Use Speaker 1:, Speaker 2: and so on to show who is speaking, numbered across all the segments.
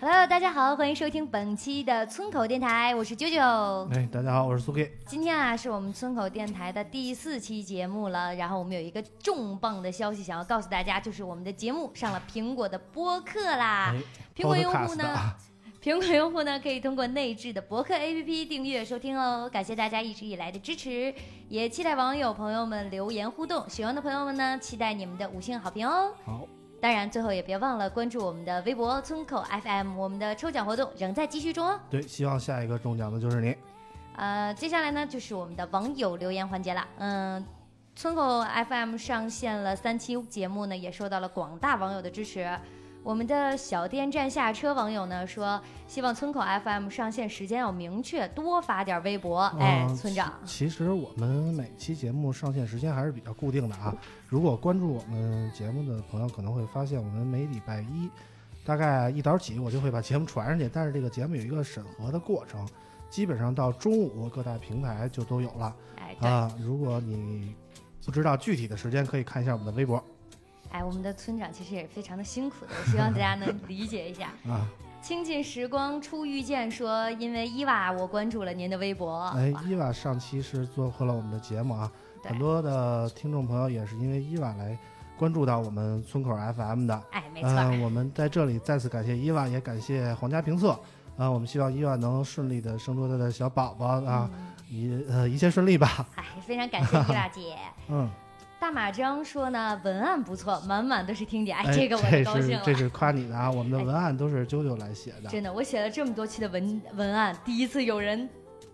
Speaker 1: Hello，大家好，欢迎收听本期的村口电台，我是九九。
Speaker 2: 哎，大家好，我是苏 K。
Speaker 1: 今天啊，是我们村口电台的第四期节目了。然后我们有一个重磅的消息想要告诉大家，就是我们的节目上了苹果的播客啦。
Speaker 2: 哎
Speaker 1: 啊苹果用户
Speaker 2: Podcast
Speaker 1: 呢
Speaker 2: 啊，
Speaker 1: 苹果用户呢可以通过内置的博客 APP 订阅收听哦。感谢大家一直以来的支持，也期待网友朋友们留言互动。喜欢的朋友们呢，期待你们的五星好评哦。
Speaker 2: 好，
Speaker 1: 当然，最后也别忘了关注我们的微博“村口 FM”，我们的抽奖活动仍在继续中哦。
Speaker 2: 对，希望下一个中奖的就是你。
Speaker 1: 呃，接下来呢就是我们的网友留言环节了。嗯，村口 FM 上线了三期节目呢，也受到了广大网友的支持。我们的小电站下车网友呢说，希望村口 FM 上线时间要明确，多发点微博。哎，
Speaker 2: 嗯
Speaker 1: 村长，
Speaker 2: 其实我们每期节目上线时间还是比较固定的啊。如果关注我们节目的朋友可能会发现，我们每礼拜一大概一早起我就会把节目传上去，但是这个节目有一个审核的过程，基本上到中午各大平台就都有了
Speaker 1: 哎，对，
Speaker 2: 啊。如果你不知道具体的时间，可以看一下我们的微博
Speaker 1: 哎，我们的村长其实也是非常的辛苦的，我希望大家能理解一下。
Speaker 2: 啊。
Speaker 1: 清近时光初遇见说，因为伊娃我关注了您的微博，
Speaker 2: 哎
Speaker 1: 哇，
Speaker 2: 伊娃上期是做客了我们的节目啊，
Speaker 1: 对
Speaker 2: 很多的听众朋友也是因为伊娃来关注到我们村口 FM 的。
Speaker 1: 哎，没错儿，
Speaker 2: 嗯，我们在这里再次感谢伊娃，也感谢皇家评测。啊、我们希望伊娃能顺利的生出她的小宝宝啊，
Speaker 1: 嗯
Speaker 2: 一呃一切顺利吧。
Speaker 1: 哎，非常感谢伊娃姐。
Speaker 2: 嗯，
Speaker 1: 大马张说呢，文案不错，满满都是听点，
Speaker 2: 哎，
Speaker 1: 这个我就高兴
Speaker 2: 是
Speaker 1: 了。
Speaker 2: 这是夸你的啊，我们的文案都是啾啾来写的。
Speaker 1: 真的，我写了这么多期的文文案，第一次有人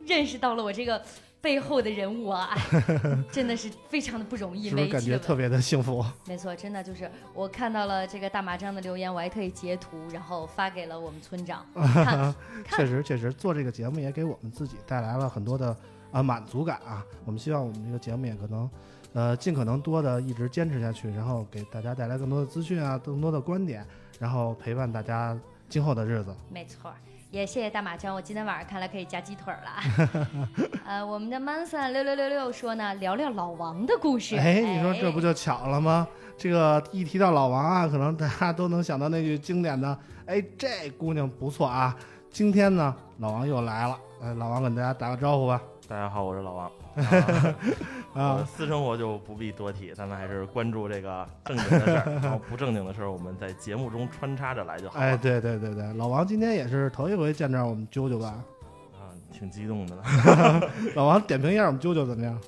Speaker 1: 认识到了我这个背后的人物啊，哎 真的是非常的不容易。
Speaker 2: 是不是
Speaker 1: 每一
Speaker 2: 感
Speaker 1: 期的
Speaker 2: 觉特
Speaker 1: 文，
Speaker 2: 别的幸福？
Speaker 1: 没错，真的就是我看到了这个大马张的留言，我还特意截图，然后发给了我们 村长看。看
Speaker 2: 确实，确实做这个节目也给我们自己带来了很多的啊满足感啊。我们希望我们这个节目也可能，呃，尽可能多的一直坚持下去，然后给大家带来更多的资讯啊，更多的观点，然后陪伴大家今后的日子。
Speaker 1: 没错儿，也谢谢大马张，我今天晚上看来可以加鸡腿儿了啊。 呃，我们的 Manson 六六六六说呢，聊聊老王的故事。
Speaker 2: 哎，你说这不就巧了吗？这个一提到老王啊，可能大家都能想到那句经典的“哎，这姑娘不错啊”。今天呢，老王又来了，哎，老王跟大家打个招呼吧。
Speaker 3: 大家好，我是老王。我
Speaker 2: 啊，
Speaker 3: 私生活就不必多提，咱们还是关注这个正经的事儿，然后不正经的事儿我们在节目中穿插着来就好了。
Speaker 2: 哎，对对对对，老王今天也是头一回见着我们啾啾吧？
Speaker 3: 啊，挺激动的呢，
Speaker 2: 老王点评一下我们啾啾怎么样？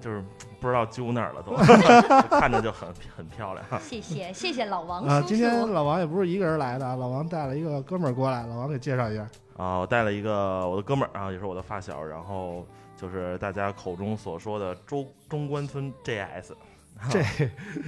Speaker 3: 就是不知道揪哪儿了都， 就看着就很很漂亮。
Speaker 1: 谢谢谢谢老王叔叔。
Speaker 2: 啊，今天老王也不是一个人来的啊，老王带了一个哥们儿过来，老王给介绍一下。
Speaker 3: 啊，我带了一个我的哥们儿啊，也是我的发小，然后就是大家口中所说的周中关村 JS
Speaker 2: 这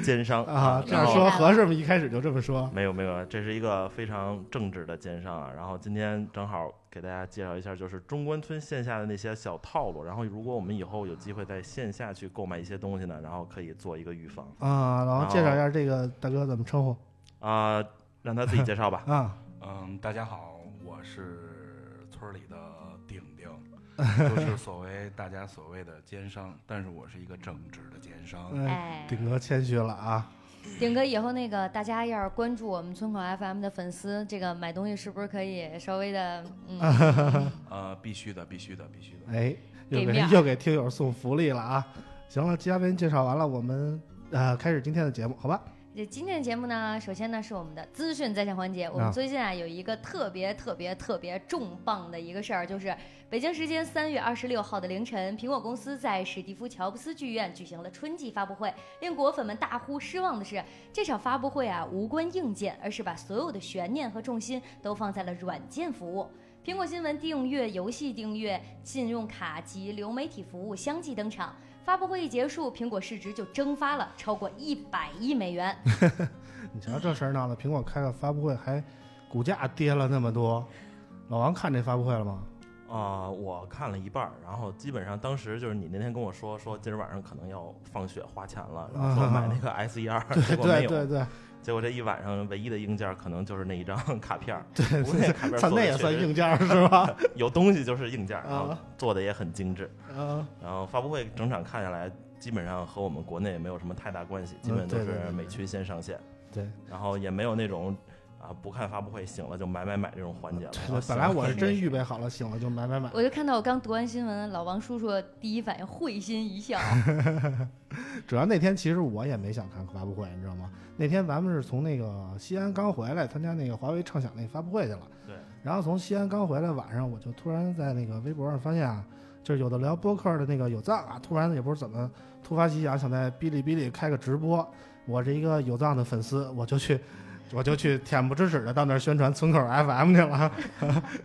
Speaker 3: 奸商
Speaker 2: 啊，这样
Speaker 3: 然后
Speaker 2: 说合适吗？一开始就这么说。
Speaker 3: 没有没有，这是一个非常正直的奸商啊。然后今天正好给大家介绍一下，就是中关村线下的那些小套路。然后如果我们以后有机会在线下去购买一些东西呢，然后可以做一个预防
Speaker 2: 啊，老王介绍一下这个大哥怎么称呼。
Speaker 3: 啊、让他自己介绍吧
Speaker 2: 啊？
Speaker 4: 嗯，大家好，我是村儿里的顶顶，就是所谓大家所谓的奸商，但是我是一个正直的奸商。
Speaker 2: 哎，
Speaker 1: 哎，
Speaker 2: 顶哥谦虚了啊。
Speaker 1: 顶哥，以后那个大家要是关注我们村口 FM 的粉丝，这个买东西是不是可以稍微的嗯
Speaker 4: 呃，必须的，必须的，必须的。
Speaker 2: 哎，又
Speaker 1: 给
Speaker 2: 给
Speaker 1: 面儿
Speaker 2: 又给听友送福利了啊！行了，嘉宾介绍完了，我们呃开始今天的节目，好吧？
Speaker 1: 这今天的节目呢，首先呢是我们的资讯在线环节。我
Speaker 2: 啊
Speaker 1: 们最近啊有一个特别特别特别重磅的一个事儿，就是北京时间三月二十六号的凌晨，苹果公司在史蒂夫乔布斯剧院举行了春季发布会。令果粉们大呼失望的是，这场发布会啊无关硬件，而是把所有的悬念和重心都放在了软件服务。苹果新闻订阅、游戏订阅、信用卡及流媒体服务相继登场。发布会一结束，苹果市值就蒸发了超过一百亿美元。
Speaker 2: 你瞧这事儿闹的，苹果开个发布会还股价跌了那么多。老王看这发布会了 吗？
Speaker 3: 啊、我看了一半儿，然后基本上当时就是你那天跟我说说今儿晚上可能要放血花钱了，然后说 买那个 S 一二，结果没
Speaker 2: 对
Speaker 3: 有，
Speaker 2: 对对
Speaker 3: 结果这一晚上唯一的硬件可能就是那一张 卡片儿，
Speaker 2: 对
Speaker 3: 不过那卡
Speaker 2: 对，
Speaker 3: 片儿
Speaker 2: 操，
Speaker 3: 做
Speaker 2: 那
Speaker 3: 的
Speaker 2: 也
Speaker 3: 确
Speaker 2: 算
Speaker 3: 实
Speaker 2: 硬件儿是吧？
Speaker 3: 有东西就是硬件儿，然后
Speaker 2: 啊
Speaker 3: 做的也很精致，
Speaker 2: 嗯，
Speaker 3: 然后发布会整场看下来，基本上和我们国内也没有什么太大关系，基本都
Speaker 2: 嗯对对
Speaker 3: 是
Speaker 2: 对
Speaker 3: 美区先上线，
Speaker 2: 对
Speaker 3: 然后也没有那种啊不看发布会醒了就买买买这种环节了。
Speaker 2: 对
Speaker 3: 然
Speaker 2: 对，
Speaker 3: 后醒
Speaker 2: 本
Speaker 3: 了
Speaker 2: 来我是 真
Speaker 3: 也
Speaker 2: 预备好了，醒了就买买买。
Speaker 1: 我就看到我刚读完新闻，老王叔叔第一反应会心一 笑。
Speaker 2: 主要那天其实我也没想看发布会，你知道吗？那天咱们是从那个西安刚回来，参加那个华为畅享那发布会去了。
Speaker 3: 对。
Speaker 2: 然后从西安刚回来，晚上我就突然在那个微博上发现啊，就是有的聊播客的那个有藏啊，突然也不知怎么突发奇想，想在哔哩哔哩开个直播。我是一个有藏的粉丝，我就去，我就去恬不知耻的到那儿宣传村口 FM 去了。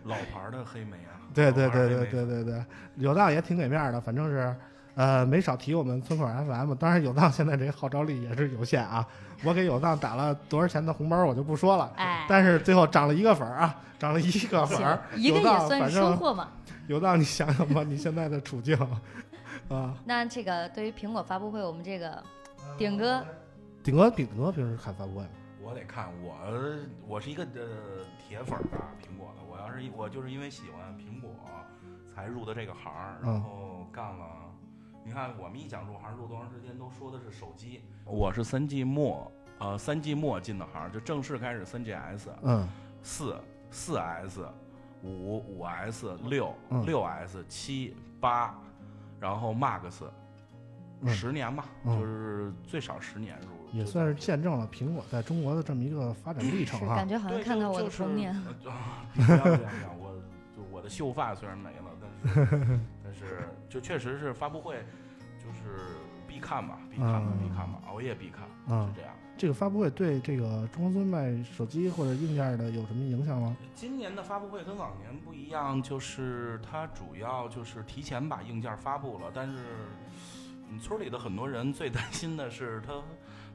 Speaker 4: 老牌儿的黑莓啊，
Speaker 2: 对对
Speaker 4: 老牌儿
Speaker 2: 对对
Speaker 4: 黑莓
Speaker 2: 对对对，有藏也挺给面儿的，反正是呃没少提我们村口 FM。当然，有藏现在这号召力也是有限啊，我给有藏打了多少钱的红包我就不说了，
Speaker 1: 哎，
Speaker 2: 但是最后涨了一个粉儿啊，涨了一个粉
Speaker 1: 行
Speaker 2: 儿，，
Speaker 1: 一个
Speaker 2: 有道
Speaker 1: 也算是
Speaker 2: 反
Speaker 1: 收
Speaker 2: 正
Speaker 1: 获嘛。
Speaker 2: 有藏你想想吧，你现在的处境啊，
Speaker 1: 那这个对于苹果发布会，我们这个
Speaker 4: 呃
Speaker 1: 顶哥
Speaker 2: 顶哥顶哥平时看发布会吗？
Speaker 4: 我得看我，我是一个呃铁粉儿吧，苹果的。我要是一我就是因为喜欢苹果才入的这个行儿，然
Speaker 2: 嗯
Speaker 4: 后干了。你看我们一讲入行入多长时间，都说的是手机。我是三 G 末，呃，三 G 末进的行儿，就正式开始三 GS
Speaker 2: 嗯
Speaker 4: 四、四 S、五、五 S、六、
Speaker 2: 嗯
Speaker 4: 六 S、七、八，然后 Max，
Speaker 2: 嗯
Speaker 4: 十年吧，
Speaker 2: 嗯
Speaker 4: 就是最少十年入，
Speaker 2: 也
Speaker 4: 就
Speaker 2: 算是
Speaker 4: 在
Speaker 2: 见证了苹果在中国的这么一个发展历程啊
Speaker 1: 是
Speaker 2: 哈
Speaker 1: 感。觉好像啊看到我的封面。
Speaker 4: 了。就 就是呃啊不要这样讲，我就我的秀发虽然没了，但是但是就确实是发布会，就是必看吧，必看吧，
Speaker 2: 嗯
Speaker 4: 必看吧，熬夜必看，
Speaker 2: 嗯
Speaker 4: 是这样。
Speaker 2: 这个发布会对这个中关村卖手机或者硬件的有什么影响吗？
Speaker 4: 今年的发布会跟往年不一样，就是它主要就是提前把硬件发布了，但是嗯村里的很多人最担心的是他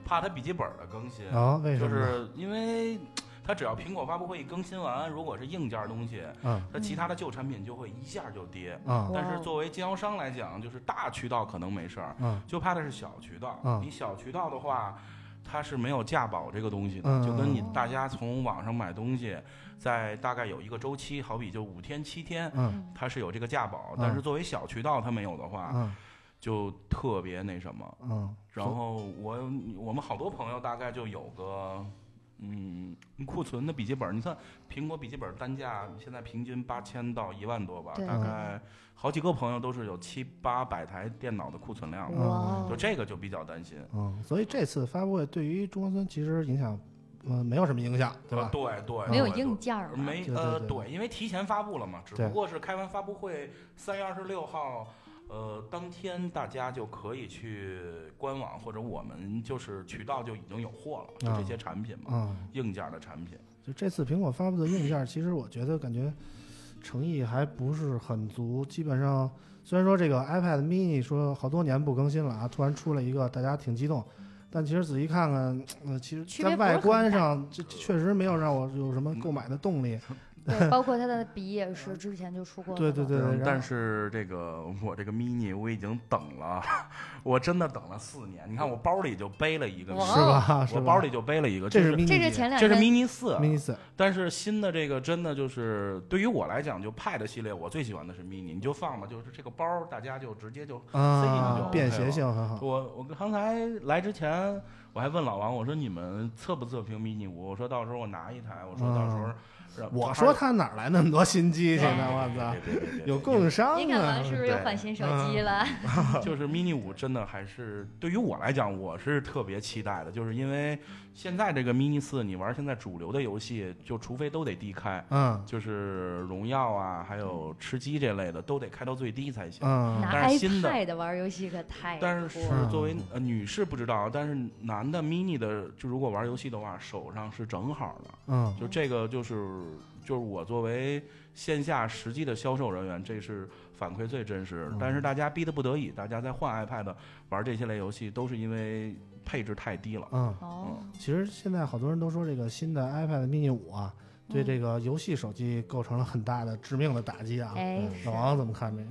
Speaker 4: 怕他笔记本的更新，
Speaker 2: 啊，为什
Speaker 4: 就
Speaker 2: 么呢？
Speaker 4: 是因为呃它只要苹果发布会一更新完，如果是硬件东西，
Speaker 2: 嗯
Speaker 4: 它其他的旧产品就会一下就跌。
Speaker 2: 啊
Speaker 4: 但
Speaker 1: 哇
Speaker 4: 是
Speaker 1: 哦
Speaker 4: 作为经销商来讲，就是大渠道可能没事儿，
Speaker 2: 啊
Speaker 4: 就怕的是小渠道。
Speaker 2: 嗯
Speaker 4: 你小渠道的话，它是没有价保这个东西的，
Speaker 2: 嗯
Speaker 4: 就跟你
Speaker 1: 嗯嗯
Speaker 4: 大家从网上买东西，在大概有一个周期，好比就五天七天，
Speaker 2: 嗯
Speaker 4: 它是有这个价保。
Speaker 2: 嗯
Speaker 4: 但是作为小渠道它没有的话，
Speaker 2: 嗯
Speaker 4: 就特别那什么。
Speaker 2: 嗯，
Speaker 4: 啊然后我我们好多朋友大概就有个。嗯，库存的笔记本，你看苹果笔记本单价现在平均八千到一万多吧，
Speaker 1: 对
Speaker 4: 大
Speaker 2: 嗯
Speaker 4: 概好几个朋友都是有七八百台电脑的库存量
Speaker 2: 嗯
Speaker 4: 的，
Speaker 1: 哇哦
Speaker 4: 就，这个就比较担心。
Speaker 2: 嗯，所以这次发布会对于中关村其实影响，嗯，没有什么影响，对吧
Speaker 4: 呃？对对，
Speaker 1: 没有
Speaker 4: 对对
Speaker 1: 硬件儿啊嘛，
Speaker 4: 没
Speaker 2: 对
Speaker 4: 呃
Speaker 2: 对对
Speaker 4: 对，因为提前发布了嘛，只
Speaker 2: 对
Speaker 4: 不过是开完发布会三月二十六号，呃，当天大家就可以去官网或者我们就是渠道就已经有货了，就
Speaker 2: 啊
Speaker 4: 这些产品嘛，
Speaker 2: 嗯，
Speaker 4: 硬件的产品。
Speaker 2: 就这次苹果发布的硬件，其实我觉得感觉诚意还不是很足，基本上虽然说这个 iPad mini 说好多年不更新了啊，突然出了一个，大家挺激动。但其实仔细看看，呃，其
Speaker 1: 区
Speaker 2: 实，在
Speaker 1: 别不是
Speaker 2: 外
Speaker 1: 很
Speaker 2: 观
Speaker 1: 大
Speaker 2: 上，这确实没有让我有什么购买的动
Speaker 4: 嗯
Speaker 2: 力。
Speaker 1: 对，包括它的笔也是之前就出过的
Speaker 2: 对
Speaker 1: 嘛。
Speaker 2: 对对，然后
Speaker 4: 嗯但是这个 我这个 mini 我已经等了，我真的等了四年。你看我包里就背了一个，
Speaker 1: 哇
Speaker 2: 是吧？哦是
Speaker 4: 我
Speaker 2: 吧
Speaker 4: 包里就背了一个，
Speaker 2: 这
Speaker 4: 就是
Speaker 2: mini，
Speaker 1: 这是
Speaker 2: 几
Speaker 1: 前两
Speaker 4: 这是
Speaker 1: 天
Speaker 4: mini 四啊
Speaker 2: mini 四，
Speaker 4: 但是新的这个真的就是对于我来讲，就 Pad 系列我最喜欢的是 mini，你就放吧，就是这个包儿大家就直接就。
Speaker 2: 啊
Speaker 4: 进去就 OK
Speaker 2: 便
Speaker 4: 了
Speaker 2: 携性很好。
Speaker 4: 我我刚才来之前，我我还问老王，我说你们测不测评迷你五？我说到时候我拿一台，我说到时候让
Speaker 2: 嗯我
Speaker 4: 正
Speaker 2: 说
Speaker 4: 好
Speaker 2: 他哪来那么多新机？
Speaker 1: 对
Speaker 2: 现在我操，
Speaker 3: 别别别 别
Speaker 2: 有
Speaker 3: 因
Speaker 2: 供
Speaker 3: 为
Speaker 2: 商
Speaker 1: 你看
Speaker 2: 啊
Speaker 1: 王！是不是又
Speaker 3: 对
Speaker 1: 换新手
Speaker 2: 嗯
Speaker 1: 机了？
Speaker 4: 就是 mini 五真的还是对于我来讲，我是特别期待的，就是因为现在这个 mini 四，你玩现在主流的游戏，就除非都得低开，
Speaker 2: 嗯
Speaker 4: 就是荣耀啊，还有吃鸡这类的，都得开到最低才行。
Speaker 2: 嗯，
Speaker 1: 拿
Speaker 4: 但是新的
Speaker 1: iPad 玩游戏可太多
Speaker 4: 但
Speaker 1: 了。
Speaker 4: 是
Speaker 2: 嗯
Speaker 4: 作为呃女士不知道，但是男的 mini 的，就如果玩游戏的话，手上是正好的，
Speaker 2: 嗯，
Speaker 4: 就这个就是就是我作为线下实际的销售人员，这是反馈最真实
Speaker 2: 嗯。
Speaker 4: 但是大家逼得不得已，大家在换 iPad 玩这些类游戏，都是因为配置太低了。
Speaker 2: 嗯，
Speaker 1: 哦，
Speaker 2: 其实现在好多人都说这个新的 iPad mini 五啊，对这个游戏手机构成了很大的致命的打击啊。
Speaker 1: 哎
Speaker 3: 嗯，
Speaker 1: 是
Speaker 2: 老王怎么看这个？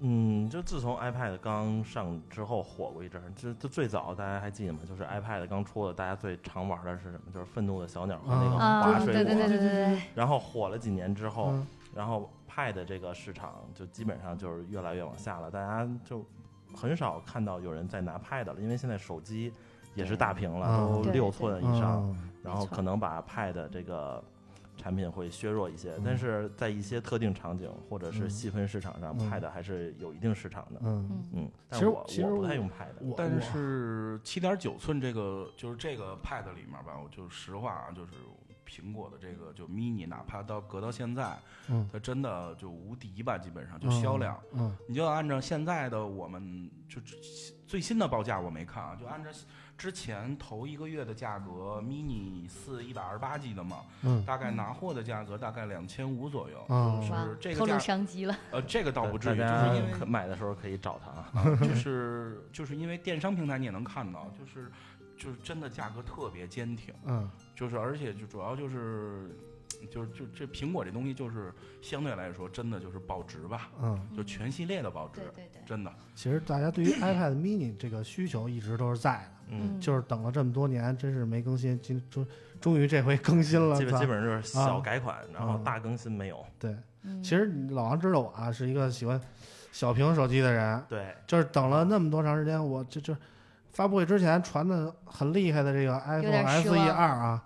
Speaker 3: 嗯，就自从 iPad 刚上之后火过一阵儿，就就最早大家还记得吗？就是 iPad 刚出的，大家最常玩的是什么？就是愤怒的小鸟和那个
Speaker 2: 啊
Speaker 3: 滑
Speaker 1: 啊，
Speaker 3: 水
Speaker 1: 对
Speaker 3: 果。
Speaker 1: 对对对对对，
Speaker 3: 然后火了几年之后，
Speaker 2: 嗯
Speaker 3: 然后 Pad 这个市场就基本上就是越来越往下了，大家就很少看到有人在拿 Pad 了，因为现在手机也是大屏了，
Speaker 2: 嗯
Speaker 3: 都
Speaker 1: 对
Speaker 3: 六寸以上。
Speaker 2: 嗯
Speaker 3: 然后可能把 Pad 这个产品会削弱一些，但是在一些特定场景或者是细分市场上、
Speaker 2: 嗯
Speaker 3: p a d 还是有一定市场的。
Speaker 2: 嗯，
Speaker 1: 嗯，
Speaker 3: 嗯，但
Speaker 2: 其实
Speaker 3: 我
Speaker 2: 其实
Speaker 3: 我不太
Speaker 2: 我
Speaker 3: 用 Pad，
Speaker 2: 我
Speaker 4: 但是七点九寸这个就是这个 Pad 里面吧，我就实话啊，就是苹果的这个就 mini，哪怕到隔到现在，
Speaker 2: 嗯
Speaker 4: 它真的就无敌吧，基本上就
Speaker 2: 嗯
Speaker 4: 销量。
Speaker 2: 嗯
Speaker 4: 你就按照现在的我们就最新的报价我没看啊，就按照之前头一个月的价格，mini 四一百二十八 G 的嘛，
Speaker 2: 嗯
Speaker 4: 大概拿货的价格大概两千五左右。
Speaker 2: 嗯
Speaker 4: 就是
Speaker 1: 哇
Speaker 4: 这，
Speaker 1: 透
Speaker 4: 个价，
Speaker 1: 露商机了。
Speaker 4: 呃，这个倒不至于，就
Speaker 3: 哦大家
Speaker 4: 是因为
Speaker 3: 可买的时候可以找他啊。
Speaker 4: 啊 就是就是因为电商平台你也能看到，就是就是真的价格特别坚挺，
Speaker 2: 嗯
Speaker 4: 就是而且就主要就是就是就这苹果这东西就是相对来说真的就是保值吧，
Speaker 2: 嗯，
Speaker 4: 就全系列的保值
Speaker 1: 对，对对，
Speaker 4: 真的。
Speaker 2: 其实大家对于 iPad mini 这个需求一直都是在的，
Speaker 3: 嗯，
Speaker 2: 就是等了这么多年，真是没更新，今终终于这回更新了，
Speaker 3: 基本
Speaker 2: 咱
Speaker 3: 基本上就是小改款，然后大更新没有。
Speaker 2: 对。
Speaker 1: 嗯
Speaker 2: 其实老王知道我啊是一个喜欢小屏手机的人，
Speaker 3: 对，
Speaker 2: 就是等了那么多长时间，我这这发布会之前传的很厉害的这个 iPhone
Speaker 1: 点失
Speaker 2: SE
Speaker 1: 望
Speaker 2: 二啊，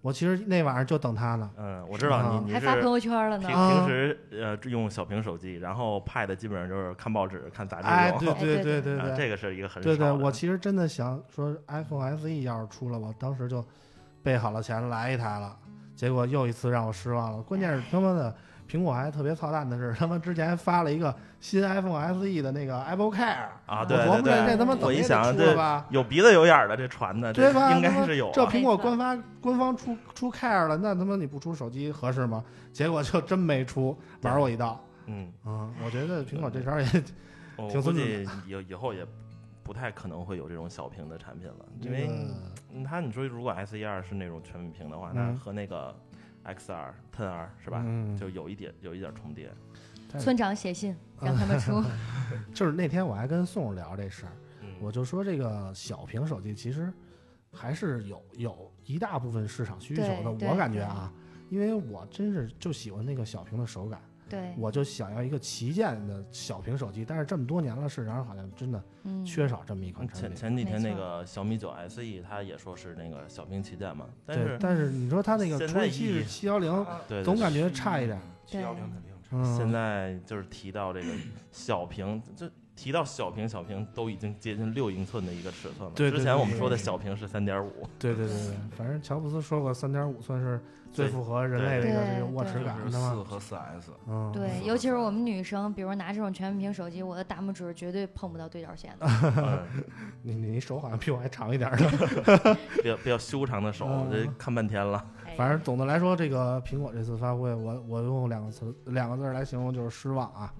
Speaker 2: 我其实那晚上就等它呢。
Speaker 3: 嗯，我知道
Speaker 2: 嗯
Speaker 3: 你你
Speaker 1: 还
Speaker 3: 是
Speaker 1: 发朋友圈了
Speaker 3: 平
Speaker 1: 呢。
Speaker 2: 啊
Speaker 3: 平时呃用小屏手机，然后 Pad 基本上就是看报纸、看杂
Speaker 2: 哎，
Speaker 3: 志
Speaker 2: 对
Speaker 3: 用。
Speaker 2: 对
Speaker 1: 哎
Speaker 2: 对
Speaker 1: 对
Speaker 2: 对
Speaker 3: 啊
Speaker 2: 对，
Speaker 3: 这个是一个很
Speaker 2: 对对，
Speaker 3: 少的
Speaker 2: 我其实真的想说 iPhone SE 要是出了，我当时就备好了钱来一台了，结果又一次让我失望了。关键是他妈的。苹果还特别操蛋的是，他妈之前还发了一个新 iPhone SE 的那个 Apple Care，
Speaker 3: 啊，
Speaker 1: 我
Speaker 3: 对
Speaker 2: 我琢磨着
Speaker 3: 对
Speaker 2: 这
Speaker 3: 对，
Speaker 2: 他妈怎么
Speaker 3: 我一
Speaker 2: 也
Speaker 3: 想
Speaker 2: 得出
Speaker 3: 这
Speaker 2: 了吧？
Speaker 3: 有鼻子有眼儿的这传的，这
Speaker 2: 对吧？
Speaker 3: 应
Speaker 2: 他
Speaker 3: 该
Speaker 2: 妈
Speaker 3: 是有啊。
Speaker 2: 这苹果
Speaker 1: 没错
Speaker 2: 官方官方出出 Care 了，那他妈你不出手机合适吗？结果就真没出，玩我一道。
Speaker 3: 嗯，
Speaker 2: 嗯，我觉得苹果这招也
Speaker 3: 我
Speaker 2: 挺
Speaker 3: 估
Speaker 2: 尊重
Speaker 3: 计以以后也不太可能会有这种小屏的产品了，因为
Speaker 2: 嗯
Speaker 3: 嗯它你说如果 S E 二是那种全面屏的话，那
Speaker 2: 嗯
Speaker 3: 和那个 X 二 Ten 二是吧，
Speaker 2: 嗯，
Speaker 3: 就有一点有一点重叠。
Speaker 1: 村长写信
Speaker 2: 嗯
Speaker 1: 让他们 出，
Speaker 2: 就是那天我还跟宋儿聊这事儿，
Speaker 3: 嗯，
Speaker 2: 我就说这个小屏手机其实还是有有一大部分市场需求的，
Speaker 1: 对对
Speaker 2: 我感觉啊。因为我真是就喜欢那个小屏的手感，
Speaker 1: 对，
Speaker 2: 我就想要一个旗舰的小屏手机，但是这么多年了，市场上好像真的
Speaker 1: 嗯，
Speaker 2: 缺少这么一款产
Speaker 3: 前
Speaker 2: 品。
Speaker 3: 前几天
Speaker 1: 没
Speaker 3: 那
Speaker 1: 错
Speaker 3: 个小米九 S E 它也说是那个小屏旗舰嘛，但
Speaker 2: 对
Speaker 3: 是，
Speaker 2: 但是你说它那个
Speaker 3: 现
Speaker 2: 处
Speaker 3: 在
Speaker 2: 理器
Speaker 3: 意义
Speaker 2: 是七幺零，
Speaker 4: 啊
Speaker 3: 对
Speaker 2: 总
Speaker 3: 对
Speaker 2: 感觉差一点。
Speaker 4: 嗯七幺零肯定差。
Speaker 2: 嗯
Speaker 3: 现在就是提到这个小屏，就提到小屏，小屏都已经接近六英寸的一个尺寸了。
Speaker 2: 对对
Speaker 3: 之前我们
Speaker 2: 对
Speaker 3: 说的小屏是三 点五，
Speaker 2: 对对对对，反正乔布斯说过，三点五寸是最
Speaker 3: 最
Speaker 2: 符合人类这个
Speaker 1: 对
Speaker 2: 这个握持
Speaker 1: 对
Speaker 2: 感
Speaker 4: 就是
Speaker 2: 的
Speaker 4: 四
Speaker 2: 嘛。
Speaker 4: 和四 S，
Speaker 2: 嗯，
Speaker 1: 对，
Speaker 4: 嗯
Speaker 1: 尤 其是我们女生，比如拿这种全面屏手机，我的大拇指绝对碰不到对角线的。
Speaker 3: 嗯
Speaker 2: 你你手好像比我还长一点儿呢。
Speaker 3: 比较比较修长的手，
Speaker 2: 嗯
Speaker 3: 这看半天了。
Speaker 1: 哎
Speaker 2: 反正总的来说，这个苹果这次发布会，我我用两个词两个字儿来形容就是失望啊。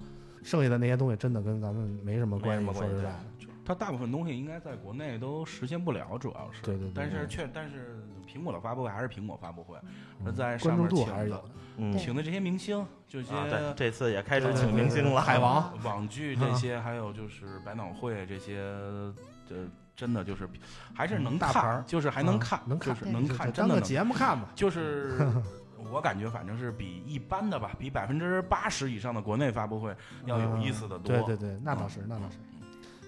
Speaker 2: 剩下的那些东西真的跟咱们没什么关系，
Speaker 3: 没什么
Speaker 2: 说
Speaker 3: 关系
Speaker 2: 实在的，
Speaker 4: 它大部分东西应该在国内都实现不了，主要是。
Speaker 2: 对对对嗯
Speaker 4: 但是确，但是苹果的发布会还是苹果发布会，而在
Speaker 2: 关
Speaker 4: 上
Speaker 2: 注
Speaker 4: 面
Speaker 2: 度
Speaker 4: 请
Speaker 2: 还是有
Speaker 4: 的
Speaker 2: 的。
Speaker 3: 嗯，
Speaker 1: 对
Speaker 4: 请的这些明星，这些
Speaker 3: 啊，对，这次也开始
Speaker 4: 对
Speaker 3: 请明星了。
Speaker 2: 海王，
Speaker 4: 网
Speaker 2: 啊
Speaker 4: 剧这些，还有就是百脑汇这些，这真的就是还是能
Speaker 2: 嗯大牌儿
Speaker 4: 看，就是还能看
Speaker 2: 嗯，能看
Speaker 4: 就是能
Speaker 2: 就
Speaker 4: 看，
Speaker 2: 当
Speaker 4: 真
Speaker 2: 个
Speaker 4: 的能看。
Speaker 2: 节目看吧。
Speaker 4: 就是 我感觉反正是比一般的吧，比百分之八十以上的国内发布会
Speaker 2: 嗯
Speaker 4: 要有意思的多。嗯
Speaker 2: 对对对，那倒是，那倒是。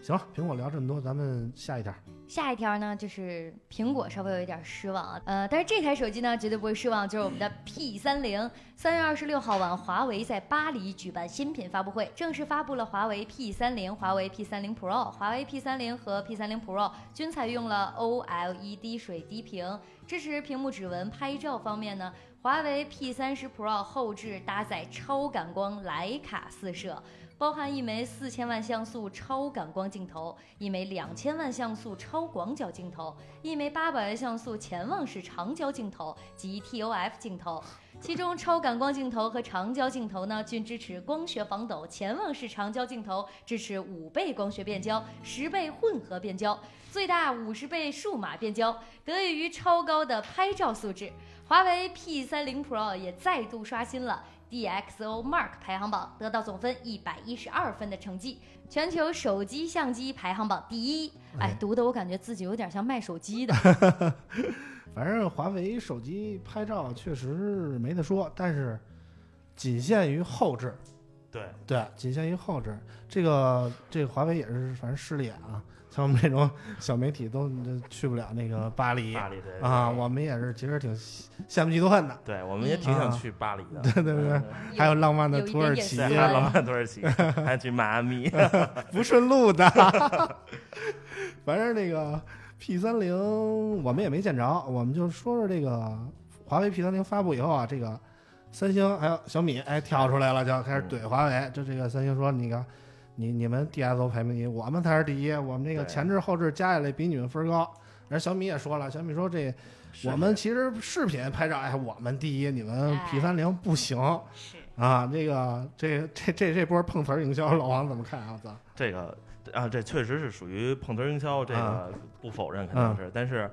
Speaker 2: 行了，苹果聊这么多，咱们下一条。
Speaker 1: 下一条呢，就是苹果稍微有一点失望啊，呃，但是这台手机呢绝对不会失望，就是我们的 P 三零。三月二十六号晚，华为在巴黎举办新品发布会，正式发布了华为 P 三零、华为 P 三零 Pro、华为 P 三零和 P 三零 Pro 均采用了 OLED 水滴屏，支持屏幕指纹。拍照方面呢，华为 P 三十 Pro 后置搭载超感光徕卡四摄。包含一枚四千万像素超感光镜头，一枚两千万像素超广角镜头，一枚八百万像素潜望式长焦镜头及 TOF 镜头。其中，超感光镜头和长焦镜头呢均支持光学防抖，潜望式长焦镜头支持五倍光学变焦、十倍混合变焦、最大五十倍数码变焦，得益于超高的拍照素质。华为 P 三零 Pro 也再度刷新了 DXO Mark 排行榜，得到总分一百一十二分的成绩，全球手机相机排行榜第一。哎
Speaker 2: 哎，
Speaker 1: 读的我感觉自己有点像卖手机的。
Speaker 2: 反正华为手机拍照确实没得说，但是仅限于后置，
Speaker 3: 对，
Speaker 2: 对，仅限于后置。这个这个华为也是，反正势利眼啊，像我们这种小媒体都都去不了那个巴黎
Speaker 3: 巴黎对
Speaker 2: 啊，
Speaker 3: 对
Speaker 2: 我们也是其实挺羡慕嫉妒恨的，
Speaker 3: 对我们也挺想
Speaker 2: 啊
Speaker 3: 去巴黎的，
Speaker 2: 对对对
Speaker 3: 嗯
Speaker 2: 还有浪漫的
Speaker 1: 有一
Speaker 2: 土
Speaker 1: 点
Speaker 2: 耳
Speaker 1: 点
Speaker 2: 其
Speaker 1: 对
Speaker 3: 对，
Speaker 1: 喜
Speaker 3: 还
Speaker 1: 欢
Speaker 3: 有浪漫土耳其，还去迈阿密，
Speaker 2: 不顺路的。 反正那个 P 三零我们也没见着，我们就说说这个华为 P 三零发布以后啊，这个三星还有小米哎跳出来了，就开始怼华为。就这个三星说你个你你们 DSO 排名第一，我们才是第一，我们这个
Speaker 3: 对
Speaker 2: 前置后置加起来比你们分高。然后小米也说了，小米说这
Speaker 3: 是
Speaker 2: 我们其实视频拍照，哎，我们第一，你们
Speaker 1: 哎
Speaker 2: P 三零不行
Speaker 1: 是，
Speaker 2: 啊。这个这这这这波碰瓷儿营销，老王怎么看啊？咱
Speaker 3: 这个啊，这确实是属于碰瓷儿营销，这
Speaker 2: 啊
Speaker 3: 个不否认肯定是，但是。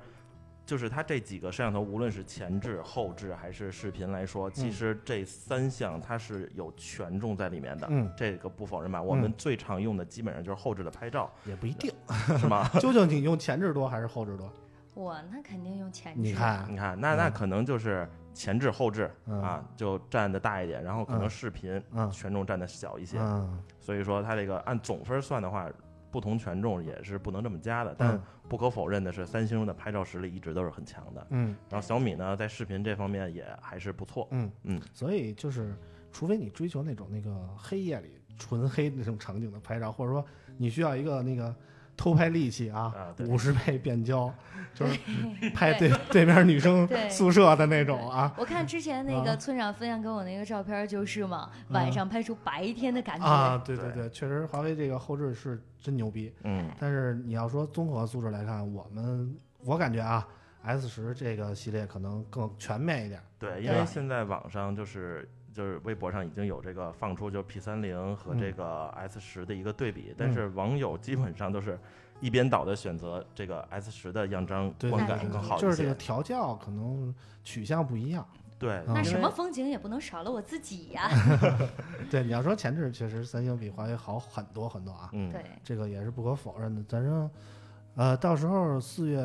Speaker 3: 就是它这几个摄像头，无论是前置、后置还是视频来说，
Speaker 2: 嗯
Speaker 3: 其实这三项它是有权重在里面的，
Speaker 2: 嗯
Speaker 3: 这个不否认吧？我们最常用的基本上就是后置的拍照，
Speaker 2: 也不一 定。
Speaker 3: 是吗？
Speaker 2: 究竟你用前置多还是后置多？
Speaker 1: 我那肯定用前置。
Speaker 2: 你，看，
Speaker 3: 你看，那那
Speaker 2: 嗯
Speaker 3: 可能就是前置、后置
Speaker 2: 嗯
Speaker 3: 啊，就占的大一点，然后可能
Speaker 2: 嗯
Speaker 3: 视频
Speaker 2: 嗯
Speaker 3: 权重占的小一些，
Speaker 2: 嗯，
Speaker 3: 所以说它这个按总分算的话，不同权重也是不能这么加
Speaker 2: 嗯
Speaker 3: 的。但不可否认的是，三星的拍照实力一直都是很强的。
Speaker 2: 嗯
Speaker 3: 然后小米呢，在视频这方面也还是不错。
Speaker 2: 嗯
Speaker 3: 嗯，
Speaker 2: 所以就是，除非你追求那种那个黑夜里纯黑那种场景的拍照，或者说你需要一个那个偷拍利器啊
Speaker 3: 啊，对
Speaker 2: 五十倍变 焦，就是拍对对面女生
Speaker 1: 对
Speaker 2: 宿舍的那种啊
Speaker 1: 我看之前那个
Speaker 2: 啊
Speaker 1: 村长分享给我那个照片就是嘛，
Speaker 2: 嗯
Speaker 1: 晚上拍出白天的感觉。
Speaker 2: 啊，对对
Speaker 3: 对
Speaker 2: 对，确实华为这个后置是真牛逼，
Speaker 3: 嗯，
Speaker 2: 但是你要说综合素质来看，我们我感觉啊，S 十这个系列可能更全面一点。
Speaker 3: 对，因
Speaker 2: 对
Speaker 3: 为
Speaker 2: 吧
Speaker 3: 现在网上就是就是微博上已经有这个放出就 P 三零和
Speaker 2: 嗯
Speaker 3: 这个 S 十的一个对比，但是网友基本上都是一边倒的选择这个 S 十的样张
Speaker 2: 对，
Speaker 3: 观
Speaker 2: 对
Speaker 3: 感
Speaker 2: 对
Speaker 3: 更好一些。
Speaker 2: 就是这个调教可能取向不一样。
Speaker 3: 对，
Speaker 2: 嗯
Speaker 1: 那
Speaker 3: 因
Speaker 1: 什
Speaker 3: 为
Speaker 1: 么风景也不能少了我自己呀、
Speaker 2: 对，你要说前置，确实三星比华为好很多很多啊，
Speaker 3: 嗯，
Speaker 1: 对，
Speaker 2: 这个也是不可否认的。反正，呃，到时候四月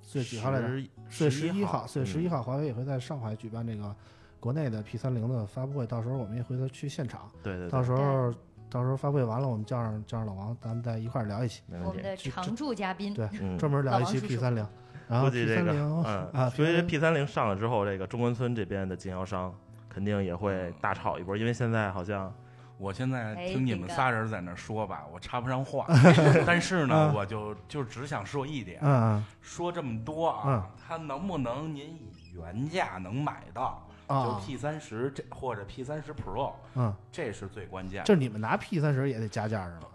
Speaker 2: 四月几号来着？
Speaker 3: 十？
Speaker 2: 四月十
Speaker 3: 11
Speaker 2: 一号，四月十一
Speaker 3: 嗯
Speaker 2: 号，华为也会在上海举办这个国内的 P 三零的发布会，到时候我们也会去现场，
Speaker 3: 对对
Speaker 2: 到
Speaker 3: 对，
Speaker 2: 时候到时候发布会完了，我们叫上叫上老王，咱们再一块儿聊一期，
Speaker 3: 没
Speaker 1: 我
Speaker 3: 问
Speaker 1: 们
Speaker 3: 题。
Speaker 1: 的常驻嘉宾
Speaker 2: 对
Speaker 3: 嗯，
Speaker 2: 专门聊一
Speaker 1: 老王
Speaker 2: 期
Speaker 1: 叔
Speaker 2: P
Speaker 1: 叔
Speaker 2: 三零。然后
Speaker 3: 估
Speaker 2: P
Speaker 3: 计这
Speaker 2: 三
Speaker 3: 个
Speaker 2: 零啊
Speaker 3: 嗯，所以这
Speaker 2: P
Speaker 3: P 三零上了之后，这个中关村这边的经销商肯定也
Speaker 2: 嗯
Speaker 3: 会大炒一波，因为现在好像
Speaker 4: 我现在
Speaker 1: 哎
Speaker 4: 听你
Speaker 1: 饼
Speaker 4: 们
Speaker 1: 干
Speaker 4: 仨人在那儿说吧，我插不上 话。但是呢，
Speaker 2: 嗯
Speaker 4: 我就就只想说一点，
Speaker 2: 嗯
Speaker 4: 说这么多啊，它能不能您以原价能买到？
Speaker 2: 嗯
Speaker 4: 就
Speaker 2: 啊
Speaker 4: P 三十这或者 P 三十 Pro，
Speaker 2: 嗯，
Speaker 4: 这是最关键的。
Speaker 2: 就是你们拿 P 三十也得加价是吗？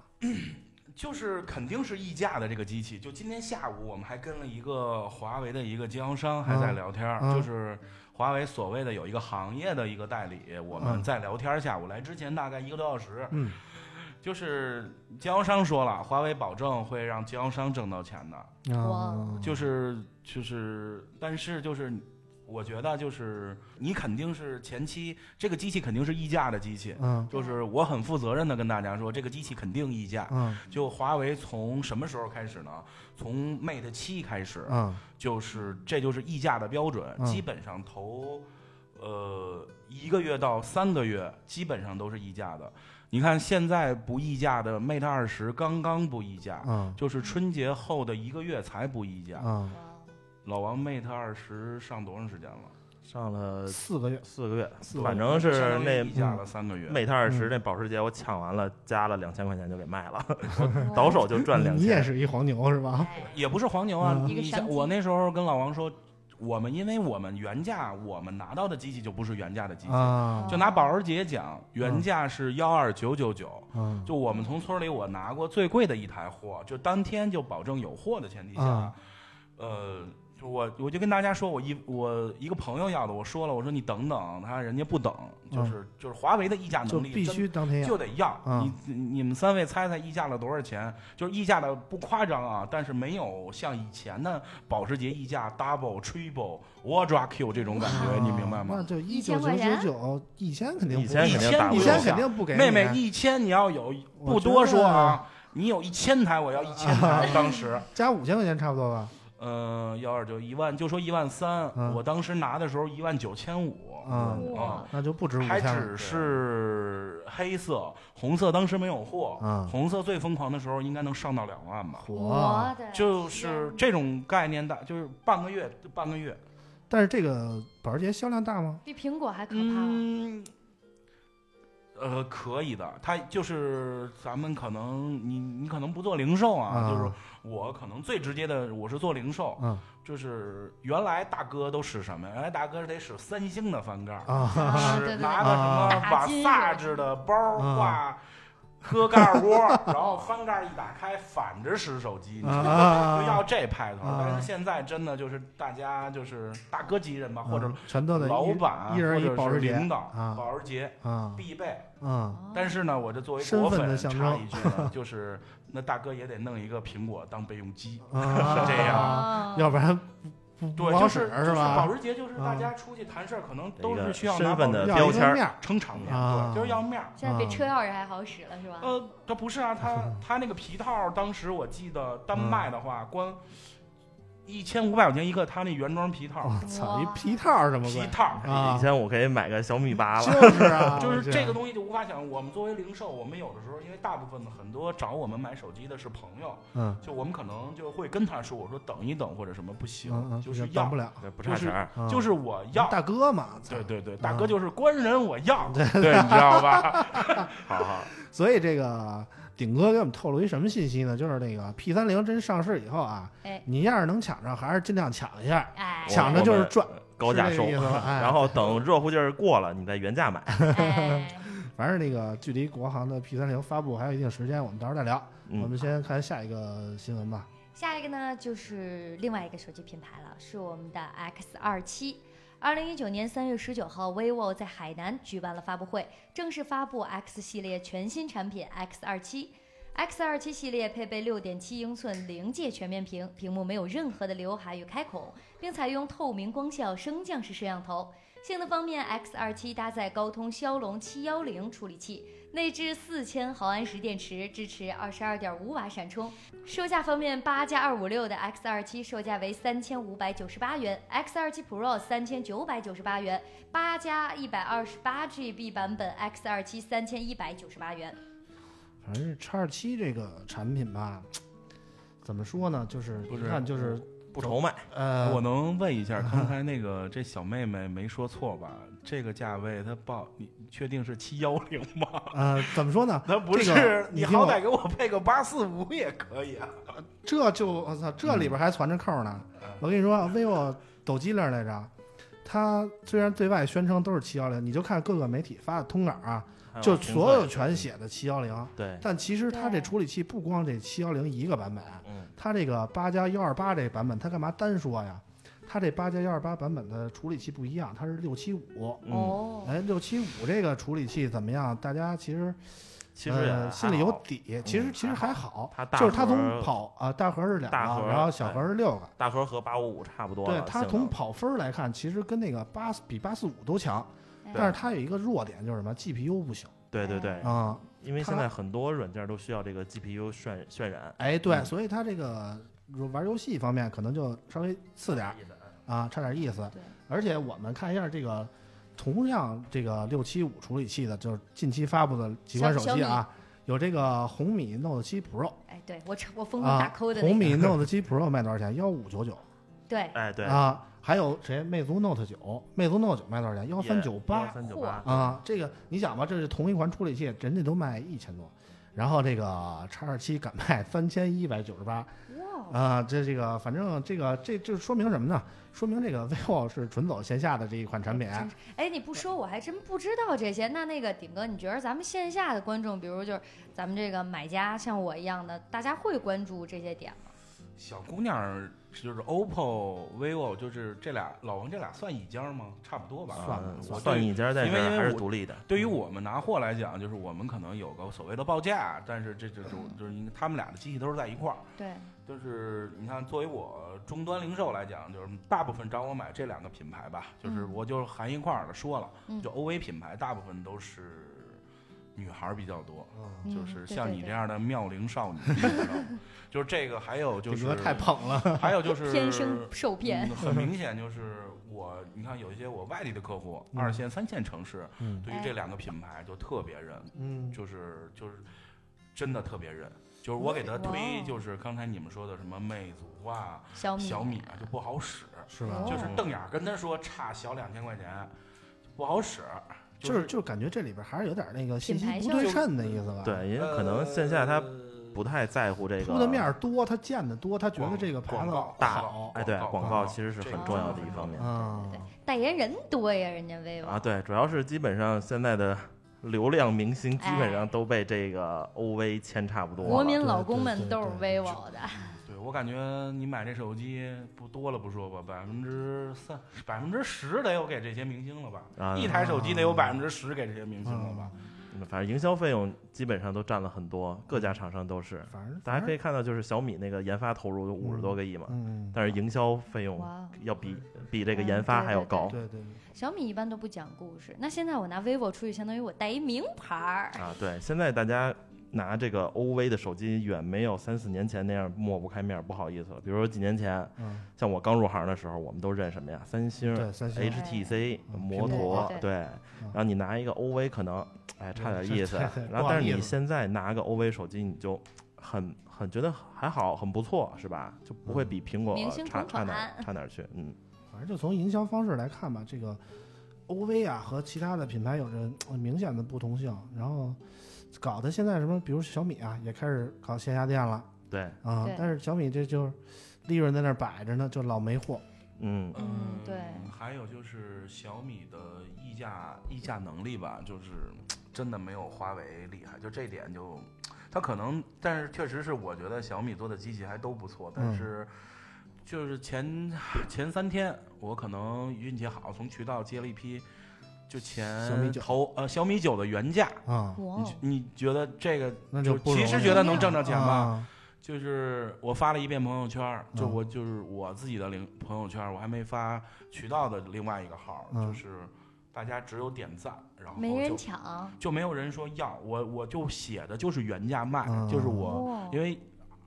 Speaker 4: 就是肯定是溢价的这个机器。就今天下午，我们还跟了一个华为的一个经销商还在聊天儿，
Speaker 2: 嗯嗯
Speaker 4: 就是华为所谓的有一个行业的一个代理，我们
Speaker 2: 嗯
Speaker 4: 在聊天儿。下午来之前大概一个多小时，
Speaker 2: 嗯，
Speaker 4: 就是经销商说了，华为保证会让经销商挣到钱的，
Speaker 2: 啊，
Speaker 4: 就是就是，但是就是。我觉得就是你肯定是前期这个机器肯定是溢价的机器，
Speaker 2: 嗯
Speaker 4: 就是我很负责任的跟大家说，这个机器肯定溢价。
Speaker 2: 嗯
Speaker 4: 就华为从什么时候开始呢？从 Mate 七开始，
Speaker 2: 嗯
Speaker 4: 就是这就是溢价的标准，
Speaker 2: 嗯
Speaker 4: 基本上头。呃一个月到三个月基本上都是溢价的。你看现在不溢价的 Mate 二十刚刚不溢价，
Speaker 2: 啊
Speaker 4: 就是春节后的一个月才不溢价。
Speaker 2: 啊，
Speaker 4: 老王 Mate 二十上多长时间了？
Speaker 3: 上
Speaker 4: 呃
Speaker 3: 了
Speaker 2: 四个月，
Speaker 3: 四个
Speaker 2: 四个
Speaker 3: 月，
Speaker 2: 月
Speaker 3: 反正
Speaker 4: 相
Speaker 3: 是
Speaker 4: 当于
Speaker 3: 那
Speaker 4: 溢价了三个月。
Speaker 3: 美特二
Speaker 2: 嗯
Speaker 3: 十那保时捷我抢完了，加了两千块钱就给卖了，倒手就赚两
Speaker 2: 你也
Speaker 3: 千。
Speaker 2: 是一黄牛是吧？
Speaker 1: 哎
Speaker 4: 也不是黄牛啊，
Speaker 2: 嗯
Speaker 4: 你
Speaker 1: 一个
Speaker 4: 像
Speaker 1: 商机
Speaker 4: 我那时候跟老王说，我们因为我们原价，我们拿到的机器就不是原价的机器。
Speaker 2: 啊嗯
Speaker 4: 就拿保时捷讲，原价是幺二九九九，
Speaker 2: 啊
Speaker 4: 就我们从村里我拿过最贵的一台货，就当天就保证有货的前提下
Speaker 2: 啊，
Speaker 4: 呃，就我我就跟大家说，我一我一个朋友要的，我说了，我说你等等，他人家不等，就是就是华为的议价
Speaker 2: 嗯就
Speaker 4: 能力
Speaker 2: 必
Speaker 4: 真
Speaker 2: 须当天要
Speaker 4: 就得要。
Speaker 2: 嗯
Speaker 4: 你你们三位猜猜溢价了多少钱？就是溢价的不夸张啊，但是没有像以前的保时捷溢价 double、triple、quadra Q 这种感觉，你明白
Speaker 2: 啊那
Speaker 4: 吗？
Speaker 2: 就一九九
Speaker 1: 1000块
Speaker 2: 九
Speaker 1: 钱
Speaker 2: 九，一千肯定
Speaker 3: 一千
Speaker 4: 一
Speaker 3: 肯定
Speaker 4: 千
Speaker 3: 打
Speaker 2: 一
Speaker 3: 不
Speaker 4: 你
Speaker 2: 千
Speaker 3: 了
Speaker 4: 想。
Speaker 2: 肯定不给你啊
Speaker 4: 妹妹，一千你要有
Speaker 2: 我
Speaker 4: 不
Speaker 2: 觉
Speaker 4: 多说
Speaker 2: 得
Speaker 4: 啊，你有一千台，我要一千 台。当时，
Speaker 2: 加五千块钱差不多吧？
Speaker 4: 呃，幺二九一万，就说一万三
Speaker 2: 嗯，
Speaker 4: 我当时拿的时候一万九千五，
Speaker 2: 啊，
Speaker 1: 哇，
Speaker 2: 那就不止五
Speaker 4: 嗯还
Speaker 2: 千了
Speaker 4: 只是黑色，红色当时没有货。
Speaker 2: 啊，
Speaker 4: 红色最疯狂的时候应该能上到两万吧？
Speaker 2: 火！啊
Speaker 1: 的啊
Speaker 4: 就是这种概念大，就是半个月，半个月。
Speaker 2: 但是这个保时捷销量大吗？
Speaker 1: 比苹果还可怕。
Speaker 4: 嗯，呃，可以的。它就是咱们可能你你可能不做零售啊，
Speaker 2: 啊
Speaker 4: 就是我可能最直接的，我是做零售，
Speaker 2: 啊
Speaker 4: 就是原来大哥都使什么呀？原来大哥得使三星的翻盖儿，
Speaker 2: 啊
Speaker 1: 啊对对
Speaker 4: 使
Speaker 1: 对
Speaker 4: 拿个什么
Speaker 1: 啊
Speaker 4: 瓦萨制的包儿
Speaker 2: 啊
Speaker 4: 挂搁盖儿窝儿，然后翻盖儿一打开反着使手机，你知道吗
Speaker 2: 啊！
Speaker 4: 就要这派头。
Speaker 2: 啊
Speaker 4: 但是现在真的就是大家就是大哥级人吧，或者
Speaker 2: 全嗯都得
Speaker 4: 老板，
Speaker 2: 一人一
Speaker 4: 或者
Speaker 2: 保时
Speaker 4: 是
Speaker 2: 捷
Speaker 4: 领导，
Speaker 2: 啊
Speaker 4: 保时捷
Speaker 2: 啊
Speaker 4: 必备。
Speaker 2: 啊
Speaker 1: 哦
Speaker 4: 但是呢，我这作为
Speaker 2: 身
Speaker 4: 果
Speaker 2: 份的
Speaker 4: 粉
Speaker 2: 象
Speaker 4: 插
Speaker 2: 征
Speaker 4: 一句呢，就是那大哥也得弄一个苹果当备用机。
Speaker 2: 啊！
Speaker 4: 是这样
Speaker 1: 哦
Speaker 2: 要不然不不
Speaker 4: 对，
Speaker 2: 好
Speaker 4: 就
Speaker 2: 使
Speaker 4: 是就是
Speaker 2: 吧啊
Speaker 4: 保？时捷，就是大家出去谈事儿，可能
Speaker 3: 一
Speaker 4: 都
Speaker 3: 个
Speaker 4: 是需要拿
Speaker 3: 身份
Speaker 4: 保
Speaker 3: 的
Speaker 4: 时捷
Speaker 2: 要
Speaker 3: 标
Speaker 2: 一
Speaker 3: 签
Speaker 2: 个
Speaker 3: 儿
Speaker 2: 面儿
Speaker 4: 撑场面，
Speaker 2: 啊
Speaker 4: 对，就是要面儿。
Speaker 1: 现
Speaker 2: 嗯
Speaker 1: 在比车钥匙还好使了是吧？
Speaker 4: 呃，这不是啊， 他他那个皮套，当时我记得单
Speaker 2: 嗯
Speaker 4: 卖的话，光一千五百块钱一个，他那原装皮套，
Speaker 2: 我操，一皮套儿这么
Speaker 4: 皮
Speaker 2: 贵
Speaker 4: 套儿，
Speaker 2: 哦啊
Speaker 3: 以！前我可以买个小米八了，
Speaker 2: 就是啊，
Speaker 4: 就是这个
Speaker 2: 东
Speaker 4: 东西就无法想。我们作为零售，我们有的时候，因为大部分的很多找我们买手机的是朋友，
Speaker 2: 嗯
Speaker 4: 就我们可能就会跟他说，我说等一等或者什么不行，
Speaker 2: 嗯嗯，
Speaker 4: 就是
Speaker 2: 当
Speaker 4: 要
Speaker 2: 不，了，
Speaker 3: 不差钱 儿。
Speaker 2: 啊
Speaker 4: 就是我要。
Speaker 2: 大嗯哥嘛，操
Speaker 4: 对对对，大哥
Speaker 2: 啊
Speaker 4: 就是官人，我要，对，你知道吧？
Speaker 3: 好 好，
Speaker 2: 所以这个顶哥给我们透露一什么信息呢？就是那个 P 三零真上市以后啊，
Speaker 1: 哎
Speaker 2: 你要是能抢上，还是尽量抢一下，
Speaker 1: 哎，
Speaker 2: 抢着就是赚，
Speaker 3: 高价
Speaker 2: 是这
Speaker 3: 收
Speaker 2: 个意思 吧，哎
Speaker 3: 然后等热乎劲儿过了，你再原价买。
Speaker 1: 哎
Speaker 2: 反正那个距离国行的 P 三零发布还有一定时间，我们到时候再聊。我
Speaker 3: 嗯，
Speaker 2: 们先看下一个新闻吧。
Speaker 1: 下一个呢，就是另外一个手机品牌了，是我们的 X 二七。二零一九年三月十九号，vivo 在海南举办了发布会，正式发布 X 系列全新产品 X 二七。X 二七系列配备六点七英寸临界全面屏，屏幕没有任何的刘海与开孔，并采用透明光效升降式摄像头。性能方面，X 二七搭载高通骁龙七幺零处理器，内置四千毫安时电池，支持二十二点五瓦闪充。售价方面，八加二五六的 X 二七售价为三千五百九十八元，X 二七 Pro 三千九百九十八元，八加一百二十八 GB 版本 X 二七三千一百九十八元。
Speaker 2: 反正是叉二七这个产品吧，怎么说呢？就是
Speaker 4: 不是
Speaker 2: 你看就是
Speaker 3: 不愁卖。
Speaker 2: 呃，
Speaker 4: 我能问一下， 刚才那个这小妹妹没说错吧？这个价位她报，你确定是七幺零吗？
Speaker 2: 呃怎么说呢？
Speaker 4: 那不
Speaker 2: 这
Speaker 4: 是，
Speaker 2: 个你
Speaker 4: 你
Speaker 2: 听
Speaker 4: 好
Speaker 2: 我
Speaker 4: 歹给我配个八四五也可以啊。
Speaker 2: 这就我操，这里边还攒着扣呢。
Speaker 4: 嗯
Speaker 2: 我跟你说，vivo 抖机灵来着，它虽然对外宣称都是七幺零，你就看各个媒体发的通稿啊，
Speaker 3: 还
Speaker 2: 就
Speaker 3: 评测
Speaker 2: 所有全写的七幺零。
Speaker 3: 嗯对，
Speaker 2: 但其实它这
Speaker 1: 对啊
Speaker 2: 处理器不光这七幺零一个版本，
Speaker 3: 嗯，
Speaker 2: 它这个八加幺二八这版本，它干嘛单说呀？它这八加幺二八版本的处理器不一样，它是六七五。
Speaker 3: 嗯，
Speaker 1: 哦，
Speaker 2: 哎，六七五这个处理器怎么样？大家其实
Speaker 3: 其实也还
Speaker 2: 呃
Speaker 3: 好
Speaker 2: 心里有底，其实
Speaker 3: 嗯
Speaker 2: 其实
Speaker 3: 还
Speaker 2: 还好，
Speaker 3: 它大
Speaker 2: 就是它从
Speaker 3: 盒
Speaker 2: 跑啊、大核是两
Speaker 3: 大
Speaker 2: 个，
Speaker 3: 核
Speaker 2: 然后小
Speaker 3: 对
Speaker 2: 核是六个。
Speaker 3: 大核和八五五差不多
Speaker 2: 对
Speaker 3: 了。
Speaker 2: 它
Speaker 3: 性
Speaker 2: 从
Speaker 3: 能
Speaker 2: 跑分儿来看，其实跟那个八比八四五都强，
Speaker 1: 哎
Speaker 2: 但是它有一个弱点就是什么？GPU 不行
Speaker 3: 对对对，
Speaker 2: 啊、
Speaker 3: 因为
Speaker 2: 它
Speaker 3: 现在很多软件都需要这个 GPU 渲渲染。
Speaker 2: 哎，对，
Speaker 3: 嗯
Speaker 2: 所以它这个玩游戏方面可能就稍微次点儿啊，差点意思。
Speaker 1: 对
Speaker 2: 而且我们看一下这个同样这个六七五处理器的，就是近期发布的几款手
Speaker 1: 小
Speaker 2: 机啊，有这个红米 Note 7 Pro
Speaker 1: 哎，对我抽我疯狂打
Speaker 2: 啊
Speaker 1: 扣的，那
Speaker 2: 红
Speaker 1: 个，
Speaker 2: 米 Note 7 Pro 卖多少钱？幺五九九
Speaker 1: 对，
Speaker 3: 哎，对，
Speaker 2: 啊，还有谁？魅族 Note 9，魅族 Note 9卖多少钱？幺三九八
Speaker 3: 幺三九八，
Speaker 2: 啊，这个你想吧，这是同一款处理器，人家都卖一千多，然后这个 X 二七敢卖三千一百九十八
Speaker 1: 哇，
Speaker 2: 啊，这这个反正这个这这说明什么呢？说明这个 vivo 是纯走线下的这一款产品。
Speaker 1: 真是哎，你不说我还真不知道这些。那那个顶哥，你觉得咱们线下的观众，比如就是咱们这个买家，像我一样的，大家会关注这些点吗？
Speaker 4: 小姑娘儿就是 OPPO、vivo，就是这俩老王这俩算一家吗？差不多吧。啊
Speaker 2: 算了啊
Speaker 3: 嗯
Speaker 4: 我
Speaker 3: 算
Speaker 4: 对
Speaker 3: 你一家在
Speaker 4: 因为因
Speaker 3: 这
Speaker 4: 为
Speaker 3: 还是
Speaker 4: 我
Speaker 3: 独立的。
Speaker 4: 对于我们拿货来讲，就是我们可能有个所谓的报价，但是这就是就是应该他们俩的机器都是在一块儿。
Speaker 1: 对，
Speaker 4: 就是你看，作为我终端零售来讲，就是大部分找我买这两个品牌吧，就是
Speaker 1: 嗯
Speaker 4: 我就含一块儿了说了，
Speaker 1: 嗯
Speaker 4: 就 OV 品牌大部分都是女孩儿比较多，
Speaker 2: 嗯，
Speaker 1: 嗯
Speaker 4: 就是像你这，
Speaker 1: 对对
Speaker 4: 样的妙龄少 女，你知道吗就是这个，还有就
Speaker 2: 这
Speaker 4: 是
Speaker 2: 歌太捧 了，
Speaker 4: 还有就
Speaker 1: 对
Speaker 4: 是
Speaker 1: 天生受 骗，
Speaker 4: 嗯很明显就是我，你看有一些我外地的客户，
Speaker 2: 嗯
Speaker 4: 二线、三线城市，
Speaker 2: 嗯
Speaker 4: 对于
Speaker 1: 哎
Speaker 4: 这两个品牌就特别认，
Speaker 2: 嗯，
Speaker 4: 就是就是真的特别认。就是我给他
Speaker 1: 哇
Speaker 4: 推，就是刚才你们说的什么魅族啊、
Speaker 1: 小米，
Speaker 4: 小米啊，就不好使，
Speaker 2: 是吧？
Speaker 1: 哦
Speaker 4: 就是瞪眼儿跟他说差小两千块钱，不好使。
Speaker 2: 就是就是感觉这里边还是有点那个信息
Speaker 1: 品牌
Speaker 2: 不
Speaker 1: 效
Speaker 2: 对
Speaker 4: 应
Speaker 2: 称的意思吧？，
Speaker 3: 对，因为可能线下他
Speaker 4: 呃
Speaker 3: 不太在乎这个
Speaker 2: 铺的面儿多，他见的多，他觉得这个牌
Speaker 4: 广
Speaker 2: 子
Speaker 4: 告
Speaker 3: 大
Speaker 2: 好
Speaker 3: 哎，对，
Speaker 4: 广
Speaker 3: 广
Speaker 4: 告啊
Speaker 3: 告其实是
Speaker 4: 这
Speaker 3: 很
Speaker 4: 个
Speaker 3: 重要的
Speaker 1: 是
Speaker 3: 一方面
Speaker 2: 嗯
Speaker 1: 对对代言人多呀，人家 vivo
Speaker 3: 啊。对，主要是基本上现在的流量明星基本上都被这个 OV 牵差不
Speaker 1: 哎国
Speaker 3: 多了。
Speaker 1: 民老公
Speaker 2: 对
Speaker 1: 们
Speaker 2: 对
Speaker 1: 都是
Speaker 2: 对
Speaker 1: vivo 的，
Speaker 4: 对我感觉你买这手机不多了不说吧，百分之三、百分之十得有给这些明星了吧？
Speaker 3: 啊
Speaker 4: 一，台手机得有百分之十给这些明星了吧？
Speaker 3: 嗯反正营销费用基本上都占了很多，各家厂商都是。
Speaker 2: 反正
Speaker 3: 大家可
Speaker 2: 以，
Speaker 3: 以看到，就是小米那个研发投入五十多个亿嘛，
Speaker 2: 嗯，
Speaker 3: 但是营销费用
Speaker 1: 哇，哦
Speaker 3: 要比比这个研发还要高
Speaker 2: 对对，
Speaker 1: 小米一般都不讲故事，那现在我拿 vivo 出去，相当于我带一名牌儿，
Speaker 3: 啊。对，现在大家拿这个 OV 的手机，远没有三四年前那样抹不开面儿，不好意思了。比如说几年前，
Speaker 2: 嗯，
Speaker 3: 像我刚入行的时候，我们都认什么呀？三星、
Speaker 2: 对，三星
Speaker 3: HTC、
Speaker 2: 嗯苹
Speaker 1: 果
Speaker 3: 摩托，
Speaker 1: 对
Speaker 3: 对。然后你拿一个 OV，可能哎差点意思
Speaker 2: 对对。不
Speaker 3: 然后
Speaker 2: 好
Speaker 3: 但是
Speaker 2: 意
Speaker 3: 你
Speaker 2: 思
Speaker 3: 现在拿个 OV 手机，你就很很觉得还好，很不错，是吧？就不会比苹果
Speaker 1: 明星
Speaker 3: 差
Speaker 1: 同
Speaker 3: 差哪
Speaker 1: 款
Speaker 3: 儿差哪儿去。嗯，
Speaker 2: 反正就从营销方式来看吧，这个 OV 啊和其他的品牌有着呃明显的不同性，然后搞得现在什么，比如小米啊，也开始搞线下店了
Speaker 3: 对，
Speaker 2: 啊
Speaker 1: 对，
Speaker 2: 但是小米这就是利润在那儿摆着呢，就老没货，
Speaker 3: 嗯
Speaker 1: 嗯对
Speaker 4: 还有就是小米的议价议价能力吧，就是真的没有华为厉害，就这点就，它可能，但是确实是我觉得小米做的机器还都不错，但
Speaker 2: 嗯
Speaker 4: 是就是前前三天我可能运气好，从渠道接了一批，就前
Speaker 2: 小米九
Speaker 4: 头呃小米九的原价，
Speaker 2: 啊，
Speaker 1: 哇
Speaker 4: 你
Speaker 1: 哦
Speaker 4: 觉你觉得这个
Speaker 2: 那就不容易
Speaker 4: 其实觉得能挣着钱吧？
Speaker 2: 啊
Speaker 4: 就是我发了一遍朋友圈儿，就
Speaker 2: 嗯
Speaker 4: 我就是我自己的零朋友圈儿，我还没发渠道的另外一个号儿，
Speaker 2: 嗯
Speaker 4: 就是大家只有点赞，然后
Speaker 1: 没人
Speaker 4: 就
Speaker 1: 抢，
Speaker 4: 就没有人说要我，我就写的就是原价卖，
Speaker 2: 嗯
Speaker 4: 就是我
Speaker 1: 哇，哦
Speaker 4: 因为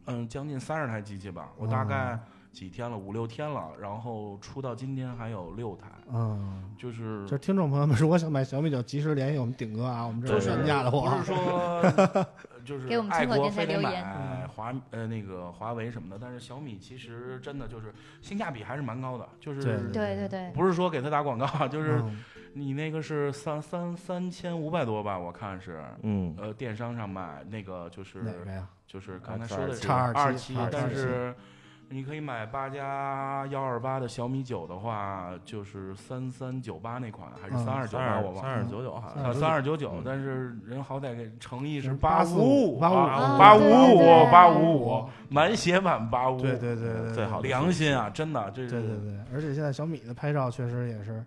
Speaker 4: 嗯将近三十台机器吧，我大
Speaker 2: 嗯
Speaker 4: 概几天了五六天了，然后出到今天还有六台，
Speaker 2: 嗯。
Speaker 4: 就是
Speaker 2: 就是听众朋友们，如果想买小米九，及时联系我们顶哥啊，我们这
Speaker 4: 就
Speaker 2: 有
Speaker 4: 是
Speaker 2: 原价的货
Speaker 4: 不
Speaker 2: 啊。
Speaker 4: 是说就是
Speaker 1: 给我们
Speaker 4: 爱
Speaker 1: 苹果
Speaker 4: 国
Speaker 1: 电台
Speaker 4: 非得
Speaker 1: 留言
Speaker 4: 买
Speaker 2: 嗯
Speaker 4: 华呃那个华为什么的，但是小米其实真的就是性价比还是蛮高的，就是
Speaker 2: 对
Speaker 1: 对对对，
Speaker 4: 不是说给他打广告啊，就是
Speaker 2: 嗯
Speaker 4: 你那个是三三三千五百多吧，我看是。
Speaker 3: 嗯，
Speaker 4: 呃，电商上卖那个就是
Speaker 2: 哪个呀？
Speaker 4: 就是刚才说的是
Speaker 2: 叉
Speaker 4: 二
Speaker 2: 二七，
Speaker 4: 七但
Speaker 2: 叉二七
Speaker 4: 是你可以买八加幺二八的小米九的话，就是三三九八那款还是
Speaker 2: 嗯
Speaker 4: 三二九
Speaker 3: 三
Speaker 4: 八
Speaker 3: 二
Speaker 4: 我忘了
Speaker 3: 三二九九好像
Speaker 4: 呃，
Speaker 2: 329
Speaker 4: 三二九九
Speaker 3: 嗯，
Speaker 4: 但是人好歹给诚意是
Speaker 2: 是
Speaker 4: 八五
Speaker 2: 855
Speaker 4: 五，八五五，
Speaker 1: 啊
Speaker 4: 八
Speaker 1: 对
Speaker 4: 五
Speaker 2: 对
Speaker 4: 五，满血满八五，
Speaker 2: 对对对对，
Speaker 3: 最好的
Speaker 4: 良心啊，真的，这
Speaker 2: 对
Speaker 4: 是
Speaker 2: 对对，对而且现在小米的拍照确实也是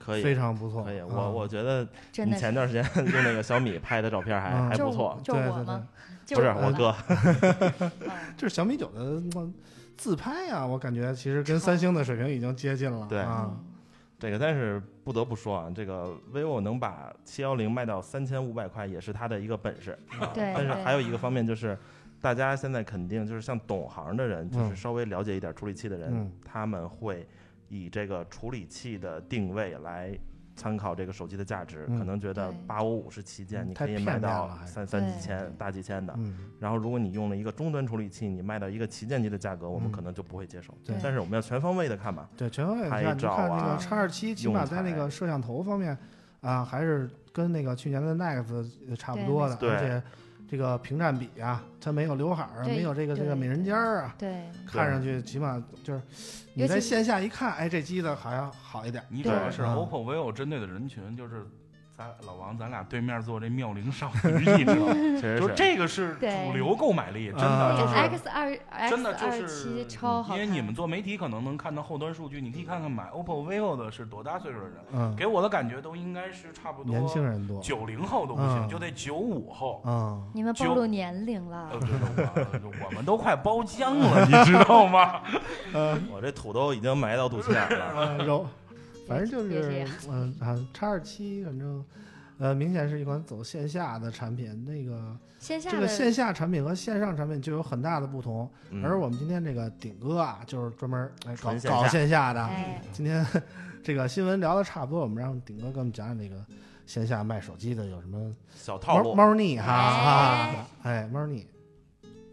Speaker 3: 可以
Speaker 2: 非常不错。
Speaker 3: 可以，我
Speaker 2: 嗯
Speaker 3: 我觉得
Speaker 1: 真
Speaker 3: 你
Speaker 1: 的是
Speaker 3: 前段时间 用那个小米拍的照片还
Speaker 2: 嗯
Speaker 3: 还
Speaker 1: 就
Speaker 3: 不
Speaker 1: 是
Speaker 3: 错
Speaker 1: 我，就是
Speaker 2: 对
Speaker 1: 我
Speaker 2: 对
Speaker 1: 吗？就
Speaker 3: 不是
Speaker 1: 我
Speaker 3: 我
Speaker 1: 吧
Speaker 3: 哥，
Speaker 1: 嗯
Speaker 2: 这是小米九的嗯自拍啊，我感觉其实跟三星的水平已经接近了。
Speaker 1: 嗯
Speaker 3: 对
Speaker 2: 啊，
Speaker 3: 这个，但是不得不说啊，这个 vivo 能把七幺零卖到三千五百块，也是它的一个本事。
Speaker 1: 对，
Speaker 3: 但是
Speaker 1: 对
Speaker 3: 还有一个方面就是，大家现在肯定就是像懂行的人，就
Speaker 2: 嗯
Speaker 3: 是稍微了解一点处理器的人，
Speaker 2: 嗯
Speaker 3: 他们会以这个处理器的定位来参考这个手机的价值，
Speaker 2: 嗯
Speaker 3: 可能觉得
Speaker 1: 对
Speaker 3: 八五五是旗舰，你
Speaker 2: 太
Speaker 3: 可以
Speaker 2: 片
Speaker 3: 买
Speaker 2: 面
Speaker 3: 到
Speaker 2: 了还是
Speaker 3: 三三
Speaker 1: 对
Speaker 3: 几千、大几千的。
Speaker 2: 嗯，
Speaker 3: 然后，如果你用了一个终端处理器，你卖到一个旗舰级的价格，我们
Speaker 2: 嗯
Speaker 3: 可能就不会接受。
Speaker 2: 对
Speaker 3: 但是我们要全方位的看嘛。
Speaker 2: 对，全方位
Speaker 3: 拍
Speaker 2: 看，你
Speaker 3: 照
Speaker 2: 看那
Speaker 3: 啊
Speaker 2: 个叉二七，起
Speaker 3: 用
Speaker 2: 码在那
Speaker 3: 材
Speaker 2: 个摄像头方面啊，还是跟那个去年的 Next 差不多的，
Speaker 3: 对
Speaker 2: 而且这个屏占比啊，它没有刘海儿啊，
Speaker 1: 对
Speaker 2: 没有这个这
Speaker 1: 对
Speaker 2: 个美人尖儿啊，
Speaker 1: 对
Speaker 2: 看上去起码就是你
Speaker 1: 尤
Speaker 2: 在
Speaker 1: 其
Speaker 2: 线下一看，哎，这机子好像好一点。
Speaker 4: 你主要是
Speaker 2: 对
Speaker 4: OPPO、vivo 针对的人群就是。咱老王，咱俩对面坐这妙龄少女，你知道吗？
Speaker 3: 确实
Speaker 4: 就是
Speaker 3: 是。
Speaker 4: 这个是
Speaker 1: 对
Speaker 4: 主流购买力，真的
Speaker 2: 啊
Speaker 4: 就
Speaker 1: 那
Speaker 4: 是
Speaker 1: 个 X 二 X
Speaker 4: 真的就
Speaker 1: 哎二
Speaker 4: 是
Speaker 1: 七超好
Speaker 4: 因
Speaker 1: 看，
Speaker 4: 为你们做媒体可能能看到后端数据，你可以看看买 OPPO、vivo 的是多大岁数的人，
Speaker 2: 嗯，
Speaker 4: 给我的感觉都应该是差不多
Speaker 2: 年轻人多，
Speaker 4: 九零后都不行，
Speaker 2: 嗯
Speaker 4: 就得九五后。
Speaker 2: 嗯，
Speaker 1: 你们暴露年龄了
Speaker 4: 呃，，对我我们都快包浆了，你知道吗？
Speaker 3: 我这土豆已经埋到肚脐眼儿 了。
Speaker 2: 呃柔，反正 就
Speaker 1: 别这
Speaker 2: 是
Speaker 1: 样
Speaker 2: 嗯啊，叉二七，反正呃，明显是一款走线下的产品。那个
Speaker 1: 线下
Speaker 2: 这个
Speaker 1: 的
Speaker 2: 线下产品和线上产品就有很大的不同。
Speaker 3: 嗯
Speaker 2: 而我们今天这个顶哥啊，就是专门来搞
Speaker 3: 纯线
Speaker 2: 搞
Speaker 3: 下
Speaker 2: 线下的。
Speaker 1: 哎
Speaker 2: 今天 这个新闻聊的差不多，我们让顶哥给我们讲讲这个线下卖手机的有什么
Speaker 3: 小套
Speaker 2: 猫
Speaker 3: 路，
Speaker 2: 猫腻哈
Speaker 1: 哎
Speaker 2: 啊，哎，猫腻，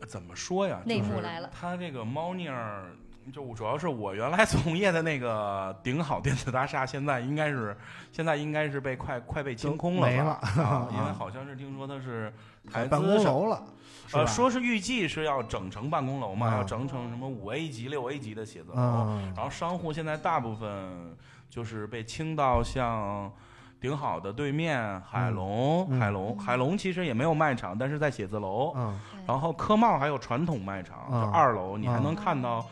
Speaker 4: 怎么说呀？
Speaker 1: 内幕
Speaker 4: 就是
Speaker 1: 来了
Speaker 4: 他这个猫腻儿，就主要是我原来 从业的那个顶好电子大厦，现在应该是现在应该是被快快被清空了吧，
Speaker 2: 没了
Speaker 4: 啊，因为好像是听说它是台资
Speaker 2: 办公
Speaker 4: 什么
Speaker 2: 楼了，是吧
Speaker 4: 呃，说是预计是要整成办公楼嘛，
Speaker 2: 啊
Speaker 4: 要整成什么五 A 级、六 A 级的写字楼。
Speaker 2: 嗯
Speaker 4: 然后商户现在大部分就是被清到像顶好的对面海龙、
Speaker 2: 嗯
Speaker 4: 海龙、海龙其实也没有卖场，但是在写字楼。
Speaker 2: 嗯
Speaker 1: 哎
Speaker 4: 然后科贸还有传统卖场，
Speaker 2: 啊
Speaker 4: 就二楼你还
Speaker 2: 啊
Speaker 4: 能看到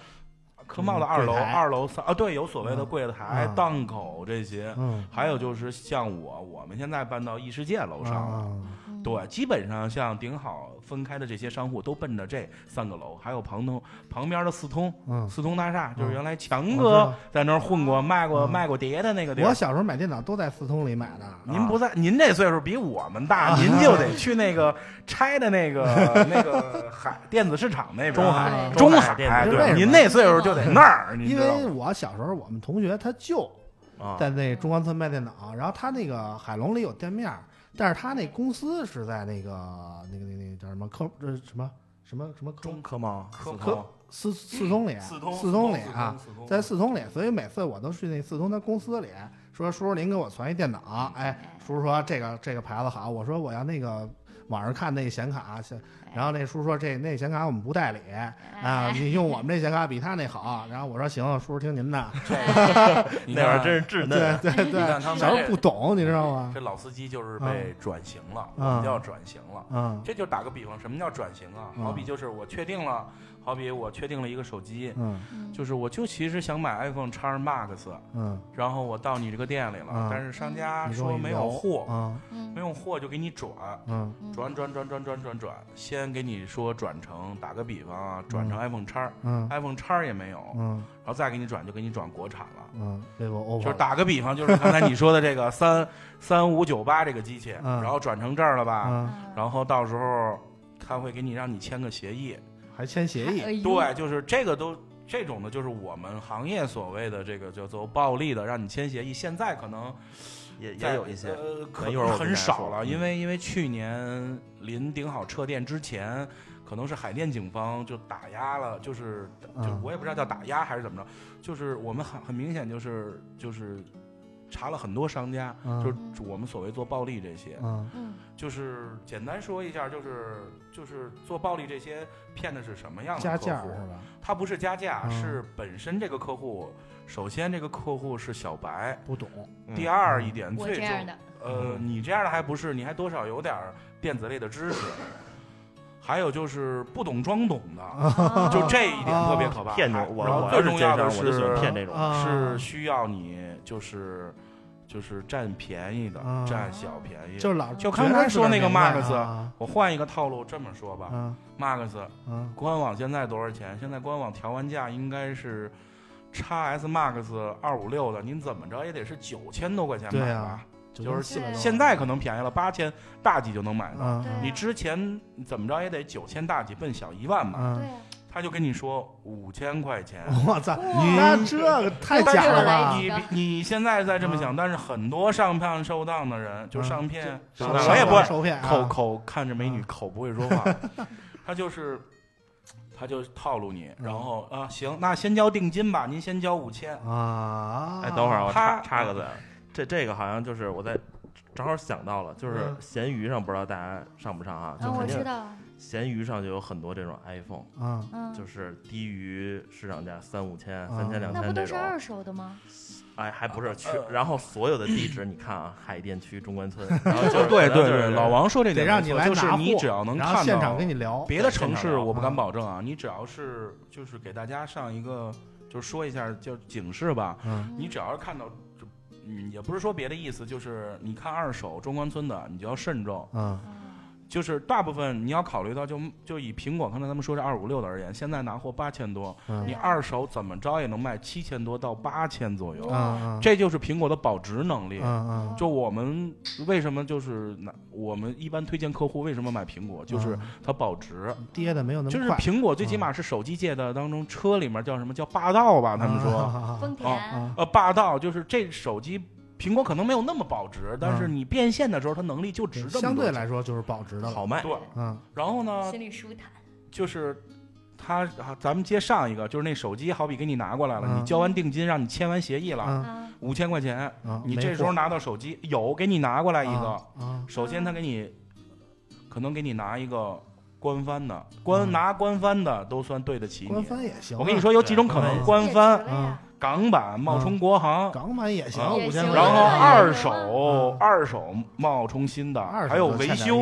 Speaker 4: 科贸的二楼、
Speaker 2: 嗯柜台
Speaker 4: 二楼三啊，对，有所谓的
Speaker 2: 嗯
Speaker 4: 柜台、
Speaker 2: 啊
Speaker 4: 档口这些。
Speaker 2: 嗯
Speaker 4: 还有就是像我，我们现在搬到异世界楼上了。
Speaker 2: 啊
Speaker 1: 嗯
Speaker 4: 对，基本上像顶好分开的这些商户都奔着这三个楼，还有旁通旁边的四通
Speaker 2: 嗯，
Speaker 4: 四通大厦，就是
Speaker 2: 嗯
Speaker 4: 原来强
Speaker 2: 我知
Speaker 4: 哥
Speaker 2: 道
Speaker 4: 在那儿混过、卖过、
Speaker 2: 嗯
Speaker 4: 卖过碟的那个地
Speaker 2: 我
Speaker 4: 儿。嗯
Speaker 2: 小时候买电脑都在四通里买的，
Speaker 4: 您不在，您这岁数比我们
Speaker 2: 啊
Speaker 4: 大， 您就得去那个拆的那个那个海电子市场那边，
Speaker 3: 中
Speaker 1: 海
Speaker 4: 啊中
Speaker 3: 中海
Speaker 4: 海
Speaker 3: 电
Speaker 2: 市
Speaker 3: 子
Speaker 4: 对，
Speaker 2: 场哎
Speaker 4: 您那岁数就得那儿，您
Speaker 2: 因
Speaker 4: 知道
Speaker 2: 为
Speaker 4: 吗？
Speaker 2: 我小时候我们同学他舅
Speaker 3: 啊，
Speaker 2: 在那中关村卖电脑，然后他那个海龙里有店面儿，但是他那公司是在那个那个那个那个叫什么科这什么什么什么科
Speaker 3: 中科贸、
Speaker 4: 科
Speaker 3: 四
Speaker 4: 科
Speaker 3: 通
Speaker 2: 四四通里，
Speaker 4: 四通
Speaker 2: 四通里啊，，在四通里，所以每次我都去那四通他公司里说：“叔叔，您给我传一电脑。”哎，叔叔说这个这个牌子好，我说我要那个网上看那个显卡，啊显然后那叔叔说这那显卡我们不代理
Speaker 1: 哎
Speaker 2: 啊，你用我们这显卡比他那好。然后我说行，叔叔听您的。
Speaker 4: 你
Speaker 3: 那
Speaker 4: 看
Speaker 3: 玩意儿真是稚嫩
Speaker 2: 对， 对
Speaker 4: 你看
Speaker 2: 对，
Speaker 4: 他们
Speaker 2: 小时
Speaker 4: 这
Speaker 2: 候不懂，你知道吗
Speaker 4: 这？老司机就是被转型了，我
Speaker 2: 嗯
Speaker 4: 们叫转型了。
Speaker 2: 嗯
Speaker 4: 这就打个比方，什么叫转型啊？
Speaker 2: 嗯
Speaker 4: 好比就是我确定了，好比我确定了一个手机，
Speaker 2: 嗯
Speaker 1: 嗯
Speaker 4: 就是我就其实想买 iPhone x Max，
Speaker 2: 嗯，
Speaker 4: 然后我到你这个店里了
Speaker 2: 嗯，
Speaker 4: 但是商家
Speaker 2: 你跟我
Speaker 4: 说
Speaker 2: 一
Speaker 4: 没
Speaker 2: 聊
Speaker 4: 有货，
Speaker 2: 嗯
Speaker 1: 嗯
Speaker 4: 没有货就给你转。
Speaker 2: 嗯
Speaker 1: 嗯
Speaker 4: 转转转转转转转，先给你说转成，打个比方啊，转成 iPhone x
Speaker 2: 嗯
Speaker 4: iPhone x 也没有，
Speaker 2: 嗯
Speaker 4: 然后再给你转就给你转国产了。
Speaker 2: 嗯，这个 o
Speaker 4: 就是打个比方，就是刚才你说的这个三 三五九八这个机器，
Speaker 2: 嗯
Speaker 4: 然后转成这儿了吧？
Speaker 2: 嗯，
Speaker 1: 啊
Speaker 4: 然后到时候他会给你让你签个协议，
Speaker 2: 还签协议
Speaker 1: 哎，呦
Speaker 4: 对，就是这个都这种的，就是我们行业所谓的这个叫做暴利的，让你签协议。现在可能
Speaker 3: 也
Speaker 4: 在
Speaker 3: 也有一些。
Speaker 4: 呃，可
Speaker 3: 等一会儿我跟大
Speaker 4: 很
Speaker 3: 家
Speaker 4: 少
Speaker 3: 说
Speaker 4: 了，
Speaker 3: 嗯
Speaker 4: 因为因为去年临顶好撤店之前，可能是海淀警方就打压了，就是就是
Speaker 2: 嗯
Speaker 4: 我也不知道叫打压还是怎么着，就是我们很很明显就是就是查了很多商家，
Speaker 2: 嗯
Speaker 4: 就是我们所谓做暴利这些，
Speaker 2: 嗯
Speaker 1: 嗯
Speaker 4: 就是简单说一下，就是就是做暴利这些骗的是什么样的
Speaker 2: 加
Speaker 4: 客户？
Speaker 2: 价是吧？
Speaker 4: 他不是加价，
Speaker 2: 嗯
Speaker 4: 是本身这个客户，首先这个客户是小白，
Speaker 2: 不懂，
Speaker 3: 嗯
Speaker 4: 第二一点
Speaker 1: 我
Speaker 4: 最
Speaker 1: 这
Speaker 4: 重
Speaker 1: 样的
Speaker 4: 呃，
Speaker 2: 嗯
Speaker 4: 你这样的还不是，你还多少有点儿电子类的知识，还有就是不懂装懂
Speaker 2: 啊
Speaker 4: 的，
Speaker 1: 哦
Speaker 4: 就这一点特别可怕。
Speaker 3: 骗你，
Speaker 4: 还
Speaker 3: 我
Speaker 4: 然
Speaker 3: 我
Speaker 4: 后
Speaker 3: 要
Speaker 4: 最
Speaker 3: 是
Speaker 4: 重
Speaker 3: 奸
Speaker 4: 要
Speaker 3: 商，
Speaker 4: 的
Speaker 3: 我就喜欢
Speaker 4: 是
Speaker 3: 骗这种。
Speaker 2: 啊
Speaker 4: 是需要你就是就是占便宜的，
Speaker 2: 啊
Speaker 4: 占小便宜。
Speaker 2: 就是老
Speaker 4: 就
Speaker 2: 觉
Speaker 4: 刚
Speaker 2: 得
Speaker 4: 才
Speaker 2: 自
Speaker 4: 说
Speaker 2: 儿
Speaker 4: 那个
Speaker 2: 明白
Speaker 4: Max
Speaker 2: 啊
Speaker 4: 我换一个套路这么说吧
Speaker 2: 啊
Speaker 4: ，Max
Speaker 2: 啊
Speaker 4: 官网现在多少钱？现在官网调完价应该是 x S Max 二五六的，您怎么着也得是九千多块钱买
Speaker 2: 对
Speaker 4: 吧？
Speaker 2: 啊
Speaker 4: 就是
Speaker 1: 现
Speaker 2: 900多
Speaker 4: 现在可能便宜了，八千大几就能买到。
Speaker 2: 啊
Speaker 1: 对啊
Speaker 4: 你之前怎么着也得九千大几，奔小一万吧。
Speaker 2: 啊
Speaker 1: 对啊
Speaker 4: 他就跟你说五千块钱。
Speaker 2: 嗯我操，
Speaker 1: 哇
Speaker 2: 那这个哦太
Speaker 1: 但是
Speaker 2: 假了
Speaker 1: 我来
Speaker 2: 吧嗯
Speaker 1: 一？
Speaker 4: 你你现在再这么想，但是很多上当受当的人，就上骗，
Speaker 3: 就
Speaker 2: 上
Speaker 4: 我也
Speaker 2: 上
Speaker 4: 不会
Speaker 2: 当受骗啊
Speaker 4: 口口看着美女
Speaker 2: 啊
Speaker 4: 口不会说话， 他就是他就套路你，
Speaker 2: 嗯
Speaker 4: 然后啊行，那先交定金吧，您先交五千。
Speaker 2: 啊！
Speaker 3: 哎，等会儿啊我插
Speaker 4: 他
Speaker 3: 插个嘴，这这个好像就是我在正好想到了，就是
Speaker 2: 嗯
Speaker 3: 闲鱼上不知道大家上不上啊？
Speaker 1: 嗯，
Speaker 3: 就
Speaker 1: 我
Speaker 3: 肯
Speaker 1: 知
Speaker 3: 定
Speaker 1: 道，
Speaker 3: 闲鱼上就有很多这种 iPhone，
Speaker 2: 啊，
Speaker 1: 嗯，
Speaker 3: 就是低于市场价三五千、
Speaker 2: 啊
Speaker 3: 三千两
Speaker 1: 哦那不
Speaker 3: 千
Speaker 1: 都
Speaker 3: 这
Speaker 1: 是
Speaker 3: 种。
Speaker 1: 二手的吗？
Speaker 3: 哎，还不是去
Speaker 4: 呃，
Speaker 3: 然后所有的地址你看啊，海淀区中关 村，然后就是
Speaker 4: 对
Speaker 3: 可
Speaker 4: 对
Speaker 3: 能就是
Speaker 4: 对，老王说这
Speaker 2: 得
Speaker 4: 点
Speaker 2: 让
Speaker 4: 没
Speaker 2: 你
Speaker 4: 错
Speaker 2: 来
Speaker 4: 就是
Speaker 2: 拿
Speaker 4: 你
Speaker 2: 货
Speaker 4: 只要能
Speaker 2: 然
Speaker 4: 看到
Speaker 2: 后现场跟你聊，
Speaker 4: 别的
Speaker 3: 现
Speaker 4: 城
Speaker 3: 场
Speaker 4: 市
Speaker 3: 聊
Speaker 4: 我不
Speaker 2: 啊
Speaker 4: 敢保证啊，你只要是就是给大家上一个，就是说一下叫警示吧，
Speaker 2: 嗯
Speaker 4: 你只要是看到就，嗯，也不是说别的意思，就是你看二手中关村的，你就要慎重，
Speaker 2: 嗯
Speaker 4: 就是大部分你要考虑到就就以苹果刚才他们说这二五六的而言，现在拿货八千多，
Speaker 2: 嗯
Speaker 4: 你二手怎么着也能卖七千多到八千左右，
Speaker 2: 啊啊，
Speaker 4: 这就是苹果的保值能力。
Speaker 2: 嗯嗯，
Speaker 4: 就我们为什么就是拿我们一般推荐客户为什么买苹果，就是它保值。
Speaker 2: 嗯跌的没有那
Speaker 4: 就是
Speaker 2: 么嗯快，嗯
Speaker 4: 苹果最起码是手机界的当中车里面叫什么叫霸道吧？他们说，
Speaker 2: 说
Speaker 1: 丰田，
Speaker 2: 啊
Speaker 4: 呃，霸道就是这手机苹果可能没有那么保值，但是
Speaker 2: 嗯
Speaker 4: 你变现的时候它能力就值这么多钱
Speaker 2: 相对来说就是保值的了，
Speaker 3: 好卖，
Speaker 4: 对。
Speaker 2: 嗯
Speaker 4: 然后呢，
Speaker 1: 心里舒坦，
Speaker 4: 就是它啊，咱们接上一个，就是那手机好比给你拿过来了，
Speaker 2: 嗯
Speaker 4: 你交完定金，让你签完协议了，
Speaker 2: 嗯
Speaker 1: 啊，
Speaker 4: 五千块钱，
Speaker 2: 嗯，
Speaker 4: 你这时候拿到手机有给你拿过来
Speaker 2: 来
Speaker 4: 一个，
Speaker 2: 啊
Speaker 4: 首先他给你可能给你拿一个官方的，官
Speaker 2: 嗯
Speaker 4: 拿官方的都算对得起
Speaker 2: 官
Speaker 4: 你。
Speaker 2: 方啊也行，
Speaker 4: 我跟你说有几种可能：
Speaker 3: 对
Speaker 4: 官方、
Speaker 1: 嗯也值了呀
Speaker 4: 港版、冒充国行，
Speaker 2: 港版也行，
Speaker 1: 也
Speaker 2: 五千
Speaker 1: 行
Speaker 2: 块
Speaker 4: 啊然后
Speaker 1: 对
Speaker 4: 二
Speaker 2: 嗯
Speaker 4: 手二手冒充新的，
Speaker 2: 二
Speaker 4: 还有维修。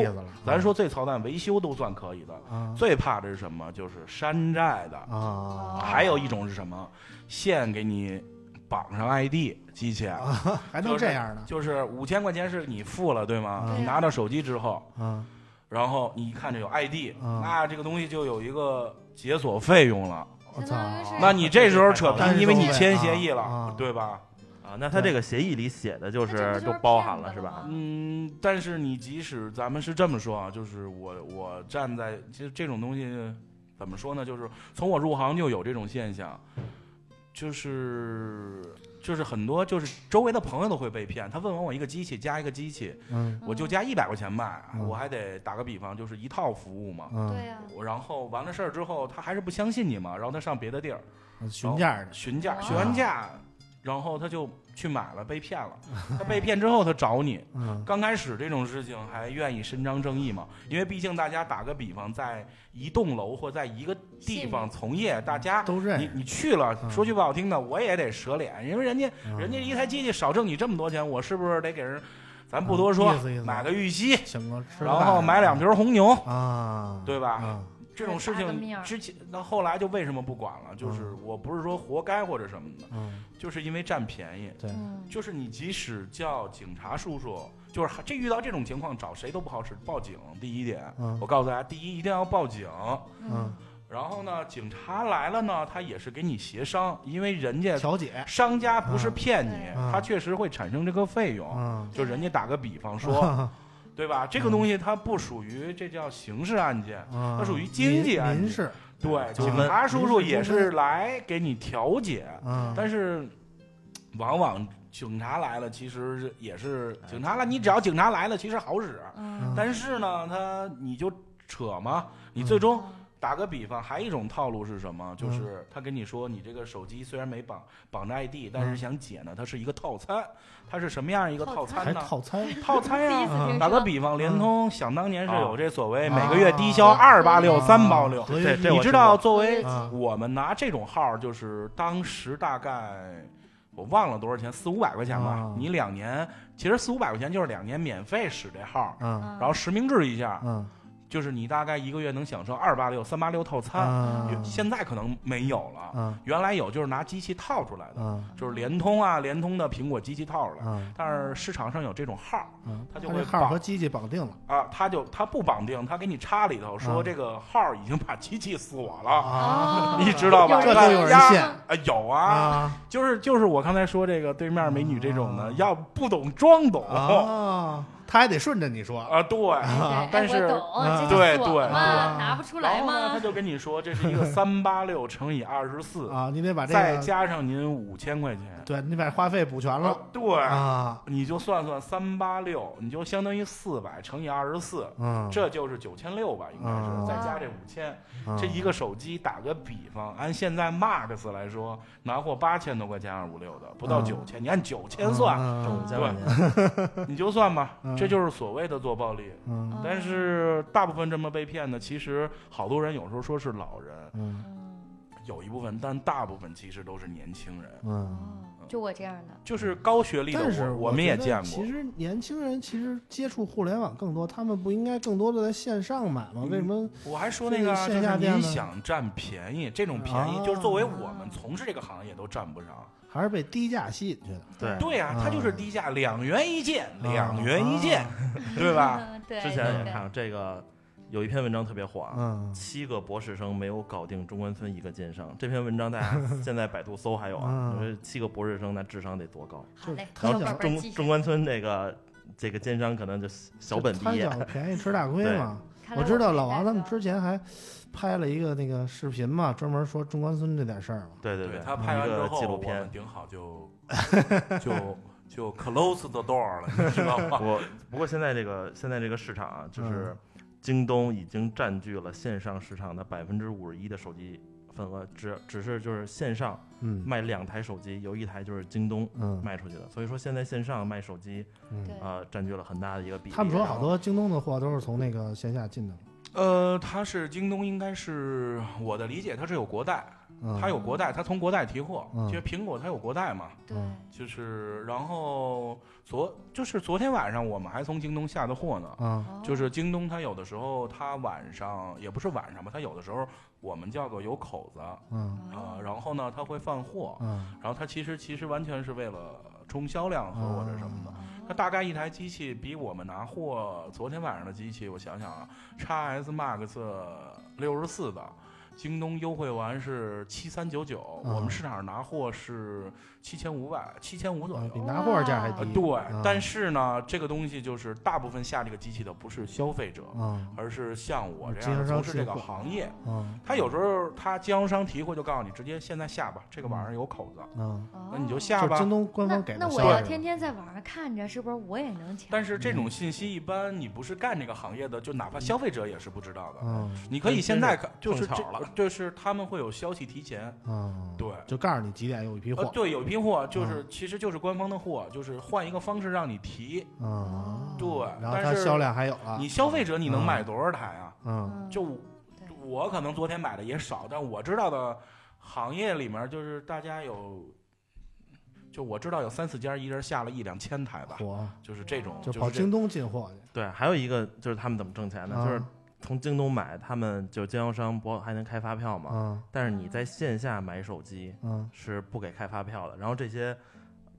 Speaker 4: 咱
Speaker 2: 说
Speaker 4: 说最操蛋，维修都算可以的。
Speaker 2: 啊
Speaker 4: 最怕的是什么？就是山寨的。
Speaker 1: 哦
Speaker 2: 啊，
Speaker 4: 还有一种是什么？现给你绑上 ID 机器，啊
Speaker 2: 还能这样呢
Speaker 4: 就是五千块钱是你付了对吗？
Speaker 2: 嗯
Speaker 4: 你拿到手机之后，
Speaker 2: 啊
Speaker 4: 然后你一看这有 ID，
Speaker 2: 嗯
Speaker 4: 那这个东西就有一个解锁费用了。
Speaker 2: 我操
Speaker 4: 嗯那你这时候扯
Speaker 3: 但
Speaker 2: 是
Speaker 4: 皮，因为你
Speaker 2: 收费
Speaker 4: 签协议
Speaker 2: 啊
Speaker 4: 了
Speaker 2: 啊，
Speaker 4: 对吧？
Speaker 3: 啊，那他这个协议里写的就
Speaker 1: 那这不
Speaker 3: 是
Speaker 1: 就是
Speaker 3: 都包含
Speaker 1: 骗
Speaker 3: 了
Speaker 1: 子
Speaker 3: 是
Speaker 1: 了
Speaker 3: 吧？
Speaker 1: 吗
Speaker 4: 嗯，但是你即使咱们是这么说啊，就是我我站在其实这种东西怎么说呢？就是从我入行就有这种现象，就是就是很多就是周围的朋友都会被骗。他问完我一个机器加一个机器，
Speaker 2: 嗯
Speaker 4: 我就加一百块钱卖，
Speaker 2: 嗯
Speaker 4: 我还得打个比方，就是一套服务嘛。
Speaker 1: 对啊
Speaker 2: 嗯，
Speaker 1: 呀，
Speaker 4: 我然后完了事儿之后，他还是不相信你嘛，然后他上别的地儿
Speaker 2: 询价的
Speaker 4: 询价，
Speaker 1: 哦
Speaker 4: 询完价，然后他就去买了，被 骗了。他被骗之后，他找你。
Speaker 2: 嗯
Speaker 4: 刚开始这种事情还愿意伸张正义嘛？因为毕竟大家打个比方，在一栋楼或在一个地方从业，大家
Speaker 2: 都认
Speaker 4: 你你去了，
Speaker 2: 嗯
Speaker 4: 说句不好听的，我也得折脸，因为人家人家一台机器少挣你这么多钱，我是不是得给人？咱不多说
Speaker 2: 嗯意思意思，
Speaker 4: 买个玉溪，
Speaker 2: 请个吃，
Speaker 4: 然后买两瓶红牛，
Speaker 2: 啊，
Speaker 4: 这种事
Speaker 1: 打嗯个面
Speaker 4: 情
Speaker 1: 儿
Speaker 4: 之前，那后来就为什么不管了？就是我不是说活该或者什么的，
Speaker 2: 嗯，
Speaker 4: 就是因为占便宜。
Speaker 2: 对，
Speaker 1: 嗯，
Speaker 4: 就是你即使叫警察叔叔，就是还这遇到这种情况找谁都不好使，报警第一点。
Speaker 2: 嗯
Speaker 4: 我告诉大家，第一一定要报警。
Speaker 2: 嗯，
Speaker 4: 然后呢，警察来了呢，他也是给你协商，因为人家
Speaker 2: 调解，
Speaker 4: 商家不是骗你，
Speaker 1: 对
Speaker 2: 嗯
Speaker 4: 他确实会产生这个费用。
Speaker 2: 嗯，
Speaker 4: 就人家打个比方说， 对吧？这个东西它不属于这叫刑事案件，
Speaker 2: 那
Speaker 4: 它属于经济案
Speaker 2: 嗯民
Speaker 4: 件。
Speaker 2: 事，
Speaker 4: 对，
Speaker 2: 纠
Speaker 4: 警
Speaker 2: 纷
Speaker 4: 察叔叔也
Speaker 2: 民事纠
Speaker 4: 是来给你调解，
Speaker 2: 嗯，
Speaker 4: 但是往往警察来了，其实是也是警察来，你只要警察来了，其实好使。
Speaker 1: 嗯，
Speaker 4: 但是呢，他你就扯嘛，你
Speaker 2: 嗯
Speaker 4: 最终。
Speaker 1: 嗯
Speaker 4: 打个比方，还有一种套路是什么？就是他跟你说，你这个手机虽然没绑绑着 ID，但是想解呢，它是一个套餐。它是什么样一个套
Speaker 2: 还
Speaker 4: 餐呢？
Speaker 2: 套餐，
Speaker 4: 套餐
Speaker 1: 嗯第一
Speaker 4: 哎呀、
Speaker 1: 次听说，
Speaker 4: 打个比方，联通想当年是有这所谓
Speaker 2: 啊
Speaker 4: 每个月低消
Speaker 1: 啊
Speaker 4: 二八六、三八六，
Speaker 2: 所以
Speaker 3: 这这
Speaker 4: 你
Speaker 3: 我
Speaker 4: 知
Speaker 3: 听
Speaker 4: 道
Speaker 3: 过
Speaker 4: 作为
Speaker 2: 啊
Speaker 4: 我们拿这种号儿，就是当时大概我忘了多少钱，四五百块钱吧。
Speaker 2: 啊
Speaker 4: 你两年，其实四五百块钱就是两年免费使这号儿，
Speaker 2: 嗯
Speaker 1: 嗯，
Speaker 4: 然后实名制一下，
Speaker 2: 嗯
Speaker 4: 就是你大概一个月能享受二八六、三八六套餐。
Speaker 2: 嗯，
Speaker 4: 现在可能没有了，
Speaker 2: 嗯
Speaker 4: 原来有，就是拿机器套出来的，
Speaker 2: 嗯
Speaker 4: 就是联通啊、联通的苹果机器套出来。
Speaker 2: 嗯
Speaker 4: 但是市场上有这种号儿
Speaker 2: 嗯，
Speaker 4: 他就
Speaker 2: 这
Speaker 4: 会
Speaker 2: 号
Speaker 4: 绑
Speaker 2: 和机器绑定了
Speaker 4: 啊，他就他不绑定，他给你插里头
Speaker 2: 嗯
Speaker 4: 说这个号儿已经把机器锁
Speaker 2: 啊
Speaker 4: 了。
Speaker 1: 哦
Speaker 4: 啊你知道吧
Speaker 2: 这都有人
Speaker 4: 大
Speaker 2: 信
Speaker 4: 啊，有啊，
Speaker 2: 啊
Speaker 4: 就是就是我刚才说这个对面美女这种的，
Speaker 2: 啊
Speaker 4: 要不懂装懂，
Speaker 2: 啊！他还得顺着你说，
Speaker 4: 啊，对，
Speaker 1: 哎
Speaker 4: 但是嗯
Speaker 1: 我懂，这就是
Speaker 4: 对
Speaker 1: 我
Speaker 4: 对
Speaker 1: 嘛
Speaker 2: 对
Speaker 1: 拿不出来
Speaker 4: 然后呢，
Speaker 1: 嘛
Speaker 4: 他。就跟你说这是一 个三八六乘以二十四，
Speaker 2: 啊，你得把这
Speaker 4: 呃再
Speaker 2: 个，
Speaker 4: 加上您五千块钱，
Speaker 2: 对你把话费补全了
Speaker 4: 啊对，
Speaker 2: 啊，
Speaker 4: 你就算算三八六，你就相当于四百乘以二十四。
Speaker 2: 嗯，
Speaker 4: 这就是九千六吧，应该
Speaker 2: 啊
Speaker 4: 是再加这五千，
Speaker 2: 嗯
Speaker 4: 这一个手机打个比方，按现在 Max 来说，拿货八千多块钱二五六的，不到
Speaker 2: 嗯
Speaker 4: 九千，你按九千算，
Speaker 2: 嗯
Speaker 3: 挣五千
Speaker 4: 对
Speaker 3: 块钱，
Speaker 4: 你就算吧
Speaker 2: 嗯，
Speaker 4: 这就是所谓的做暴力。
Speaker 2: 嗯
Speaker 1: 嗯
Speaker 4: 但是大部分这么被骗的，其实好多人有时候说是老人，
Speaker 2: 嗯
Speaker 1: 嗯
Speaker 4: 有一部分，但大部分其实都是年轻人，
Speaker 2: 嗯，
Speaker 1: 哦就我这样的，
Speaker 4: 就是高学历的
Speaker 2: 但是
Speaker 4: 我，我们
Speaker 2: 觉
Speaker 4: 也
Speaker 2: 得
Speaker 4: 见过
Speaker 2: 其。实年轻人其实接触互联网更多，他们不应该更多的在线上买吗？
Speaker 4: 嗯
Speaker 2: 为什么？
Speaker 4: 我还说那个啊，
Speaker 2: 这个
Speaker 4: 就
Speaker 2: 线下
Speaker 4: 是
Speaker 2: 店呢
Speaker 4: 你想占便宜，这种便
Speaker 2: 啊
Speaker 4: 宜就是作为我们从事这个行业都占不上。
Speaker 2: 还是被低价吸引去的？
Speaker 3: 对
Speaker 4: 对啊
Speaker 2: 啊，
Speaker 4: 它就是低价，两元一件，
Speaker 2: 啊
Speaker 4: 两元一件，对吧？
Speaker 1: 嗯 对，
Speaker 3: 之前
Speaker 1: 对
Speaker 3: 也看啊这个有一篇文章特别火啊，
Speaker 2: 嗯
Speaker 3: 七个博士生没有搞定中关村一个奸商。这篇文章大家 现在百度搜还有啊，
Speaker 2: 嗯
Speaker 3: 就是七个博士生那智商得多高？
Speaker 1: 好嘞，
Speaker 2: 他
Speaker 1: 小
Speaker 2: 想
Speaker 1: 本本
Speaker 3: 中
Speaker 1: 记下
Speaker 3: 中。关村这个这个奸商可能就小本毕
Speaker 2: 贪
Speaker 3: 业
Speaker 2: 小，便宜吃大亏嘛。
Speaker 1: 看来
Speaker 2: 我知道
Speaker 1: 没
Speaker 2: 老王
Speaker 1: 带
Speaker 2: 他们
Speaker 1: 到
Speaker 2: 之前还拍了一个那个视频嘛，专门说中关村这点事儿嘛。
Speaker 3: 对对
Speaker 4: 他拍完
Speaker 3: 一
Speaker 4: 之
Speaker 3: 个
Speaker 4: 后，
Speaker 3: 纪录
Speaker 4: 我们
Speaker 3: 片。
Speaker 4: 顶好就 就就 close the door 了，你知道吗？
Speaker 3: 我不过现在这个现在这个市场啊，
Speaker 2: 嗯
Speaker 3: 就是京东已经占据了线上市场的百分之五十一的手机份额，只只是就是线上
Speaker 2: 嗯
Speaker 3: 卖两台手机，有一台就是京东
Speaker 2: 嗯
Speaker 3: 卖出去的，所以说现在线上卖手机
Speaker 2: 嗯，
Speaker 1: 对
Speaker 4: 啊
Speaker 3: 呃占据了很大的一个比例。
Speaker 2: 他们说好
Speaker 3: 然后
Speaker 2: 多京东的货都是从那个线下进的。
Speaker 4: 呃，它是京东，应该是我的理解，它是有国代，
Speaker 2: 嗯
Speaker 4: 它有国代，它从国代提货
Speaker 2: 嗯，
Speaker 4: 因为苹果它有国代嘛。
Speaker 1: 对，
Speaker 2: 嗯
Speaker 4: 就是，然后昨就是昨天晚上我们还从京东下的货呢。
Speaker 2: 啊
Speaker 1: 哦
Speaker 4: 就是京东，它有的时候它晚上也不是晚上吧，它有的时候我们叫做有口子啊、
Speaker 2: 嗯
Speaker 1: 哦
Speaker 4: 然后呢它会放货，
Speaker 2: 嗯
Speaker 4: 然后它其实其实完全是为了冲销量和或者什
Speaker 2: 哦
Speaker 4: 么的。它大概一台机器比我们拿货昨天晚上的机器，我想想啊，x S Max 六十四的，京东优惠完是七三九九，我
Speaker 2: 嗯
Speaker 4: 们市场上拿货是七千五百，七千五左
Speaker 1: 哦
Speaker 2: 啊，比
Speaker 4: 右。
Speaker 2: 拿货价还低。
Speaker 4: 呃
Speaker 2: 啊
Speaker 4: 对，但
Speaker 2: 是
Speaker 4: 是呢，这个东西就是大部分下这个机器的不是消费者，
Speaker 2: 嗯
Speaker 4: 而是像我这
Speaker 2: 经
Speaker 4: 样
Speaker 2: 销商
Speaker 4: 的从事这个
Speaker 2: 进货
Speaker 4: 行业。
Speaker 2: 嗯
Speaker 4: 他有时候他经销商提货就告诉你，直接现在下吧，这个网上有口子，
Speaker 2: 嗯，
Speaker 4: 那你就
Speaker 1: 哦
Speaker 4: 下
Speaker 2: 就是
Speaker 4: 吧
Speaker 2: 京。东官
Speaker 1: 那
Speaker 2: 方给
Speaker 1: 那
Speaker 2: 的
Speaker 1: 我
Speaker 2: 消
Speaker 1: 要
Speaker 2: 息
Speaker 1: 天天在网上看着，是不是我也能抢？
Speaker 4: 但是这
Speaker 2: 嗯
Speaker 4: 种信息一般你不是干这个行业的，就哪怕消费者也是不知道的。
Speaker 2: 嗯
Speaker 4: 你可以现在看，就
Speaker 3: 真
Speaker 4: 是是
Speaker 3: 碰
Speaker 4: 这
Speaker 3: 巧了，
Speaker 4: 就是他们会有消息提前，
Speaker 2: 嗯，
Speaker 4: 对。
Speaker 2: 就告诉你几点有一批货，。
Speaker 4: 呃
Speaker 2: 嗯
Speaker 4: 对，有一批货就是，其实就是官方的货，就是换一个方式让你提。
Speaker 1: 哦
Speaker 2: 嗯，
Speaker 4: 对，
Speaker 2: 然后它
Speaker 4: 但是
Speaker 2: 销量还有了
Speaker 4: 你。消费者你能
Speaker 2: 嗯
Speaker 4: 买多少台啊？
Speaker 2: 嗯
Speaker 1: 嗯
Speaker 4: 就我
Speaker 1: 对
Speaker 4: 我可能昨天买的也少，但我知道的行业里面就是大家有，就我知道有三四家一人下了一两千台吧，
Speaker 2: 火
Speaker 4: 就是这种，
Speaker 2: 就
Speaker 4: 啊就
Speaker 2: 跑
Speaker 4: 是这
Speaker 2: 京东进货去。
Speaker 3: 对，还有一个就是他们怎么挣钱呢？
Speaker 2: 啊
Speaker 3: 就是从京东买，他们就经销商不还能开发票嘛？
Speaker 2: 嗯
Speaker 3: 但是你在线下买手机
Speaker 2: 嗯
Speaker 3: 是不给开发票的，然后这些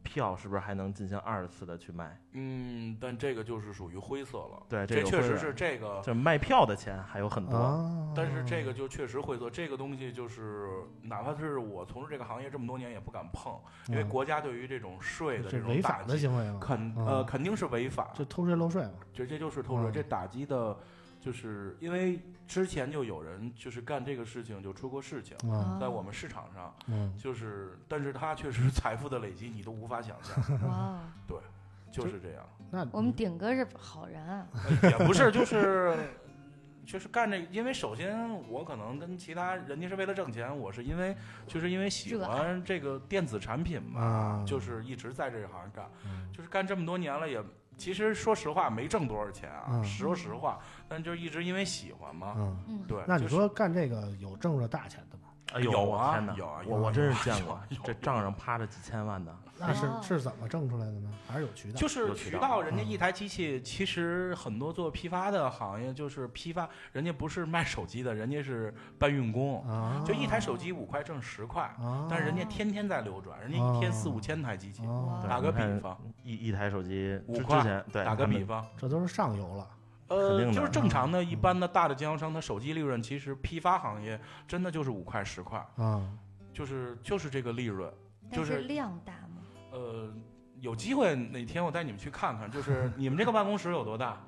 Speaker 3: 票是不是还能进行二次的去卖？
Speaker 4: 嗯，但这个就是属于灰色了。
Speaker 3: 对，
Speaker 4: 这
Speaker 3: 个
Speaker 4: 确
Speaker 3: 会
Speaker 4: 实
Speaker 3: 的
Speaker 4: 是这个，
Speaker 3: 就是卖票的钱还有很多。
Speaker 2: 啊，
Speaker 4: 但是这个就确实会做这个东西，就是哪怕是我从事这个行业这么多年也不敢碰，因为
Speaker 2: 嗯
Speaker 4: 国家对于这种税的
Speaker 2: 这
Speaker 4: 种
Speaker 2: 违
Speaker 4: 打
Speaker 2: 法的
Speaker 4: 击，
Speaker 2: 行为嘛，
Speaker 4: 肯
Speaker 2: 嗯
Speaker 4: 呃肯定是违法，
Speaker 2: 这偷税漏税嘛。
Speaker 4: 直接就是透
Speaker 2: 嗯
Speaker 4: 支，这打击的，就是因为之前就有人就是干这个事情就出过事情，
Speaker 2: 嗯
Speaker 1: 啊
Speaker 4: 在我们市场上
Speaker 2: 嗯，
Speaker 4: 就是，但是他确实 财富的累积你都无法想象，
Speaker 1: 哇，哦
Speaker 4: 就是这样，
Speaker 2: 那
Speaker 1: 我们顶哥是好人啊，
Speaker 4: 呃 也不是就是。就是干这，因为首先我可能跟其他人家是为了挣钱，我是因为就是因为喜
Speaker 1: 热
Speaker 4: 欢这个电子产品嘛
Speaker 2: 啊，
Speaker 4: 就是一直在这个行业干，
Speaker 2: 嗯
Speaker 4: 就是干这么多年了也，其实说实话没挣多少钱啊，
Speaker 2: 嗯
Speaker 4: 说实话，但就一直因为喜欢嘛，
Speaker 2: 嗯，
Speaker 1: 嗯，
Speaker 4: 啊对，
Speaker 2: 那你
Speaker 4: 就是
Speaker 2: 说干这个有挣着大钱的吗？
Speaker 3: 哎呦，
Speaker 4: 有
Speaker 3: 我
Speaker 4: 啊
Speaker 3: 天哪，
Speaker 4: 有啊有
Speaker 3: 我
Speaker 4: 啊
Speaker 3: 我真是见
Speaker 4: 有
Speaker 3: 过
Speaker 4: 啊有啊，
Speaker 3: 这账上趴着几千万的，
Speaker 2: 那是
Speaker 1: 哦
Speaker 2: 是怎么挣出来的呢？还是有渠道？嗯
Speaker 4: 就是
Speaker 3: 有渠
Speaker 4: 渠
Speaker 3: 道
Speaker 4: 道，人家一台机器，其实很多做批发的行业就是批发，人家不是卖手机的，人家是搬运工，
Speaker 2: 啊，
Speaker 4: 就一台手机五块挣十块，
Speaker 2: 啊，
Speaker 4: 但是人家天天在流转，人家一天四五千台机器。
Speaker 2: 啊，
Speaker 4: 打个比
Speaker 3: 对你看
Speaker 4: 方，
Speaker 3: 一一台手机
Speaker 4: 五
Speaker 3: 之
Speaker 4: 块
Speaker 3: 之前对
Speaker 4: 打个
Speaker 3: 他们
Speaker 4: 比方，
Speaker 2: 这都是上游了。
Speaker 3: 肯定
Speaker 4: 呃，
Speaker 3: 的
Speaker 4: 就是正常的、一
Speaker 2: 嗯
Speaker 4: 般的大的经销商，它手机利润其实批发行业真的就是五块十块，
Speaker 2: 啊，
Speaker 4: 就是就是这个利润，
Speaker 1: 但
Speaker 4: 就是
Speaker 1: 是量大嘛，
Speaker 4: 呃，有机会哪天我带你们去看看，就是你们这个办公室有多大？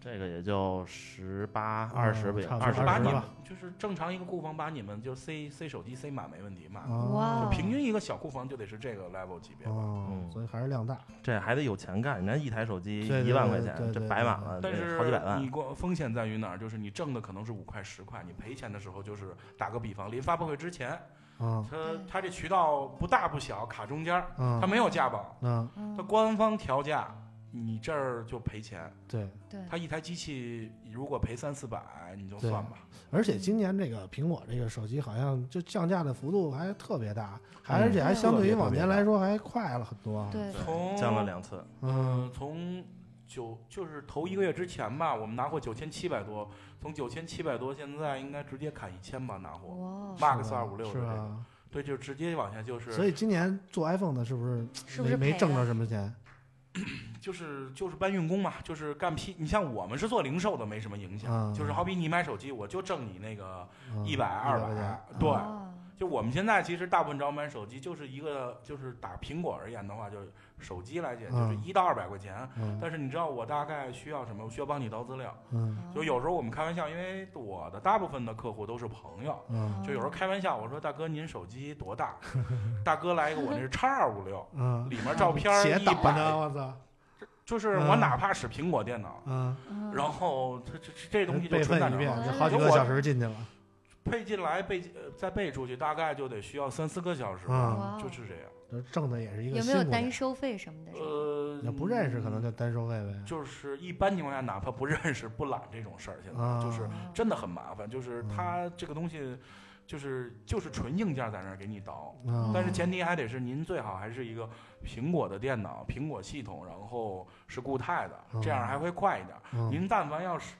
Speaker 3: 这个也就十八二十
Speaker 2: 嗯差
Speaker 3: 吧，
Speaker 2: 不多
Speaker 3: 二
Speaker 2: 20
Speaker 4: 就
Speaker 3: 十
Speaker 4: 把
Speaker 3: 八
Speaker 4: 你们
Speaker 2: 吧
Speaker 4: 就是正常一个库房，把你们就塞塞手机塞满没问题，满。
Speaker 2: 哦
Speaker 1: 哇
Speaker 4: 平均一个小库房就得是这个 level 级别。
Speaker 2: 哦，
Speaker 3: 嗯
Speaker 2: 所以还是量大，
Speaker 3: 这还得有钱干，你看一台手机
Speaker 2: 对对
Speaker 3: 一万块
Speaker 2: 对
Speaker 3: 钱
Speaker 2: 对，
Speaker 3: 这
Speaker 2: 对
Speaker 3: 摆满
Speaker 2: 对
Speaker 3: 了，
Speaker 4: 但
Speaker 3: 这
Speaker 4: 是
Speaker 3: 好几百
Speaker 4: 你
Speaker 3: 万。
Speaker 4: 光风险在于哪儿？就是你挣的可能是五块十块，你赔钱的时候就是打个比方，临发布会之前，
Speaker 2: 嗯
Speaker 4: 他他这渠道不大不小，卡中间儿，
Speaker 2: 嗯，
Speaker 4: 他没有价保，
Speaker 2: 嗯
Speaker 1: 嗯
Speaker 4: 他官方调价，你这儿就赔钱。
Speaker 2: 对，
Speaker 1: 对，
Speaker 4: 他一台机器如果赔三四百，你就算吧。
Speaker 2: 而且今年这个苹果这个手机好像就降价的幅度还特别大，还而且还相对于往年来说还快了很多。，
Speaker 1: 嗯
Speaker 2: 啊
Speaker 1: 对
Speaker 4: 从
Speaker 3: 降了两次，
Speaker 2: 嗯
Speaker 4: 嗯，从九就是头一个月之前吧，我们拿货九千七百多，从九千七百多现在应该直接砍一千吧，拿货
Speaker 1: 哇，哦
Speaker 4: Max 二五六
Speaker 2: 是吧？
Speaker 4: 对，就直接往下就是，
Speaker 2: 所以今年做 iPhone 的是不是
Speaker 1: 是不是
Speaker 2: 没
Speaker 1: 赔
Speaker 2: 没挣
Speaker 1: 了
Speaker 2: 着什么钱？
Speaker 4: 就是就是搬运工嘛，就是干批。你像我们是做零售的，没什么影响，
Speaker 2: 嗯
Speaker 4: 就是好比你买手机，我就挣你那个一百
Speaker 2: 啊百
Speaker 4: 二
Speaker 2: 块
Speaker 4: 百
Speaker 2: 钱，，啊
Speaker 4: 对。
Speaker 1: 哇
Speaker 4: 就我们现在其实大部分找我买手机，就是一个就是打苹果而言的话，就是手机来讲，就是
Speaker 2: 嗯
Speaker 4: 一到二百块钱。
Speaker 2: 嗯
Speaker 4: 但是你知道我大概需要什么？我需要帮你倒资料。
Speaker 2: 嗯
Speaker 1: 哦
Speaker 4: 就有时候我们开玩笑，因为我的大部分的客户都是朋友，
Speaker 2: 嗯
Speaker 4: 就有时候开玩笑，我说大哥您手机多大？大哥来一个我那是叉二五六，
Speaker 2: 嗯，
Speaker 4: 里面照片
Speaker 2: 写
Speaker 4: 一
Speaker 2: 打的
Speaker 4: 百，
Speaker 2: 我操，
Speaker 4: 就是我哪怕使苹果电脑，
Speaker 2: 嗯，
Speaker 1: 嗯
Speaker 4: 然后它这这这东西就
Speaker 2: 备
Speaker 4: 存在
Speaker 2: 份一
Speaker 4: 那
Speaker 2: 遍
Speaker 4: 儿了，
Speaker 2: 就好几个小时进去了。
Speaker 4: 配进来背呃再背出去，大概就得需要三四个小时，
Speaker 2: 嗯，
Speaker 1: 哇
Speaker 4: 就是这样。
Speaker 2: 就挣的也是一个
Speaker 1: 有
Speaker 2: 辛
Speaker 1: 没有
Speaker 2: 苦
Speaker 1: 单
Speaker 2: 点。
Speaker 1: 收费什么的？
Speaker 4: 呃，
Speaker 2: 也不认识，可能就单收费呗。
Speaker 4: 就是一般情况下，哪怕不 认识、不懒这种事儿，现
Speaker 2: 啊嗯
Speaker 4: 在就是真的很麻烦。就是它这个东西，就是就是纯硬件在那儿给你倒，
Speaker 2: 嗯，
Speaker 4: 但是前提还得是您最好还是一个苹果的电脑、苹果系统，然后是固态的，这样还会快一点。
Speaker 2: 嗯
Speaker 4: 您但凡要是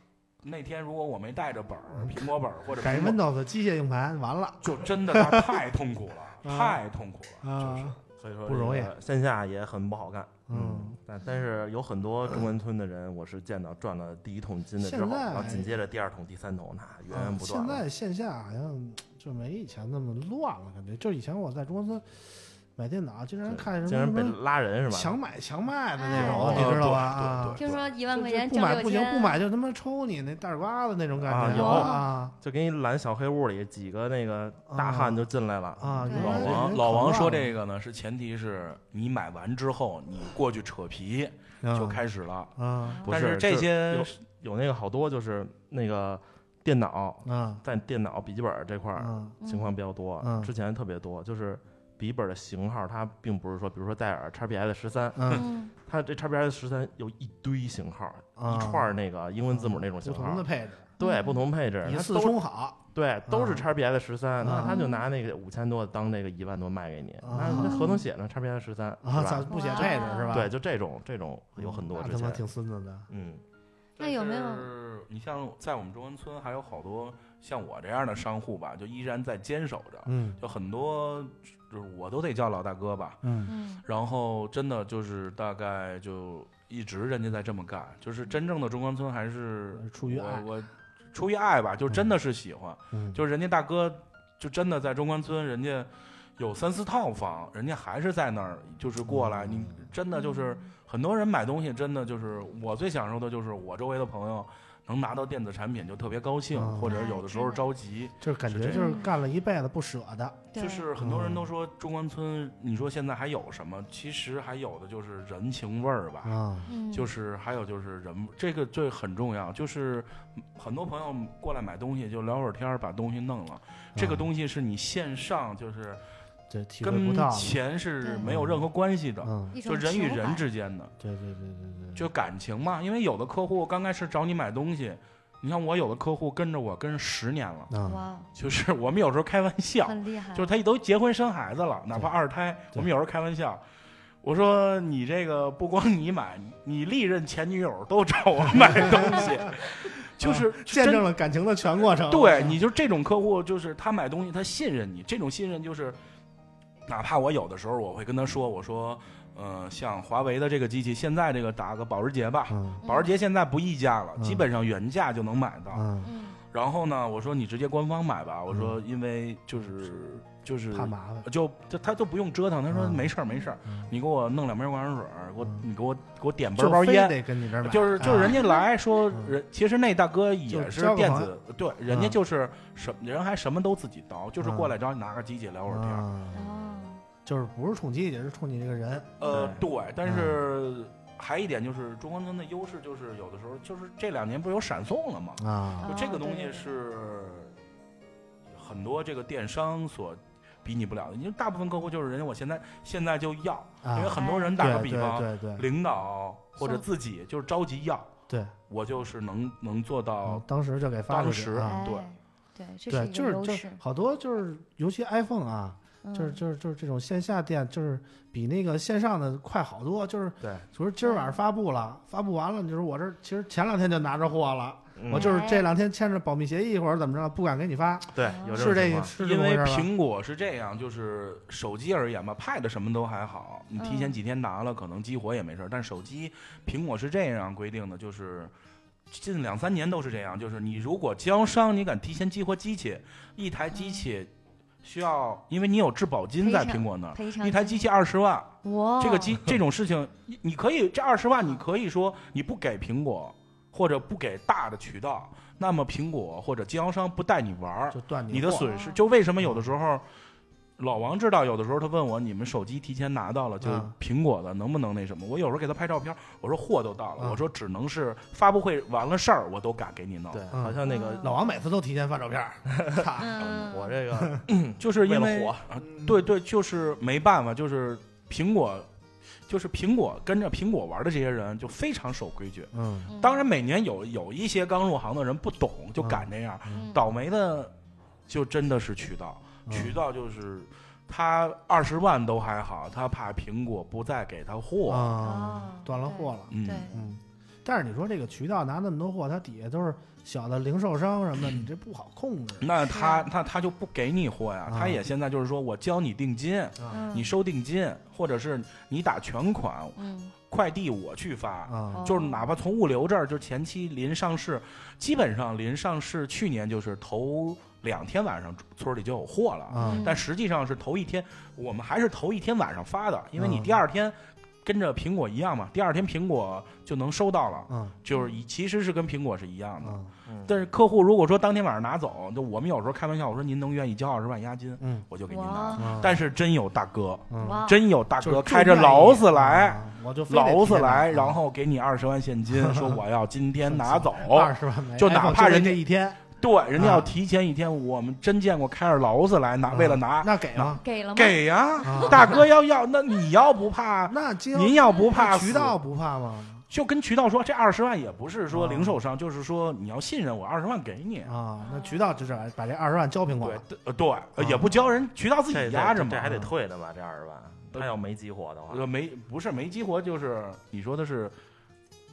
Speaker 4: 那天如果我没带着本儿、苹果本儿或者
Speaker 2: 改
Speaker 4: 苹果
Speaker 2: Windows 机械硬盘完了，
Speaker 4: 就真的它太痛苦 了，
Speaker 2: 啊
Speaker 4: 太痛苦了，就是
Speaker 2: 啊，
Speaker 3: 所以说
Speaker 2: 不容易
Speaker 3: 这个线下也很不好干。
Speaker 2: 嗯，
Speaker 3: 但但是有很多中关村的人，我是见到赚了第一桶金的之
Speaker 2: 现
Speaker 3: 后，
Speaker 2: 在啊
Speaker 3: 然后紧接着第二桶、第三桶，那嗯源源不断
Speaker 2: 现
Speaker 3: 了。
Speaker 2: 在线下好像就没以前那么乱了，感觉就以前我在中关村买电脑，经常
Speaker 3: 对
Speaker 2: 看什
Speaker 3: 竟
Speaker 2: 么
Speaker 3: 然被
Speaker 2: 什么
Speaker 3: 拉人是吧？
Speaker 2: 强买强卖的那种，哦
Speaker 1: 哎
Speaker 2: 你知道吧？
Speaker 4: 对
Speaker 2: 啊
Speaker 4: 对
Speaker 1: 听说一万
Speaker 2: 就
Speaker 1: 块钱
Speaker 2: 不
Speaker 1: 挣
Speaker 2: 买
Speaker 1: 六
Speaker 2: 不行，
Speaker 1: 千，
Speaker 2: 不买就他妈抽你那大耳刮子那种感
Speaker 3: 啊
Speaker 2: 觉
Speaker 1: 有
Speaker 2: 啊
Speaker 3: 就给你拦小黑屋里，几个那个大汉就进来了
Speaker 2: 啊！
Speaker 1: 对
Speaker 2: 原
Speaker 4: 老
Speaker 2: 来这
Speaker 4: 王，
Speaker 2: 人
Speaker 4: 老
Speaker 2: 可
Speaker 4: 王
Speaker 2: 乱了
Speaker 4: 说这个呢，是前提是你买完之后，你过去扯皮就
Speaker 2: 嗯
Speaker 4: 开始了。
Speaker 2: 啊
Speaker 3: 不
Speaker 4: 但
Speaker 3: 是
Speaker 4: 这
Speaker 3: 就
Speaker 4: 些
Speaker 3: 有那个好多就是那个电脑，
Speaker 2: 啊
Speaker 3: 在电脑笔记本这块儿
Speaker 2: 啊
Speaker 3: 情况比较多
Speaker 2: 嗯，
Speaker 3: 之前特别多，就是笔记本的型号，它并不是说，比如说戴尔 XPS 十三，
Speaker 2: 嗯
Speaker 1: 嗯，
Speaker 3: 它这 XPS 十三有一堆型号，
Speaker 2: 啊
Speaker 3: 一串儿那个英文字母那种
Speaker 2: 不
Speaker 3: 型
Speaker 2: 同的
Speaker 3: 号，
Speaker 2: 配置，
Speaker 3: 对，
Speaker 1: 嗯
Speaker 3: 不同配置，
Speaker 2: 一
Speaker 3: 它
Speaker 2: 次
Speaker 3: 都
Speaker 2: 充好
Speaker 3: 对都是 XPS 十三，那
Speaker 2: 啊
Speaker 3: 他就拿那个五千多当那个一万多卖给你，
Speaker 2: 啊
Speaker 3: 那那合同写呢 XPS 十三，
Speaker 2: 啊，
Speaker 3: 是
Speaker 2: 咋
Speaker 3: 吧？
Speaker 2: 不写配置是吧？
Speaker 3: 对，就这种这种有很多
Speaker 2: 那
Speaker 3: 之
Speaker 2: 他妈
Speaker 3: 前，
Speaker 2: 挺孙子的。
Speaker 3: 嗯，
Speaker 1: 那有没有
Speaker 4: 但是你像在我们中关村，还有好多像我这样的商户吧，就依然在坚守着。
Speaker 2: 嗯
Speaker 4: 就很多，就是我都得叫老大哥吧。
Speaker 2: 嗯
Speaker 1: 嗯
Speaker 4: 然后真的就是大概就一直人家在这么干，就是真正的中关村还是
Speaker 2: 出于
Speaker 4: 我
Speaker 2: 爱
Speaker 4: 我出于爱吧，就真的是喜欢。
Speaker 2: 嗯，
Speaker 4: 就是人家大哥就真的在中关村，人家有三四套房，人家还是在那儿就是过
Speaker 2: 嗯
Speaker 4: 来，你真的
Speaker 1: 嗯
Speaker 4: 就是很多人买东西，真的就是我最享受的就是我周围的朋友能拿到电子产品就特别高兴，
Speaker 2: 嗯
Speaker 4: 或者有的时候着急，
Speaker 2: 就是感
Speaker 4: 是
Speaker 2: 觉
Speaker 4: 这
Speaker 2: 就是
Speaker 1: 样
Speaker 2: 干了一辈子不舍得，
Speaker 1: 嗯对
Speaker 4: 就是很多人
Speaker 2: 嗯
Speaker 4: 都说中关村，你说现在还有什么？其实还有的就是人情味儿吧。
Speaker 2: 啊，
Speaker 1: 嗯
Speaker 4: 就是还有就是人，这个最很重要。就是很多朋友过来买东西，就聊会儿天儿，把东西弄了。这个
Speaker 2: 西
Speaker 4: 东西是你线上就是
Speaker 2: 啊这啊体会不
Speaker 4: 跟
Speaker 2: 到的，
Speaker 4: 钱是
Speaker 1: 对
Speaker 4: 没有任何关系的，
Speaker 2: 嗯，
Speaker 1: 一
Speaker 4: 就
Speaker 1: 种
Speaker 4: 人与
Speaker 1: 情
Speaker 4: 人
Speaker 1: 怀
Speaker 4: 之间的，
Speaker 2: 对对对对对，
Speaker 4: 就感情嘛。因为有的客户刚开始找你买东西，你像我有的客户跟着我跟着十年了，
Speaker 2: 啊，
Speaker 1: 哇，哦
Speaker 4: 就是我们有时候开玩笑，
Speaker 1: 很厉害，
Speaker 4: 嗯就是他都结婚生孩子了，哪怕
Speaker 2: 嗯对
Speaker 4: 二胎，
Speaker 2: 对
Speaker 4: 我们有时候开玩笑。我说你这个不光你买，你历任前女友都找我买东 西，就是
Speaker 2: 嗯见
Speaker 4: 真
Speaker 2: 证了感情的全过程。
Speaker 4: 对，你就这种客户，就是他买东西他信任你，这种信任就是，哪怕我有的时候我会跟他说，我说，呃，像华为的这个机器，现在这个打个保时捷吧，
Speaker 2: 嗯
Speaker 4: 保时捷现在不议价了，
Speaker 2: 嗯
Speaker 4: 基本上原价就能买到。
Speaker 2: 嗯
Speaker 1: 嗯
Speaker 4: 然后呢，我说你直接官方买吧，我说因为就是就是
Speaker 2: 怕麻烦。
Speaker 4: 就就他就不用折腾，他说
Speaker 2: 嗯
Speaker 4: 没事儿没事儿，
Speaker 2: 嗯
Speaker 4: 你给我弄两瓶矿泉水儿，给我
Speaker 2: 嗯
Speaker 4: 你给我给我点
Speaker 2: 就
Speaker 4: 半包
Speaker 2: 非
Speaker 4: 烟，
Speaker 2: 得跟你这儿买，啊
Speaker 4: 就是就是人
Speaker 2: 家
Speaker 4: 家来说
Speaker 2: 嗯
Speaker 4: 人，其实那大哥
Speaker 2: 就
Speaker 4: 也
Speaker 2: 交
Speaker 4: 是
Speaker 2: 个
Speaker 4: 电
Speaker 2: 朋
Speaker 4: 子，对，人家就是什人还什么都自己倒，就是
Speaker 2: 嗯
Speaker 4: 过来找你拿个机器聊会儿天儿。
Speaker 2: 啊，
Speaker 1: 哦，
Speaker 2: 就是不是冲机器，是冲你这个人，
Speaker 4: 呃，
Speaker 3: 对
Speaker 4: 对，但
Speaker 2: 嗯
Speaker 4: 是还一点就是中关村的优势就是有的时候就是这两年不是有闪送了吗？
Speaker 2: 啊，
Speaker 4: 就
Speaker 1: 哦
Speaker 4: 这个东
Speaker 1: 对
Speaker 4: 西
Speaker 1: 对
Speaker 4: 是很多这个电商所比拟不了的，因为大部分客户就是人家我现在现在就要，因为
Speaker 2: 啊
Speaker 4: 很多人打个
Speaker 2: 对
Speaker 4: 比
Speaker 2: 对
Speaker 4: 方，
Speaker 2: 对对对
Speaker 4: 领导或者
Speaker 1: 送
Speaker 4: 自己就是着急要，
Speaker 2: 对，
Speaker 4: 我就是能能做到
Speaker 2: 嗯，当时就给发
Speaker 4: 当
Speaker 2: 出去
Speaker 4: 时
Speaker 2: 啊
Speaker 1: 哎
Speaker 4: 对
Speaker 1: 对，这是
Speaker 2: 对，
Speaker 1: 一
Speaker 2: 就
Speaker 1: 个
Speaker 2: 是
Speaker 1: 优
Speaker 2: 就是
Speaker 1: 势，
Speaker 2: 好多就是，尤其 iPhone 啊，就是
Speaker 1: 嗯
Speaker 2: 就是就是这种线下店，就是比那个线上的快好多。就是
Speaker 4: 对，
Speaker 2: 就是今儿晚上
Speaker 1: 嗯
Speaker 2: 发布了，发布完了，就是我这儿其实前两天就拿着货了，
Speaker 3: 嗯
Speaker 2: 我就是
Speaker 1: 哎
Speaker 2: 这两天签着保密协议或者怎么着，不敢给你发，
Speaker 3: 对有
Speaker 2: 是
Speaker 3: 这种
Speaker 2: 这是
Speaker 3: 情况，
Speaker 2: 这
Speaker 4: 因
Speaker 2: 么回
Speaker 4: 为
Speaker 2: 事儿吧？
Speaker 4: 苹果是这样，就是手机而言吧，Pad 什么都还好，你
Speaker 1: 嗯
Speaker 4: 提前几天拿了，可能激活也没事儿。但手机，苹果是这样规定的，就是近两三年都是这样，就是你如果经商，你敢提前激活机器，一台机器需要，因为你有质保金在
Speaker 1: 赔偿
Speaker 4: 苹果那儿，
Speaker 1: 赔偿
Speaker 4: 一台机器二十万，
Speaker 3: 哦
Speaker 1: 哇，哦
Speaker 4: 这个机这种事情，你你可以这二十万，你可以说你不给苹果或者不给大的渠道，那么苹果或者经销商不带你玩儿，
Speaker 2: 就断
Speaker 4: 你
Speaker 2: 的
Speaker 4: 的
Speaker 2: 货
Speaker 4: 损失就为什么
Speaker 3: 嗯
Speaker 4: 有的时候，老王知道有的时候他问我你们手机提前拿到了就
Speaker 2: 嗯
Speaker 4: 苹果的能不能那什么？我有时候给他拍照片，我说货都到了，
Speaker 2: 嗯
Speaker 4: 我说只能是发布会完了事儿我都敢给你弄，
Speaker 3: 对，
Speaker 2: 嗯
Speaker 3: 好像那个
Speaker 1: 嗯
Speaker 2: 老王每次都提前发照片儿，操
Speaker 1: 嗯，
Speaker 3: 我这个
Speaker 4: 就是因
Speaker 3: 为
Speaker 4: 为
Speaker 3: 了火
Speaker 4: 啊对对，就是没办法，就是苹果。就是苹果跟着苹果玩的这些人就非常守规矩，
Speaker 2: 嗯，
Speaker 1: 嗯
Speaker 4: 当然，每年有有一些刚入行的人不懂，就敢这样。
Speaker 1: 嗯
Speaker 4: 倒霉的就真的是渠道，
Speaker 2: 嗯
Speaker 4: 渠道就是他二十万都还好，他怕苹果不再给他货。
Speaker 2: 啊
Speaker 1: 哦，
Speaker 2: 断了货了。
Speaker 4: 嗯
Speaker 1: 对，
Speaker 2: 嗯，但是你说这个渠道拿那么多货，它底下都是小的零售商什么的，你这不好控制
Speaker 4: 那他
Speaker 1: 是
Speaker 4: 那他就不给你货呀，
Speaker 2: 啊
Speaker 4: 他也现在就是说我交你定金，
Speaker 2: 啊
Speaker 1: 嗯
Speaker 4: 你收定金，或者是你打全款，
Speaker 1: 嗯
Speaker 4: 快递我去发。
Speaker 2: 啊
Speaker 1: 哦
Speaker 4: 就是哪怕从物流这儿，就前期临上市，基本上临上市去年就是头两天晚上村里就有货了。
Speaker 2: 啊
Speaker 4: 但实际上是头一天，我们还是头一天晚上发的，因为你
Speaker 2: 嗯
Speaker 4: 第二天跟着苹果一样嘛，第二天苹果就能收到了，
Speaker 1: 哦
Speaker 2: 啊
Speaker 4: 就是以其实是跟苹果是一样的。
Speaker 2: 啊
Speaker 3: 嗯
Speaker 4: 但是客户如果说当天晚上拿走，就我们有时候开玩笑，我说您能愿意交二十万押金，
Speaker 2: 嗯，
Speaker 4: 我就给您拿。
Speaker 1: 哇
Speaker 2: 啊
Speaker 4: 但是真有大哥，
Speaker 2: 嗯
Speaker 1: 哇，哦
Speaker 4: 真有大
Speaker 2: 就是
Speaker 4: 哥
Speaker 2: 就
Speaker 4: 开着
Speaker 2: 愿意
Speaker 4: 劳斯莱，
Speaker 2: 啊我就非得
Speaker 4: 劳斯
Speaker 2: 提前拿
Speaker 4: 莱，然后给你二十万现金， 说我要今天拿走。
Speaker 2: 二十万美，
Speaker 4: 就哪怕人
Speaker 2: 家
Speaker 4: 家
Speaker 2: 哦一天
Speaker 4: 对，人家要
Speaker 2: 啊
Speaker 4: 提前一天，我们真见过开着劳斯莱拿，为
Speaker 2: 嗯
Speaker 4: 了拿
Speaker 2: 啊那给吗？
Speaker 1: 给了吗？
Speaker 4: 给呀、
Speaker 2: 啊
Speaker 4: 大哥要要，那你要不怕？
Speaker 2: 那经
Speaker 4: 您要不怕
Speaker 2: 渠
Speaker 4: 死
Speaker 2: 道不怕吗？
Speaker 4: 就跟渠道说，这二十万也不是说
Speaker 2: 啊
Speaker 4: 零售商，就是说你要信任我，二十万给你。
Speaker 2: 啊，那渠道就是把这二十万交苹果
Speaker 4: 对
Speaker 2: 了，
Speaker 4: 呃对，呃也不交人，渠道自
Speaker 3: 这
Speaker 4: 己压着嘛。嗯
Speaker 3: 啊这这还得退的吧？这二十万，他要没激活的话，
Speaker 4: 呃没不是没激活，就是你说的是，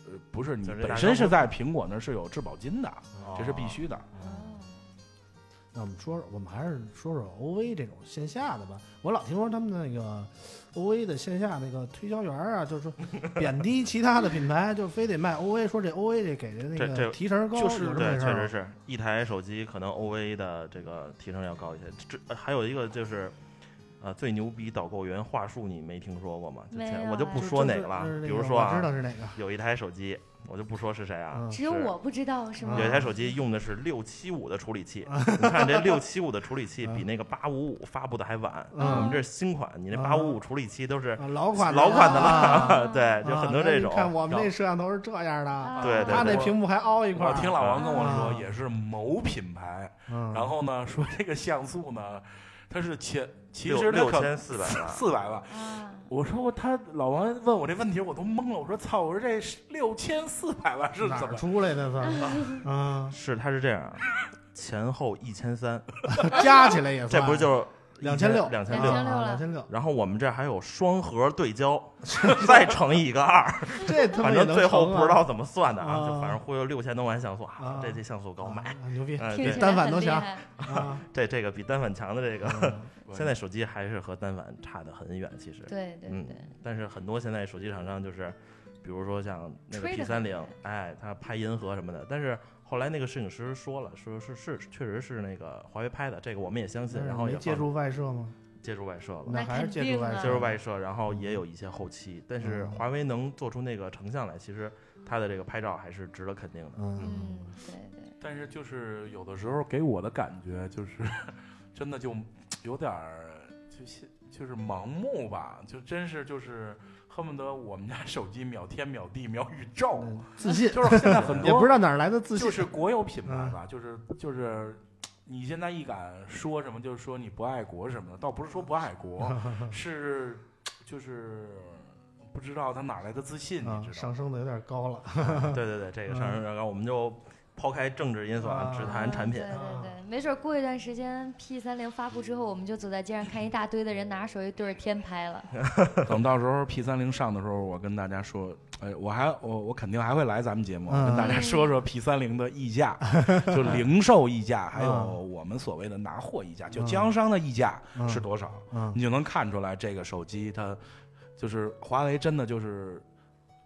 Speaker 4: 呃不是你
Speaker 3: 就是
Speaker 4: 本
Speaker 3: 大
Speaker 4: 身
Speaker 3: 商
Speaker 4: 是在苹果那儿是有质保金的，
Speaker 3: 哦
Speaker 4: 这是必。须的。
Speaker 1: 哦
Speaker 2: 那我们说说，我们还是说说 OV 这种线下的吧。我老听说他们那个 OV 的线下那个推销员啊，就是 说贬低其他的品牌，就非得卖 OV，说这 OV 这给的那
Speaker 3: 这
Speaker 2: 个
Speaker 3: 这
Speaker 2: 提成高，
Speaker 4: 就是
Speaker 2: 哦有这么
Speaker 3: 对，
Speaker 2: 回事
Speaker 3: 确
Speaker 2: 儿
Speaker 3: 实
Speaker 2: 吗
Speaker 3: 是一台手机可能 OVA 的这个提成要高一些。这呃还有一个就是，呃，最牛逼导购员话术，你没听说过吗？就
Speaker 1: 没
Speaker 3: 前
Speaker 1: 有
Speaker 3: 我就
Speaker 1: 哎
Speaker 3: 不
Speaker 2: 啊就
Speaker 3: 说
Speaker 2: 就
Speaker 3: 哪
Speaker 2: 是就是那，
Speaker 3: 个了比如
Speaker 2: 个
Speaker 3: 说
Speaker 2: 我知道
Speaker 3: 啊，
Speaker 2: 是哪个，
Speaker 3: 有一台手机，我就不说是谁啊，
Speaker 2: 嗯
Speaker 1: 只有
Speaker 3: 是
Speaker 1: 我不知道是吗？
Speaker 3: 有一
Speaker 2: 嗯
Speaker 3: 台手机用的是六七五的处 理器，你看这六七五的处理器比那个八五五发布的还晚。
Speaker 2: 嗯
Speaker 3: 我们这是新款，你那
Speaker 2: 啊
Speaker 3: 八五五处理器都是
Speaker 2: 啊老款
Speaker 1: 哦
Speaker 3: 老款的
Speaker 2: 了啊，
Speaker 3: 了，对，就很多
Speaker 2: 啊那
Speaker 3: 这
Speaker 2: 你
Speaker 3: 种。
Speaker 2: 看我们那摄像头是这样的，
Speaker 1: 啊
Speaker 3: 对对
Speaker 2: 他那屏幕还凹一块
Speaker 4: 我
Speaker 2: 儿，
Speaker 4: 听老王跟我
Speaker 2: 啊
Speaker 4: 说，也是某品牌，
Speaker 3: 啊
Speaker 2: 嗯，
Speaker 4: 然后呢说这个像素呢，它是前其
Speaker 3: 六
Speaker 4: 实它可
Speaker 3: 6400万
Speaker 4: 四百万，
Speaker 1: 啊，
Speaker 4: 我说他老王问我这问题，我都懵了。我说操，我说这六千四百万是
Speaker 2: 哪
Speaker 4: 怎
Speaker 2: 儿
Speaker 4: 么？
Speaker 2: 出来的算？啊，
Speaker 3: 是它是这样，前后一千三，
Speaker 2: 加起来也
Speaker 3: 这
Speaker 2: 算
Speaker 3: 不是就是
Speaker 2: 2600
Speaker 3: 两千
Speaker 1: 2600
Speaker 3: 六？
Speaker 2: 啊两千六，
Speaker 3: 然后我们这还有双核 对焦，再乘以一个二，
Speaker 2: 这他妈
Speaker 3: 反
Speaker 2: 也
Speaker 3: 正
Speaker 2: 能
Speaker 3: 最后
Speaker 2: 成啊
Speaker 3: 不知道怎么算的
Speaker 2: 啊
Speaker 3: 啊，就反正忽悠六千多万像素
Speaker 2: 啊
Speaker 3: 啊，这这像素高买，
Speaker 2: 啊 牛逼
Speaker 3: 嗯，
Speaker 1: 听起
Speaker 3: 这
Speaker 1: 来
Speaker 2: 单反
Speaker 1: 很
Speaker 2: 都
Speaker 1: 厉
Speaker 2: 行
Speaker 1: 害
Speaker 2: 啊！
Speaker 3: 这这个比单反强的这个，
Speaker 2: 嗯
Speaker 3: 现在手机还是和单反差得很远，其实，
Speaker 1: 对对
Speaker 3: 嗯
Speaker 1: 对，
Speaker 3: 但是很多现在手机厂商就是比如说像那个
Speaker 1: 吹
Speaker 3: P
Speaker 1: 得
Speaker 3: 三
Speaker 1: 很厉
Speaker 3: 零
Speaker 1: 害，
Speaker 3: 哎，他拍银河什么的，但是后来那个摄影师说了，说是是确实是那个华为拍的，这个我们也相信，然后也
Speaker 2: 没借
Speaker 3: 放
Speaker 2: 助外设吗？
Speaker 3: 借助外设了。
Speaker 2: 那
Speaker 1: 那
Speaker 2: 还是
Speaker 1: 肯
Speaker 2: 借助
Speaker 1: 定
Speaker 2: 外
Speaker 1: 啊
Speaker 2: 设，
Speaker 3: 接入外设，然后也有一些后期，但是
Speaker 2: 嗯
Speaker 3: 华为能做出那个成像来，其实它的这个拍照还是值得肯定的。
Speaker 2: 嗯
Speaker 1: 嗯，对对，
Speaker 4: 但是就是有的时候给我的感觉就是， 真的就有点儿就是就是盲目吧，就真是就是恨不得我们家手机秒天秒地秒宇宙，
Speaker 2: 嗯，自 信
Speaker 4: 就是现在很多
Speaker 2: 也不知道哪儿来的自嗯信啊
Speaker 4: 就，是国有品牌吧，就是就是，你现在一敢说什么，就是说你不爱国什么的，倒不是说不 爱国，是就是不知道他哪来的自信，
Speaker 2: 啊
Speaker 4: 你，知 道
Speaker 2: 上
Speaker 4: 吗？
Speaker 2: 升的有点高了。
Speaker 3: 对对对，这个上升然后我们就抛开政治因素啊，
Speaker 2: 啊
Speaker 3: 只谈产品
Speaker 1: 对。对
Speaker 2: 啊
Speaker 1: 对，没准儿过一段时间 P 三零发布之后，我们就走在街上看一大堆的人拿着手机对着天 拍了。
Speaker 4: 等到时候 P 三零上的时候，我跟大家说，哎，我还我我肯定还会来咱们节目，
Speaker 2: 嗯
Speaker 4: 跟大家说说 P 三零的溢价，就零售溢价，还有
Speaker 2: 嗯
Speaker 4: 我们所谓的拿货溢价，就
Speaker 2: 嗯
Speaker 4: 经商的溢价
Speaker 2: 嗯
Speaker 4: 是多少。
Speaker 2: 嗯
Speaker 4: 你就能看出来这个手机它就是华为真的就是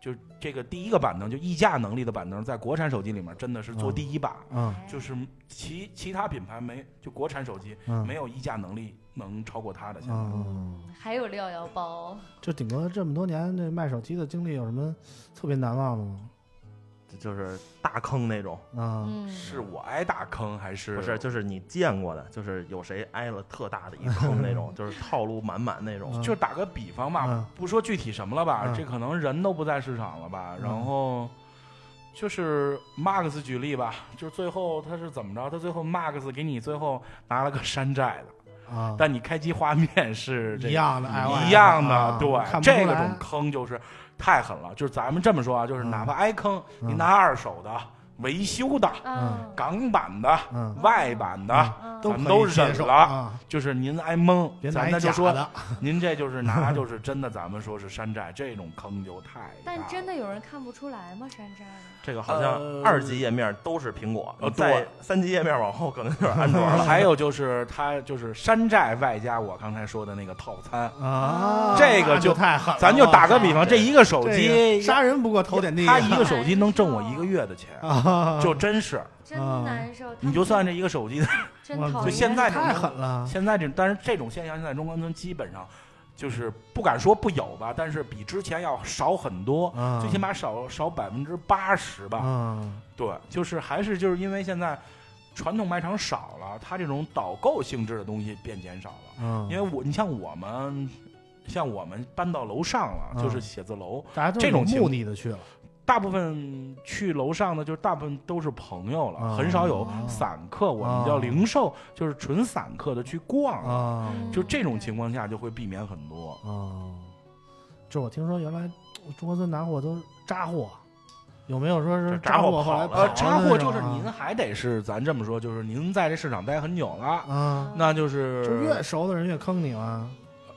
Speaker 4: 就是这个第一个板凳就溢价能力的板凳，在国产手机里面真的是做第一把，
Speaker 2: 嗯
Speaker 4: 啊就是其其他品牌没就国产手机
Speaker 2: 嗯，
Speaker 4: 没有溢价能力能超过它的。现在、
Speaker 2: 嗯，
Speaker 1: 还有六幺
Speaker 4: 啊
Speaker 1: 包，
Speaker 2: 就顶哥这么多年这卖手机的经历，有什么特别难忘的吗？
Speaker 3: 就是大坑那种，
Speaker 2: 啊，
Speaker 1: 嗯，
Speaker 4: 是我挨大坑还是
Speaker 3: 不是，就是你见过的，就是有谁挨了特大的一坑那种，就是套路满满那种。
Speaker 2: 嗯
Speaker 4: 就是打个比方吧，
Speaker 2: 嗯
Speaker 4: 不说具体什么了吧，
Speaker 2: 嗯
Speaker 4: 这可能人都不在市场了吧。
Speaker 2: 嗯
Speaker 4: 然后就是 Max 举例吧，就是最后他是怎么着？他最后 Max 给你最后拿了个山寨的，
Speaker 2: 啊，
Speaker 4: 但你开机画面是这
Speaker 2: 一样的，
Speaker 4: 一样的
Speaker 2: 啊，
Speaker 4: 对，
Speaker 2: 看不出
Speaker 4: 这
Speaker 2: 来
Speaker 4: 个种坑就是太狠了。就是咱们这么说啊，就是
Speaker 2: 嗯
Speaker 4: 哪怕挨坑，
Speaker 2: 嗯
Speaker 4: 你拿二手的、维修的、
Speaker 1: 啊，
Speaker 4: 港版的、
Speaker 2: 嗯，
Speaker 4: 外版的，
Speaker 2: 嗯
Speaker 1: 嗯
Speaker 4: 咱
Speaker 2: 可以
Speaker 4: 们都
Speaker 2: 接
Speaker 4: 忍
Speaker 2: 受
Speaker 4: 了
Speaker 2: 啊，
Speaker 4: 就是您挨蒙
Speaker 2: 别，拿
Speaker 4: 咱
Speaker 2: 一
Speaker 4: 那就
Speaker 2: 假
Speaker 4: 说
Speaker 2: 的，
Speaker 4: 您 这就是拿就是真的，咱们说是山寨，这种坑就太大了。
Speaker 1: 但真的有人看不出来吗？山寨的
Speaker 3: 这个好像
Speaker 4: 呃
Speaker 3: 二级页面都是苹果
Speaker 4: 呃，
Speaker 3: 在
Speaker 4: 对
Speaker 3: 三级页面往后可能就是安 卓了。
Speaker 4: 还有就是它就是山寨外加我刚才说的那个套餐，
Speaker 2: 啊，
Speaker 4: 这个
Speaker 2: 那就
Speaker 4: 就
Speaker 2: 太狠了，
Speaker 4: 咱就打个比
Speaker 2: 我
Speaker 4: 方，
Speaker 2: 操
Speaker 4: 这一个手
Speaker 2: 这
Speaker 4: 机
Speaker 2: 个，杀人不过头点地，
Speaker 4: 他一个手机能挣我一个月的钱，
Speaker 2: 啊，
Speaker 4: 就真是
Speaker 1: 真
Speaker 2: 啊
Speaker 1: 难受。他
Speaker 4: 你
Speaker 1: 们
Speaker 4: 就算这一个手机，
Speaker 1: 真
Speaker 2: 哇
Speaker 1: 讨厌，
Speaker 4: 就现在这
Speaker 2: 太狠了，
Speaker 4: 现在这但是这种现象现在中关村基本上就是不敢说不有吧，但是比之前要少很多，
Speaker 2: 啊，
Speaker 4: 最起码少少百分之八十吧。
Speaker 2: 嗯
Speaker 4: 对，就是还是就是因为现在传统卖场少了，它这种导购性质的东西变减少了。
Speaker 2: 嗯，
Speaker 4: 因为我，你像我们，像我们搬到楼上了，
Speaker 2: 嗯
Speaker 4: 就是写字楼，
Speaker 2: 大家都
Speaker 4: 这种
Speaker 2: 有
Speaker 4: 情
Speaker 2: 目的的去了，
Speaker 4: 大部分去楼上的就是大部分都是朋友了，
Speaker 2: 嗯
Speaker 4: 很少有散客，我们叫零售，就是纯散客的去逛了。
Speaker 2: 啊
Speaker 1: 嗯
Speaker 4: 就这种情况下就会避免很多。
Speaker 2: 啊，就我听说原来中关村拿货都是扎货，有没有说是
Speaker 3: 就扎货
Speaker 2: 货后来
Speaker 3: 跑
Speaker 4: 呃
Speaker 3: 了，
Speaker 4: 插货就是
Speaker 2: 您
Speaker 4: 您还得是咱这么说，就是您在这市场待很久了，
Speaker 2: 啊，
Speaker 4: 那就是
Speaker 2: 就越熟的人越坑你了。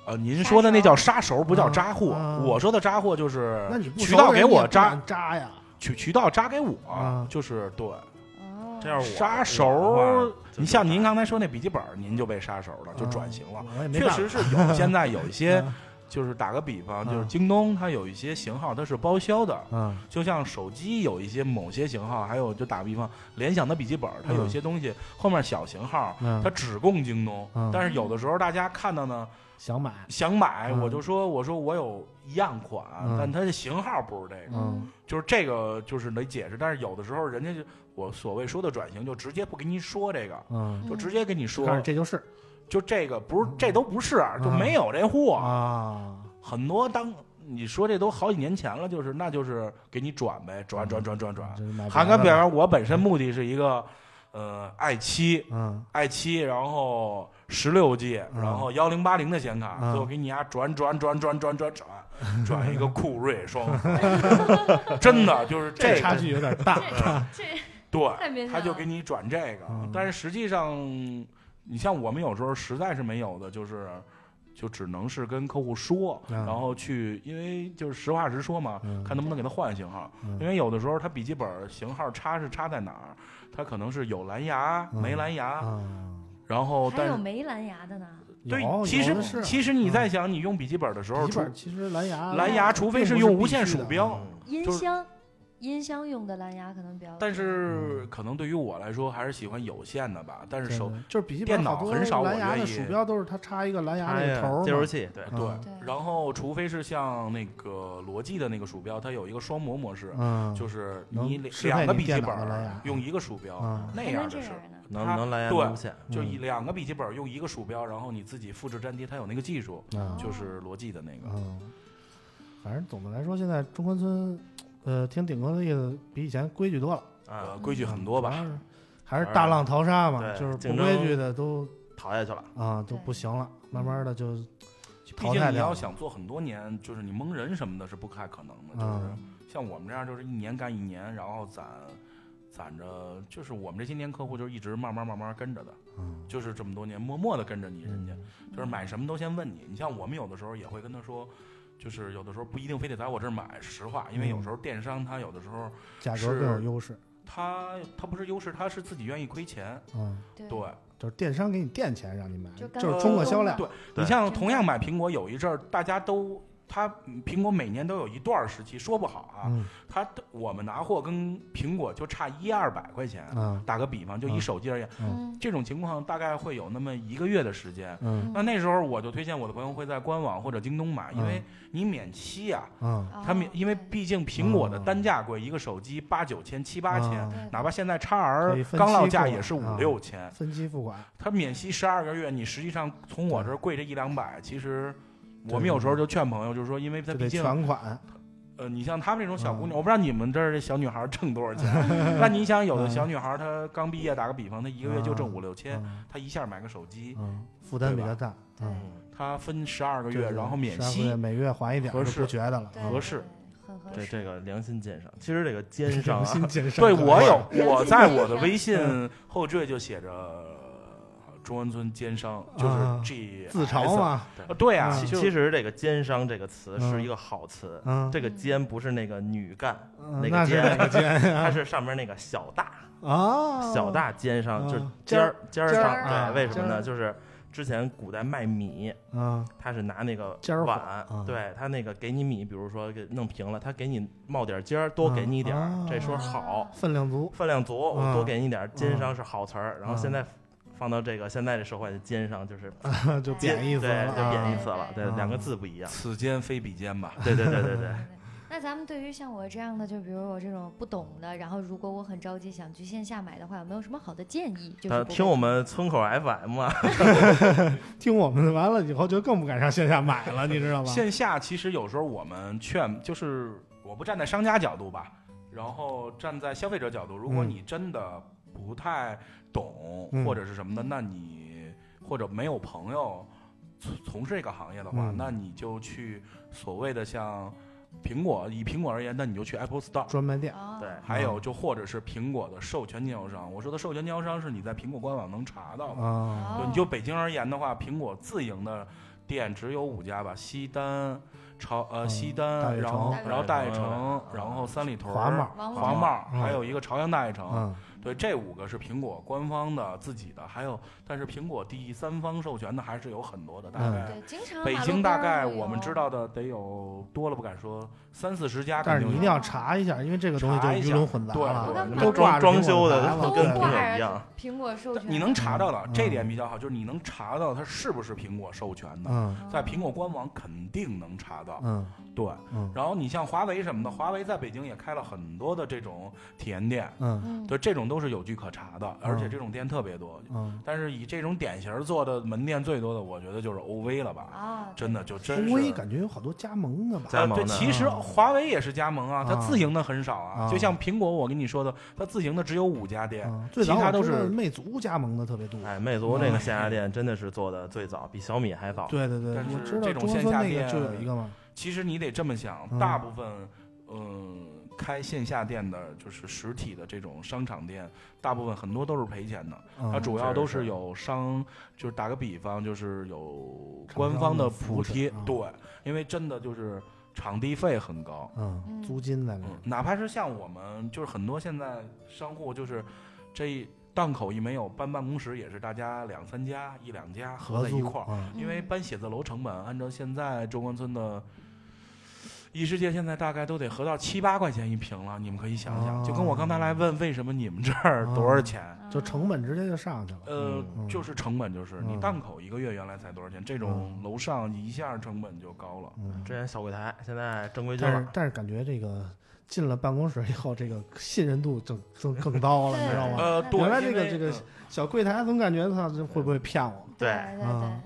Speaker 4: 呃，您说的那叫杀手，不叫
Speaker 2: 嗯
Speaker 4: 扎货。
Speaker 2: 嗯
Speaker 4: 我说的扎货就是，
Speaker 2: 那你不
Speaker 4: 渠
Speaker 2: 熟
Speaker 4: 道
Speaker 2: 的
Speaker 4: 给
Speaker 2: 人
Speaker 4: 我
Speaker 2: 也不
Speaker 4: 扎
Speaker 2: 敢扎呀？
Speaker 4: 渠渠道扎给我，
Speaker 2: 嗯
Speaker 4: 就是对。
Speaker 1: 哦，
Speaker 3: 这要是我
Speaker 4: 杀手
Speaker 3: 我的话就
Speaker 4: 你像您刚才说那笔记本，您就被杀手了，就
Speaker 2: 啊
Speaker 4: 转型了。，
Speaker 2: 我也没
Speaker 4: 确
Speaker 2: 办
Speaker 4: 实
Speaker 2: 法
Speaker 4: 是有，现 在有一些
Speaker 2: 嗯
Speaker 4: 就是打个比方，
Speaker 2: 嗯
Speaker 4: 就是京东它有一些型号它是包销的，
Speaker 2: 嗯
Speaker 4: 就像手机有一些某些型号，还有就打个比方，联想的笔记本它有
Speaker 2: 嗯
Speaker 4: 些东西后面小型号
Speaker 2: 嗯
Speaker 4: 它只供京东
Speaker 2: 嗯，
Speaker 4: 但是有的时候大家看到呢。
Speaker 2: 想买，
Speaker 4: 想买，
Speaker 2: 嗯
Speaker 4: 我就说我说我有一样款，
Speaker 2: 嗯
Speaker 4: 但它的型号不是这个，
Speaker 2: 嗯
Speaker 4: 就是这个就是得解释。但是有的时候人家就我所谓说的转型，就直接不跟您说这个，
Speaker 2: 嗯，
Speaker 4: 就直接跟你说
Speaker 2: 但是，这就是
Speaker 4: 就这个不是这都不是，
Speaker 2: 嗯
Speaker 4: 就没有这货。
Speaker 2: 啊，
Speaker 4: 很多当你说这都好几年前了，就是那就是给你转呗，
Speaker 2: 嗯
Speaker 4: 转转转转转。
Speaker 2: 这买
Speaker 4: 韩
Speaker 2: 别
Speaker 4: 哥，
Speaker 2: 的
Speaker 4: 比方我本身目的是一个呃 i 七，
Speaker 2: 嗯
Speaker 4: i 七，然后十六 G，
Speaker 2: 嗯
Speaker 4: 然后幺零八零的显卡，
Speaker 2: 嗯
Speaker 4: 最后给你丫转转转转转转转转 一个酷睿双核，真的就是
Speaker 2: 这
Speaker 4: 这
Speaker 2: 差
Speaker 4: 个，
Speaker 2: 距有点大，
Speaker 1: 这太
Speaker 4: 对，
Speaker 1: 变态
Speaker 4: 他
Speaker 1: 了
Speaker 4: 就给你转这个
Speaker 2: 嗯，
Speaker 4: 但是实际上，你像我们有时候实在是没有的，就是。就只能是跟客户说，
Speaker 2: 嗯
Speaker 4: 然后去，因为就是实话实说嘛，
Speaker 2: 嗯
Speaker 4: 看能不能给他换型号。
Speaker 2: 嗯
Speaker 4: 因为有的时候他笔记本型号差是差在哪儿，他可能是有蓝牙
Speaker 2: 嗯
Speaker 4: 没蓝牙，
Speaker 2: 啊，
Speaker 4: 然后
Speaker 1: 还
Speaker 4: 但是
Speaker 1: 有没蓝牙的呢？
Speaker 2: 有
Speaker 4: 对，其
Speaker 2: 有的
Speaker 4: 实
Speaker 2: 是啊嗯
Speaker 4: 其实你在想，你用笔记本的时候，
Speaker 2: 笔记
Speaker 4: 除
Speaker 2: 本其实蓝牙
Speaker 1: 啊
Speaker 4: 蓝牙，除非
Speaker 2: 并
Speaker 4: 是
Speaker 2: 不
Speaker 4: 用
Speaker 2: 必
Speaker 4: 无线
Speaker 2: 须
Speaker 4: 鼠
Speaker 2: 的啊
Speaker 4: 标，
Speaker 3: 嗯
Speaker 1: 音
Speaker 4: 就是
Speaker 1: 箱，音箱用的蓝牙可能比较多，
Speaker 4: 但是
Speaker 2: 嗯
Speaker 4: 可能对于我来说，还是喜欢有线的吧。但是手
Speaker 2: 对就是笔记
Speaker 4: 电
Speaker 2: 本
Speaker 4: 脑
Speaker 2: 好多
Speaker 4: 很少我
Speaker 2: 蓝牙的
Speaker 4: 愿意
Speaker 2: 鼠标都是它插一个蓝
Speaker 3: 哎
Speaker 2: 牙那个头儿
Speaker 3: 接收
Speaker 2: 嘛，
Speaker 3: 器，
Speaker 4: 对
Speaker 2: 啊
Speaker 4: 对
Speaker 1: 对，
Speaker 4: 然后除非是像那个罗技的那个鼠标，它有一个双模模式，
Speaker 2: 嗯，
Speaker 4: 就是
Speaker 2: 能
Speaker 4: 你两
Speaker 2: 适配
Speaker 4: 两个
Speaker 2: 你
Speaker 4: 笔记
Speaker 2: 电
Speaker 4: 本
Speaker 2: 脑的蓝
Speaker 4: 儿
Speaker 2: 牙
Speaker 4: 用一个鼠标
Speaker 2: 嗯，
Speaker 4: 那
Speaker 1: 还
Speaker 4: 样
Speaker 1: 能这
Speaker 4: 的是
Speaker 1: 样。呢？
Speaker 3: 能
Speaker 4: 它
Speaker 3: 能蓝牙
Speaker 4: 对
Speaker 3: 无线，
Speaker 4: 就一
Speaker 2: 嗯
Speaker 4: 两个笔记本儿用一个鼠标，然后你自己复制粘贴，它有那个技术，
Speaker 2: 嗯
Speaker 4: 就是罗技的那个。
Speaker 2: 嗯，反正总的来说，现在中关村，呃，听顶哥的意思，比以前规矩多了，
Speaker 3: 啊
Speaker 4: 呃，，规矩很多
Speaker 2: 主
Speaker 4: 吧
Speaker 2: 要？是还是大浪淘沙嘛，
Speaker 3: 对
Speaker 2: 就是不
Speaker 3: 竞争
Speaker 2: 规矩的都
Speaker 3: 淘下去了。
Speaker 2: 啊都不行了，慢慢的就
Speaker 4: 毕
Speaker 2: 淘
Speaker 4: 竟
Speaker 2: 汰
Speaker 4: 你
Speaker 2: 掉
Speaker 4: 要
Speaker 2: 了
Speaker 4: 想做很多年，就是你蒙人什么的是不太可能的。
Speaker 2: 啊嗯
Speaker 4: 就是像我们这样，就是一年干一年，然后攒攒着，就是我们这些年客户就是一直慢慢慢慢跟着的，
Speaker 2: 嗯，
Speaker 4: 就是这么多年默默的跟着你，人家就是
Speaker 1: 嗯
Speaker 4: 买什么都先问你。你像我们有的时候也会跟他说。就是有的时候不一定非得在我这儿买，实话，因
Speaker 2: 嗯
Speaker 4: 为有时候电商他有的时候
Speaker 2: 价格更有
Speaker 4: 是
Speaker 2: 优势，
Speaker 4: 他他不是优势，他是自己愿意亏钱。
Speaker 2: 嗯，
Speaker 1: 对
Speaker 4: 对，
Speaker 2: 就是电商给你垫钱让你买，
Speaker 1: 就
Speaker 2: 就
Speaker 1: 刚
Speaker 2: 是冲个销量，
Speaker 4: 对
Speaker 3: 对
Speaker 4: 你像同样买苹果，有一阵儿大家都，它苹果每年都有一段儿时期，说不好啊，
Speaker 2: 嗯
Speaker 4: 它我们拿货跟苹果就差一二百块钱，
Speaker 2: 啊
Speaker 4: 打个比方，就以
Speaker 2: 嗯
Speaker 4: 手机而言，
Speaker 1: 嗯，
Speaker 4: 这种情况大概会有那么一个月的时间。
Speaker 2: 嗯
Speaker 4: 那那时候我就推荐我的朋友会在官网或者京东买，因为
Speaker 2: 嗯
Speaker 4: 你免息啊，
Speaker 2: 嗯，
Speaker 1: 哦
Speaker 4: 他们因为
Speaker 1: 对
Speaker 4: 毕竟苹果的
Speaker 2: 嗯
Speaker 4: 单价贵，一个手机八九千、七八千，
Speaker 2: 啊
Speaker 4: 哪怕现在
Speaker 2: 可以
Speaker 4: XR
Speaker 2: 分
Speaker 4: 刚落
Speaker 2: 期
Speaker 4: 价
Speaker 2: 购
Speaker 4: 也是
Speaker 2: 啊
Speaker 4: 五六千，
Speaker 2: 分期付款，
Speaker 4: 他免息十二个月，你实际上从我这儿贵这一两百，其实我们有时候就劝朋友，就是说，因为他
Speaker 2: 就
Speaker 4: 毕
Speaker 2: 得
Speaker 4: 竟，
Speaker 2: 全嗯款，
Speaker 4: 呃，你像他们这种小姑娘，我不知道你们这儿这小女孩挣多 少钱，那你想，有的小女孩她刚毕业，打个比方，她一个月就挣五六千，
Speaker 2: 嗯
Speaker 4: 她一下买个手机，
Speaker 2: 嗯，负担比较大，
Speaker 1: 对
Speaker 2: 嗯，
Speaker 4: 她分十二个
Speaker 2: 对
Speaker 4: 月，
Speaker 2: 对
Speaker 4: 然后免
Speaker 2: 12个月
Speaker 4: 息，
Speaker 2: 每月还一点儿
Speaker 4: 合
Speaker 2: 就
Speaker 4: 适
Speaker 2: 不觉得了，
Speaker 1: 对
Speaker 2: 嗯
Speaker 4: 合适，
Speaker 1: 对很合
Speaker 3: 对
Speaker 1: 适。
Speaker 3: 这个良心奸商，其实这个奸商
Speaker 2: 良心
Speaker 3: 啊，
Speaker 2: 奸商
Speaker 4: 对
Speaker 2: 可能
Speaker 4: 我
Speaker 2: 是
Speaker 4: 有，我
Speaker 1: 良心
Speaker 4: 在
Speaker 1: 奸
Speaker 4: 我 的
Speaker 1: 商
Speaker 4: 微
Speaker 2: 嗯
Speaker 4: 信后缀就写着呃中关村奸商，就是
Speaker 2: 啊
Speaker 4: G
Speaker 2: 自嘲？嘛，
Speaker 4: 呃对啊，
Speaker 2: 嗯
Speaker 3: 其
Speaker 4: 就
Speaker 3: 其实这个奸商这个词是
Speaker 2: 嗯
Speaker 3: 一个好词，
Speaker 2: 嗯，
Speaker 3: 这个奸不是那个女干，
Speaker 2: 嗯
Speaker 3: 哪个
Speaker 2: 那是
Speaker 3: 奸
Speaker 2: 哪个奸
Speaker 3: 它
Speaker 2: 啊？
Speaker 3: 是上面那个小大
Speaker 2: 啊，
Speaker 3: 小大奸商，就是
Speaker 2: 啊
Speaker 3: 尖儿尖儿
Speaker 2: 尖
Speaker 1: 儿
Speaker 3: 上，
Speaker 2: 啊
Speaker 3: 对，为什么
Speaker 2: 尖儿
Speaker 3: 呢？就是之前古代卖米，
Speaker 2: 啊，
Speaker 3: 他是拿那个
Speaker 2: 尖儿火
Speaker 3: 碗
Speaker 2: 嗯，
Speaker 3: 对他那个给你米，比如说给弄平了，他给你冒点尖儿，多给你点儿
Speaker 2: 嗯，
Speaker 3: 这说
Speaker 1: 哦
Speaker 3: 好，
Speaker 2: 分量足，
Speaker 3: 分量足，我
Speaker 2: 嗯
Speaker 3: 多给你点儿，奸商是好词儿。然后
Speaker 2: 嗯
Speaker 3: 现在放到这个现在这社会，奸商 就是
Speaker 2: 就
Speaker 1: 对
Speaker 2: 贬义词
Speaker 3: 对，
Speaker 2: 了，
Speaker 3: 就贬义
Speaker 2: 啊
Speaker 3: 词了，对，
Speaker 2: 嗯
Speaker 3: 两个字不一样。
Speaker 4: 此奸非彼奸吧。
Speaker 3: 对对对 对对
Speaker 1: 对。那咱们对于像我这样的，就比如我这种不懂的，然后如果我很着急想去线下买的话，有没有什么好的建议？就是
Speaker 3: 他
Speaker 1: 不哦
Speaker 3: 听我们村口 FM 啊，
Speaker 2: 听我们的完了以后就更不敢上线下买了，你知道吧？
Speaker 4: 线下其实有时候我们劝，就是我不站在商家角度吧，然后站在消费者角度，如果
Speaker 2: 嗯
Speaker 4: 你真的不太懂、
Speaker 2: 嗯
Speaker 4: 或者是什么的，那你或者没有朋友从从事这个行业的话，
Speaker 2: 嗯
Speaker 4: 那你就去所谓的像苹果，以苹果而言，那你就去 Apple Store。
Speaker 2: 专卖店，
Speaker 1: 哦
Speaker 3: 对，
Speaker 2: 嗯
Speaker 4: 还有就或者是苹果的授权经销商，我说的授权经销商是你在苹果官网能查到
Speaker 2: 啊，
Speaker 4: 的，
Speaker 1: 哦
Speaker 4: 对，你就北京而言的话，苹果自营的店只有五家吧，西单、朝呃
Speaker 2: 嗯
Speaker 4: 西
Speaker 2: 大
Speaker 4: 单，
Speaker 2: 悦嗯
Speaker 4: 然后
Speaker 1: 城
Speaker 4: 然后大悦
Speaker 3: 大悦
Speaker 4: 城
Speaker 3: 城，
Speaker 4: 然后三里屯、
Speaker 2: 华茂，
Speaker 1: 王
Speaker 4: 华
Speaker 1: 某
Speaker 4: 茂，
Speaker 2: 嗯
Speaker 4: 还有一个朝阳大悦城。
Speaker 2: 嗯
Speaker 4: 对，这五个是苹果官方的自己的，还有但是苹果第三方授权的还是有很多的，大
Speaker 2: 嗯
Speaker 4: 概
Speaker 1: 对，经常
Speaker 4: 北
Speaker 1: 马路
Speaker 4: 京
Speaker 1: 边
Speaker 4: 大
Speaker 1: 儿
Speaker 4: 概
Speaker 1: 就有
Speaker 4: 我们知道的得有多了不敢说三四十家，
Speaker 2: 但
Speaker 4: 肯
Speaker 2: 是
Speaker 4: 定
Speaker 2: 你一定
Speaker 4: 有
Speaker 2: 要查一下，因为这个东西就
Speaker 4: 查一下
Speaker 2: 鱼龙混杂
Speaker 4: 对
Speaker 2: 了，
Speaker 4: 对
Speaker 2: 都挂着苹果
Speaker 3: 装装修的
Speaker 2: 牌
Speaker 3: 都
Speaker 2: 了
Speaker 3: 跟
Speaker 2: 对
Speaker 3: 苹果一样，
Speaker 1: 苹果授权，
Speaker 4: 你能查到的
Speaker 2: 嗯，
Speaker 4: 这点比较好，就是你能查到它是不是苹果授权的，
Speaker 2: 嗯
Speaker 4: 在苹果官网肯定能查到。
Speaker 2: 嗯
Speaker 4: 对，
Speaker 2: 嗯
Speaker 4: 然后你像华为什么的，华为在北京也开了很多的这种体验店，
Speaker 2: 嗯
Speaker 1: 嗯，
Speaker 4: 对，这种都是有据可查的，而且
Speaker 2: 嗯
Speaker 4: 这种店特别多。
Speaker 2: 嗯，
Speaker 4: 但是以这种典型儿做的门店最多的，我觉得就是 OV 了吧，
Speaker 1: 啊，
Speaker 4: 真的
Speaker 1: 对
Speaker 4: 就真
Speaker 2: 中威
Speaker 4: 是。
Speaker 2: 感觉有好多加盟的吧？
Speaker 3: 加
Speaker 4: 呃，
Speaker 3: 盟
Speaker 4: 对，
Speaker 3: 的
Speaker 4: 其实
Speaker 2: 嗯
Speaker 4: 华为也是加盟啊，它
Speaker 2: 啊
Speaker 4: 自营的很少啊。
Speaker 2: 啊
Speaker 4: 就像苹果，我跟你说的，它自营的只有五家店，
Speaker 2: 嗯，最早
Speaker 4: 其他
Speaker 2: 我
Speaker 4: 都
Speaker 2: 知道
Speaker 4: 是
Speaker 2: 魅族加盟的特别多，
Speaker 3: 哎，魅族这个线下店真的是做的最早，比小米还早。
Speaker 2: 对对对，
Speaker 4: 但
Speaker 2: 我
Speaker 4: 是
Speaker 2: 知道
Speaker 4: 这种
Speaker 2: 中关
Speaker 4: 线
Speaker 2: 村
Speaker 4: 下
Speaker 2: 那个
Speaker 4: 店
Speaker 2: 就有一个嘛，
Speaker 4: 其实你得这么想，
Speaker 2: 嗯
Speaker 4: 大部分，嗯，开线下店的，就是实体的这种商场店，大部分很多都是赔钱的。它
Speaker 2: 嗯
Speaker 4: 啊主要都
Speaker 3: 是
Speaker 4: 是
Speaker 3: 是
Speaker 4: 有商，就是打个比方，就是有
Speaker 2: 厂
Speaker 4: 官
Speaker 2: 商
Speaker 4: 方
Speaker 2: 的
Speaker 4: 的
Speaker 2: 扶
Speaker 4: 补
Speaker 2: 持
Speaker 4: 贴
Speaker 2: 啊，
Speaker 4: 对，因为真的就是场地费很高，
Speaker 2: 嗯，租金在里面
Speaker 4: 嗯，，哪怕是像我们就是很多现在商户就是这档口一没有搬办公室，也是大家两三家一两家合在一块儿，
Speaker 2: 啊，
Speaker 4: 因为
Speaker 1: 嗯
Speaker 4: 搬写字楼成本按照现在中关村的异世界现在大概都得合到七八块钱一瓶了，你们可以想想，就跟我刚才
Speaker 2: 哦
Speaker 4: 来问为什么你们这儿多少钱，
Speaker 1: 嗯
Speaker 2: 就成本直接就上去了。
Speaker 4: 呃，
Speaker 2: 嗯
Speaker 4: 就是成本，就是你
Speaker 2: 嗯
Speaker 4: 档口一个月原来才多少钱，这种
Speaker 2: 嗯
Speaker 4: 楼上一下成本就高了。
Speaker 2: 嗯，
Speaker 3: 之前小柜台，现在正规军
Speaker 2: 但是
Speaker 3: 了。
Speaker 2: 但是感觉这个进了办公室以后，这个信任度就更更高了，
Speaker 1: 对
Speaker 2: 你知道吗？
Speaker 4: 呃，对，
Speaker 2: 原来这
Speaker 4: 因
Speaker 2: 个
Speaker 4: 为
Speaker 2: 这个
Speaker 4: 嗯
Speaker 2: 小柜台总感觉他这会不会骗我？
Speaker 1: 对
Speaker 3: 对
Speaker 1: 对对
Speaker 2: 嗯，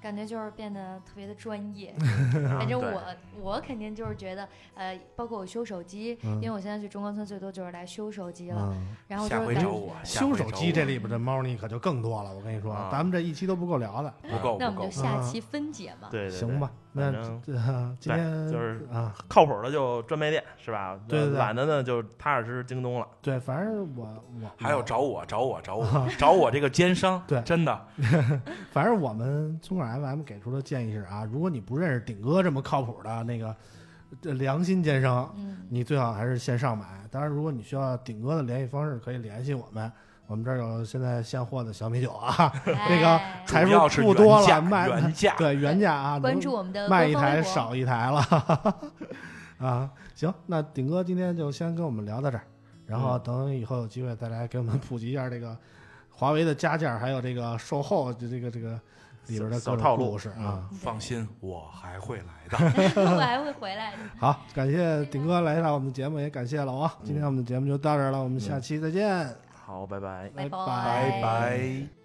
Speaker 1: 感觉就是变得特别的专 业。
Speaker 3: 啊
Speaker 1: 反正
Speaker 3: 对
Speaker 1: 我我肯定就是觉得，呃，包括我修手机，
Speaker 2: 嗯
Speaker 1: 因为我现在去中关村最多就是来修手机了，
Speaker 2: 嗯，
Speaker 1: 然后就
Speaker 4: 下
Speaker 1: 会
Speaker 4: 回
Speaker 1: 感
Speaker 4: 找
Speaker 1: 觉
Speaker 4: 我，下
Speaker 2: 修
Speaker 4: 回
Speaker 2: 手
Speaker 4: 找
Speaker 2: 机
Speaker 4: 我
Speaker 2: 这里边的猫腻可就更多了，我跟你说，
Speaker 3: 啊
Speaker 2: 咱们这一期都不够聊的，
Speaker 4: 不够
Speaker 1: 那我
Speaker 4: 不够
Speaker 1: 们就，下期分解嘛。
Speaker 3: 对对，对
Speaker 2: 行，吧？那
Speaker 3: 反正
Speaker 2: 这呃今天
Speaker 3: 就是
Speaker 2: 啊，
Speaker 3: 靠谱的就专卖店是吧？
Speaker 2: 对对对
Speaker 3: 懒得呢就踏踏实实京东了。
Speaker 2: 对，反正我我
Speaker 4: 还有找我找我 找我找我这个奸商，
Speaker 2: 对
Speaker 4: 真的
Speaker 2: 反正我们村口 FM 给出的建议是啊，如果你不认识顶哥这么靠谱的那个这良心奸商，
Speaker 1: 嗯，
Speaker 2: 你最好还是线上买。当然，如果你需要顶哥的联系方式，可以联系我们。我们这儿有现在现货的小米酒啊，
Speaker 1: 那
Speaker 2: 个
Speaker 4: 主
Speaker 2: 财富
Speaker 4: 要是
Speaker 2: 不
Speaker 4: 原
Speaker 2: 多了
Speaker 4: 价
Speaker 2: 卖
Speaker 4: 原价，
Speaker 2: 对原价啊，
Speaker 1: 哎关
Speaker 2: 能
Speaker 1: 注我们的
Speaker 2: 卖
Speaker 1: 官
Speaker 2: 一
Speaker 1: 方微
Speaker 2: 台
Speaker 1: 博
Speaker 2: 少一台了。 啊，行，那顶哥今天就先跟我们聊到这儿，然
Speaker 3: 嗯
Speaker 2: 后等以后有机会再来给我们普及一下这个华为的加价，还有这个售后这这个这个里边的
Speaker 3: 小
Speaker 2: 各
Speaker 3: 小套
Speaker 2: 种
Speaker 3: 路
Speaker 2: 故事
Speaker 3: 嗯
Speaker 2: 啊。
Speaker 4: 放心，我还会来的。
Speaker 1: 我还会回来的。
Speaker 2: 好，感谢顶哥来到我们的节目，也感谢老王。今天我们的节目就到这儿了，我们下期再见，
Speaker 3: 好，拜拜。
Speaker 4: 哎
Speaker 1: 拜
Speaker 2: 拜
Speaker 1: 拜
Speaker 4: 拜拜。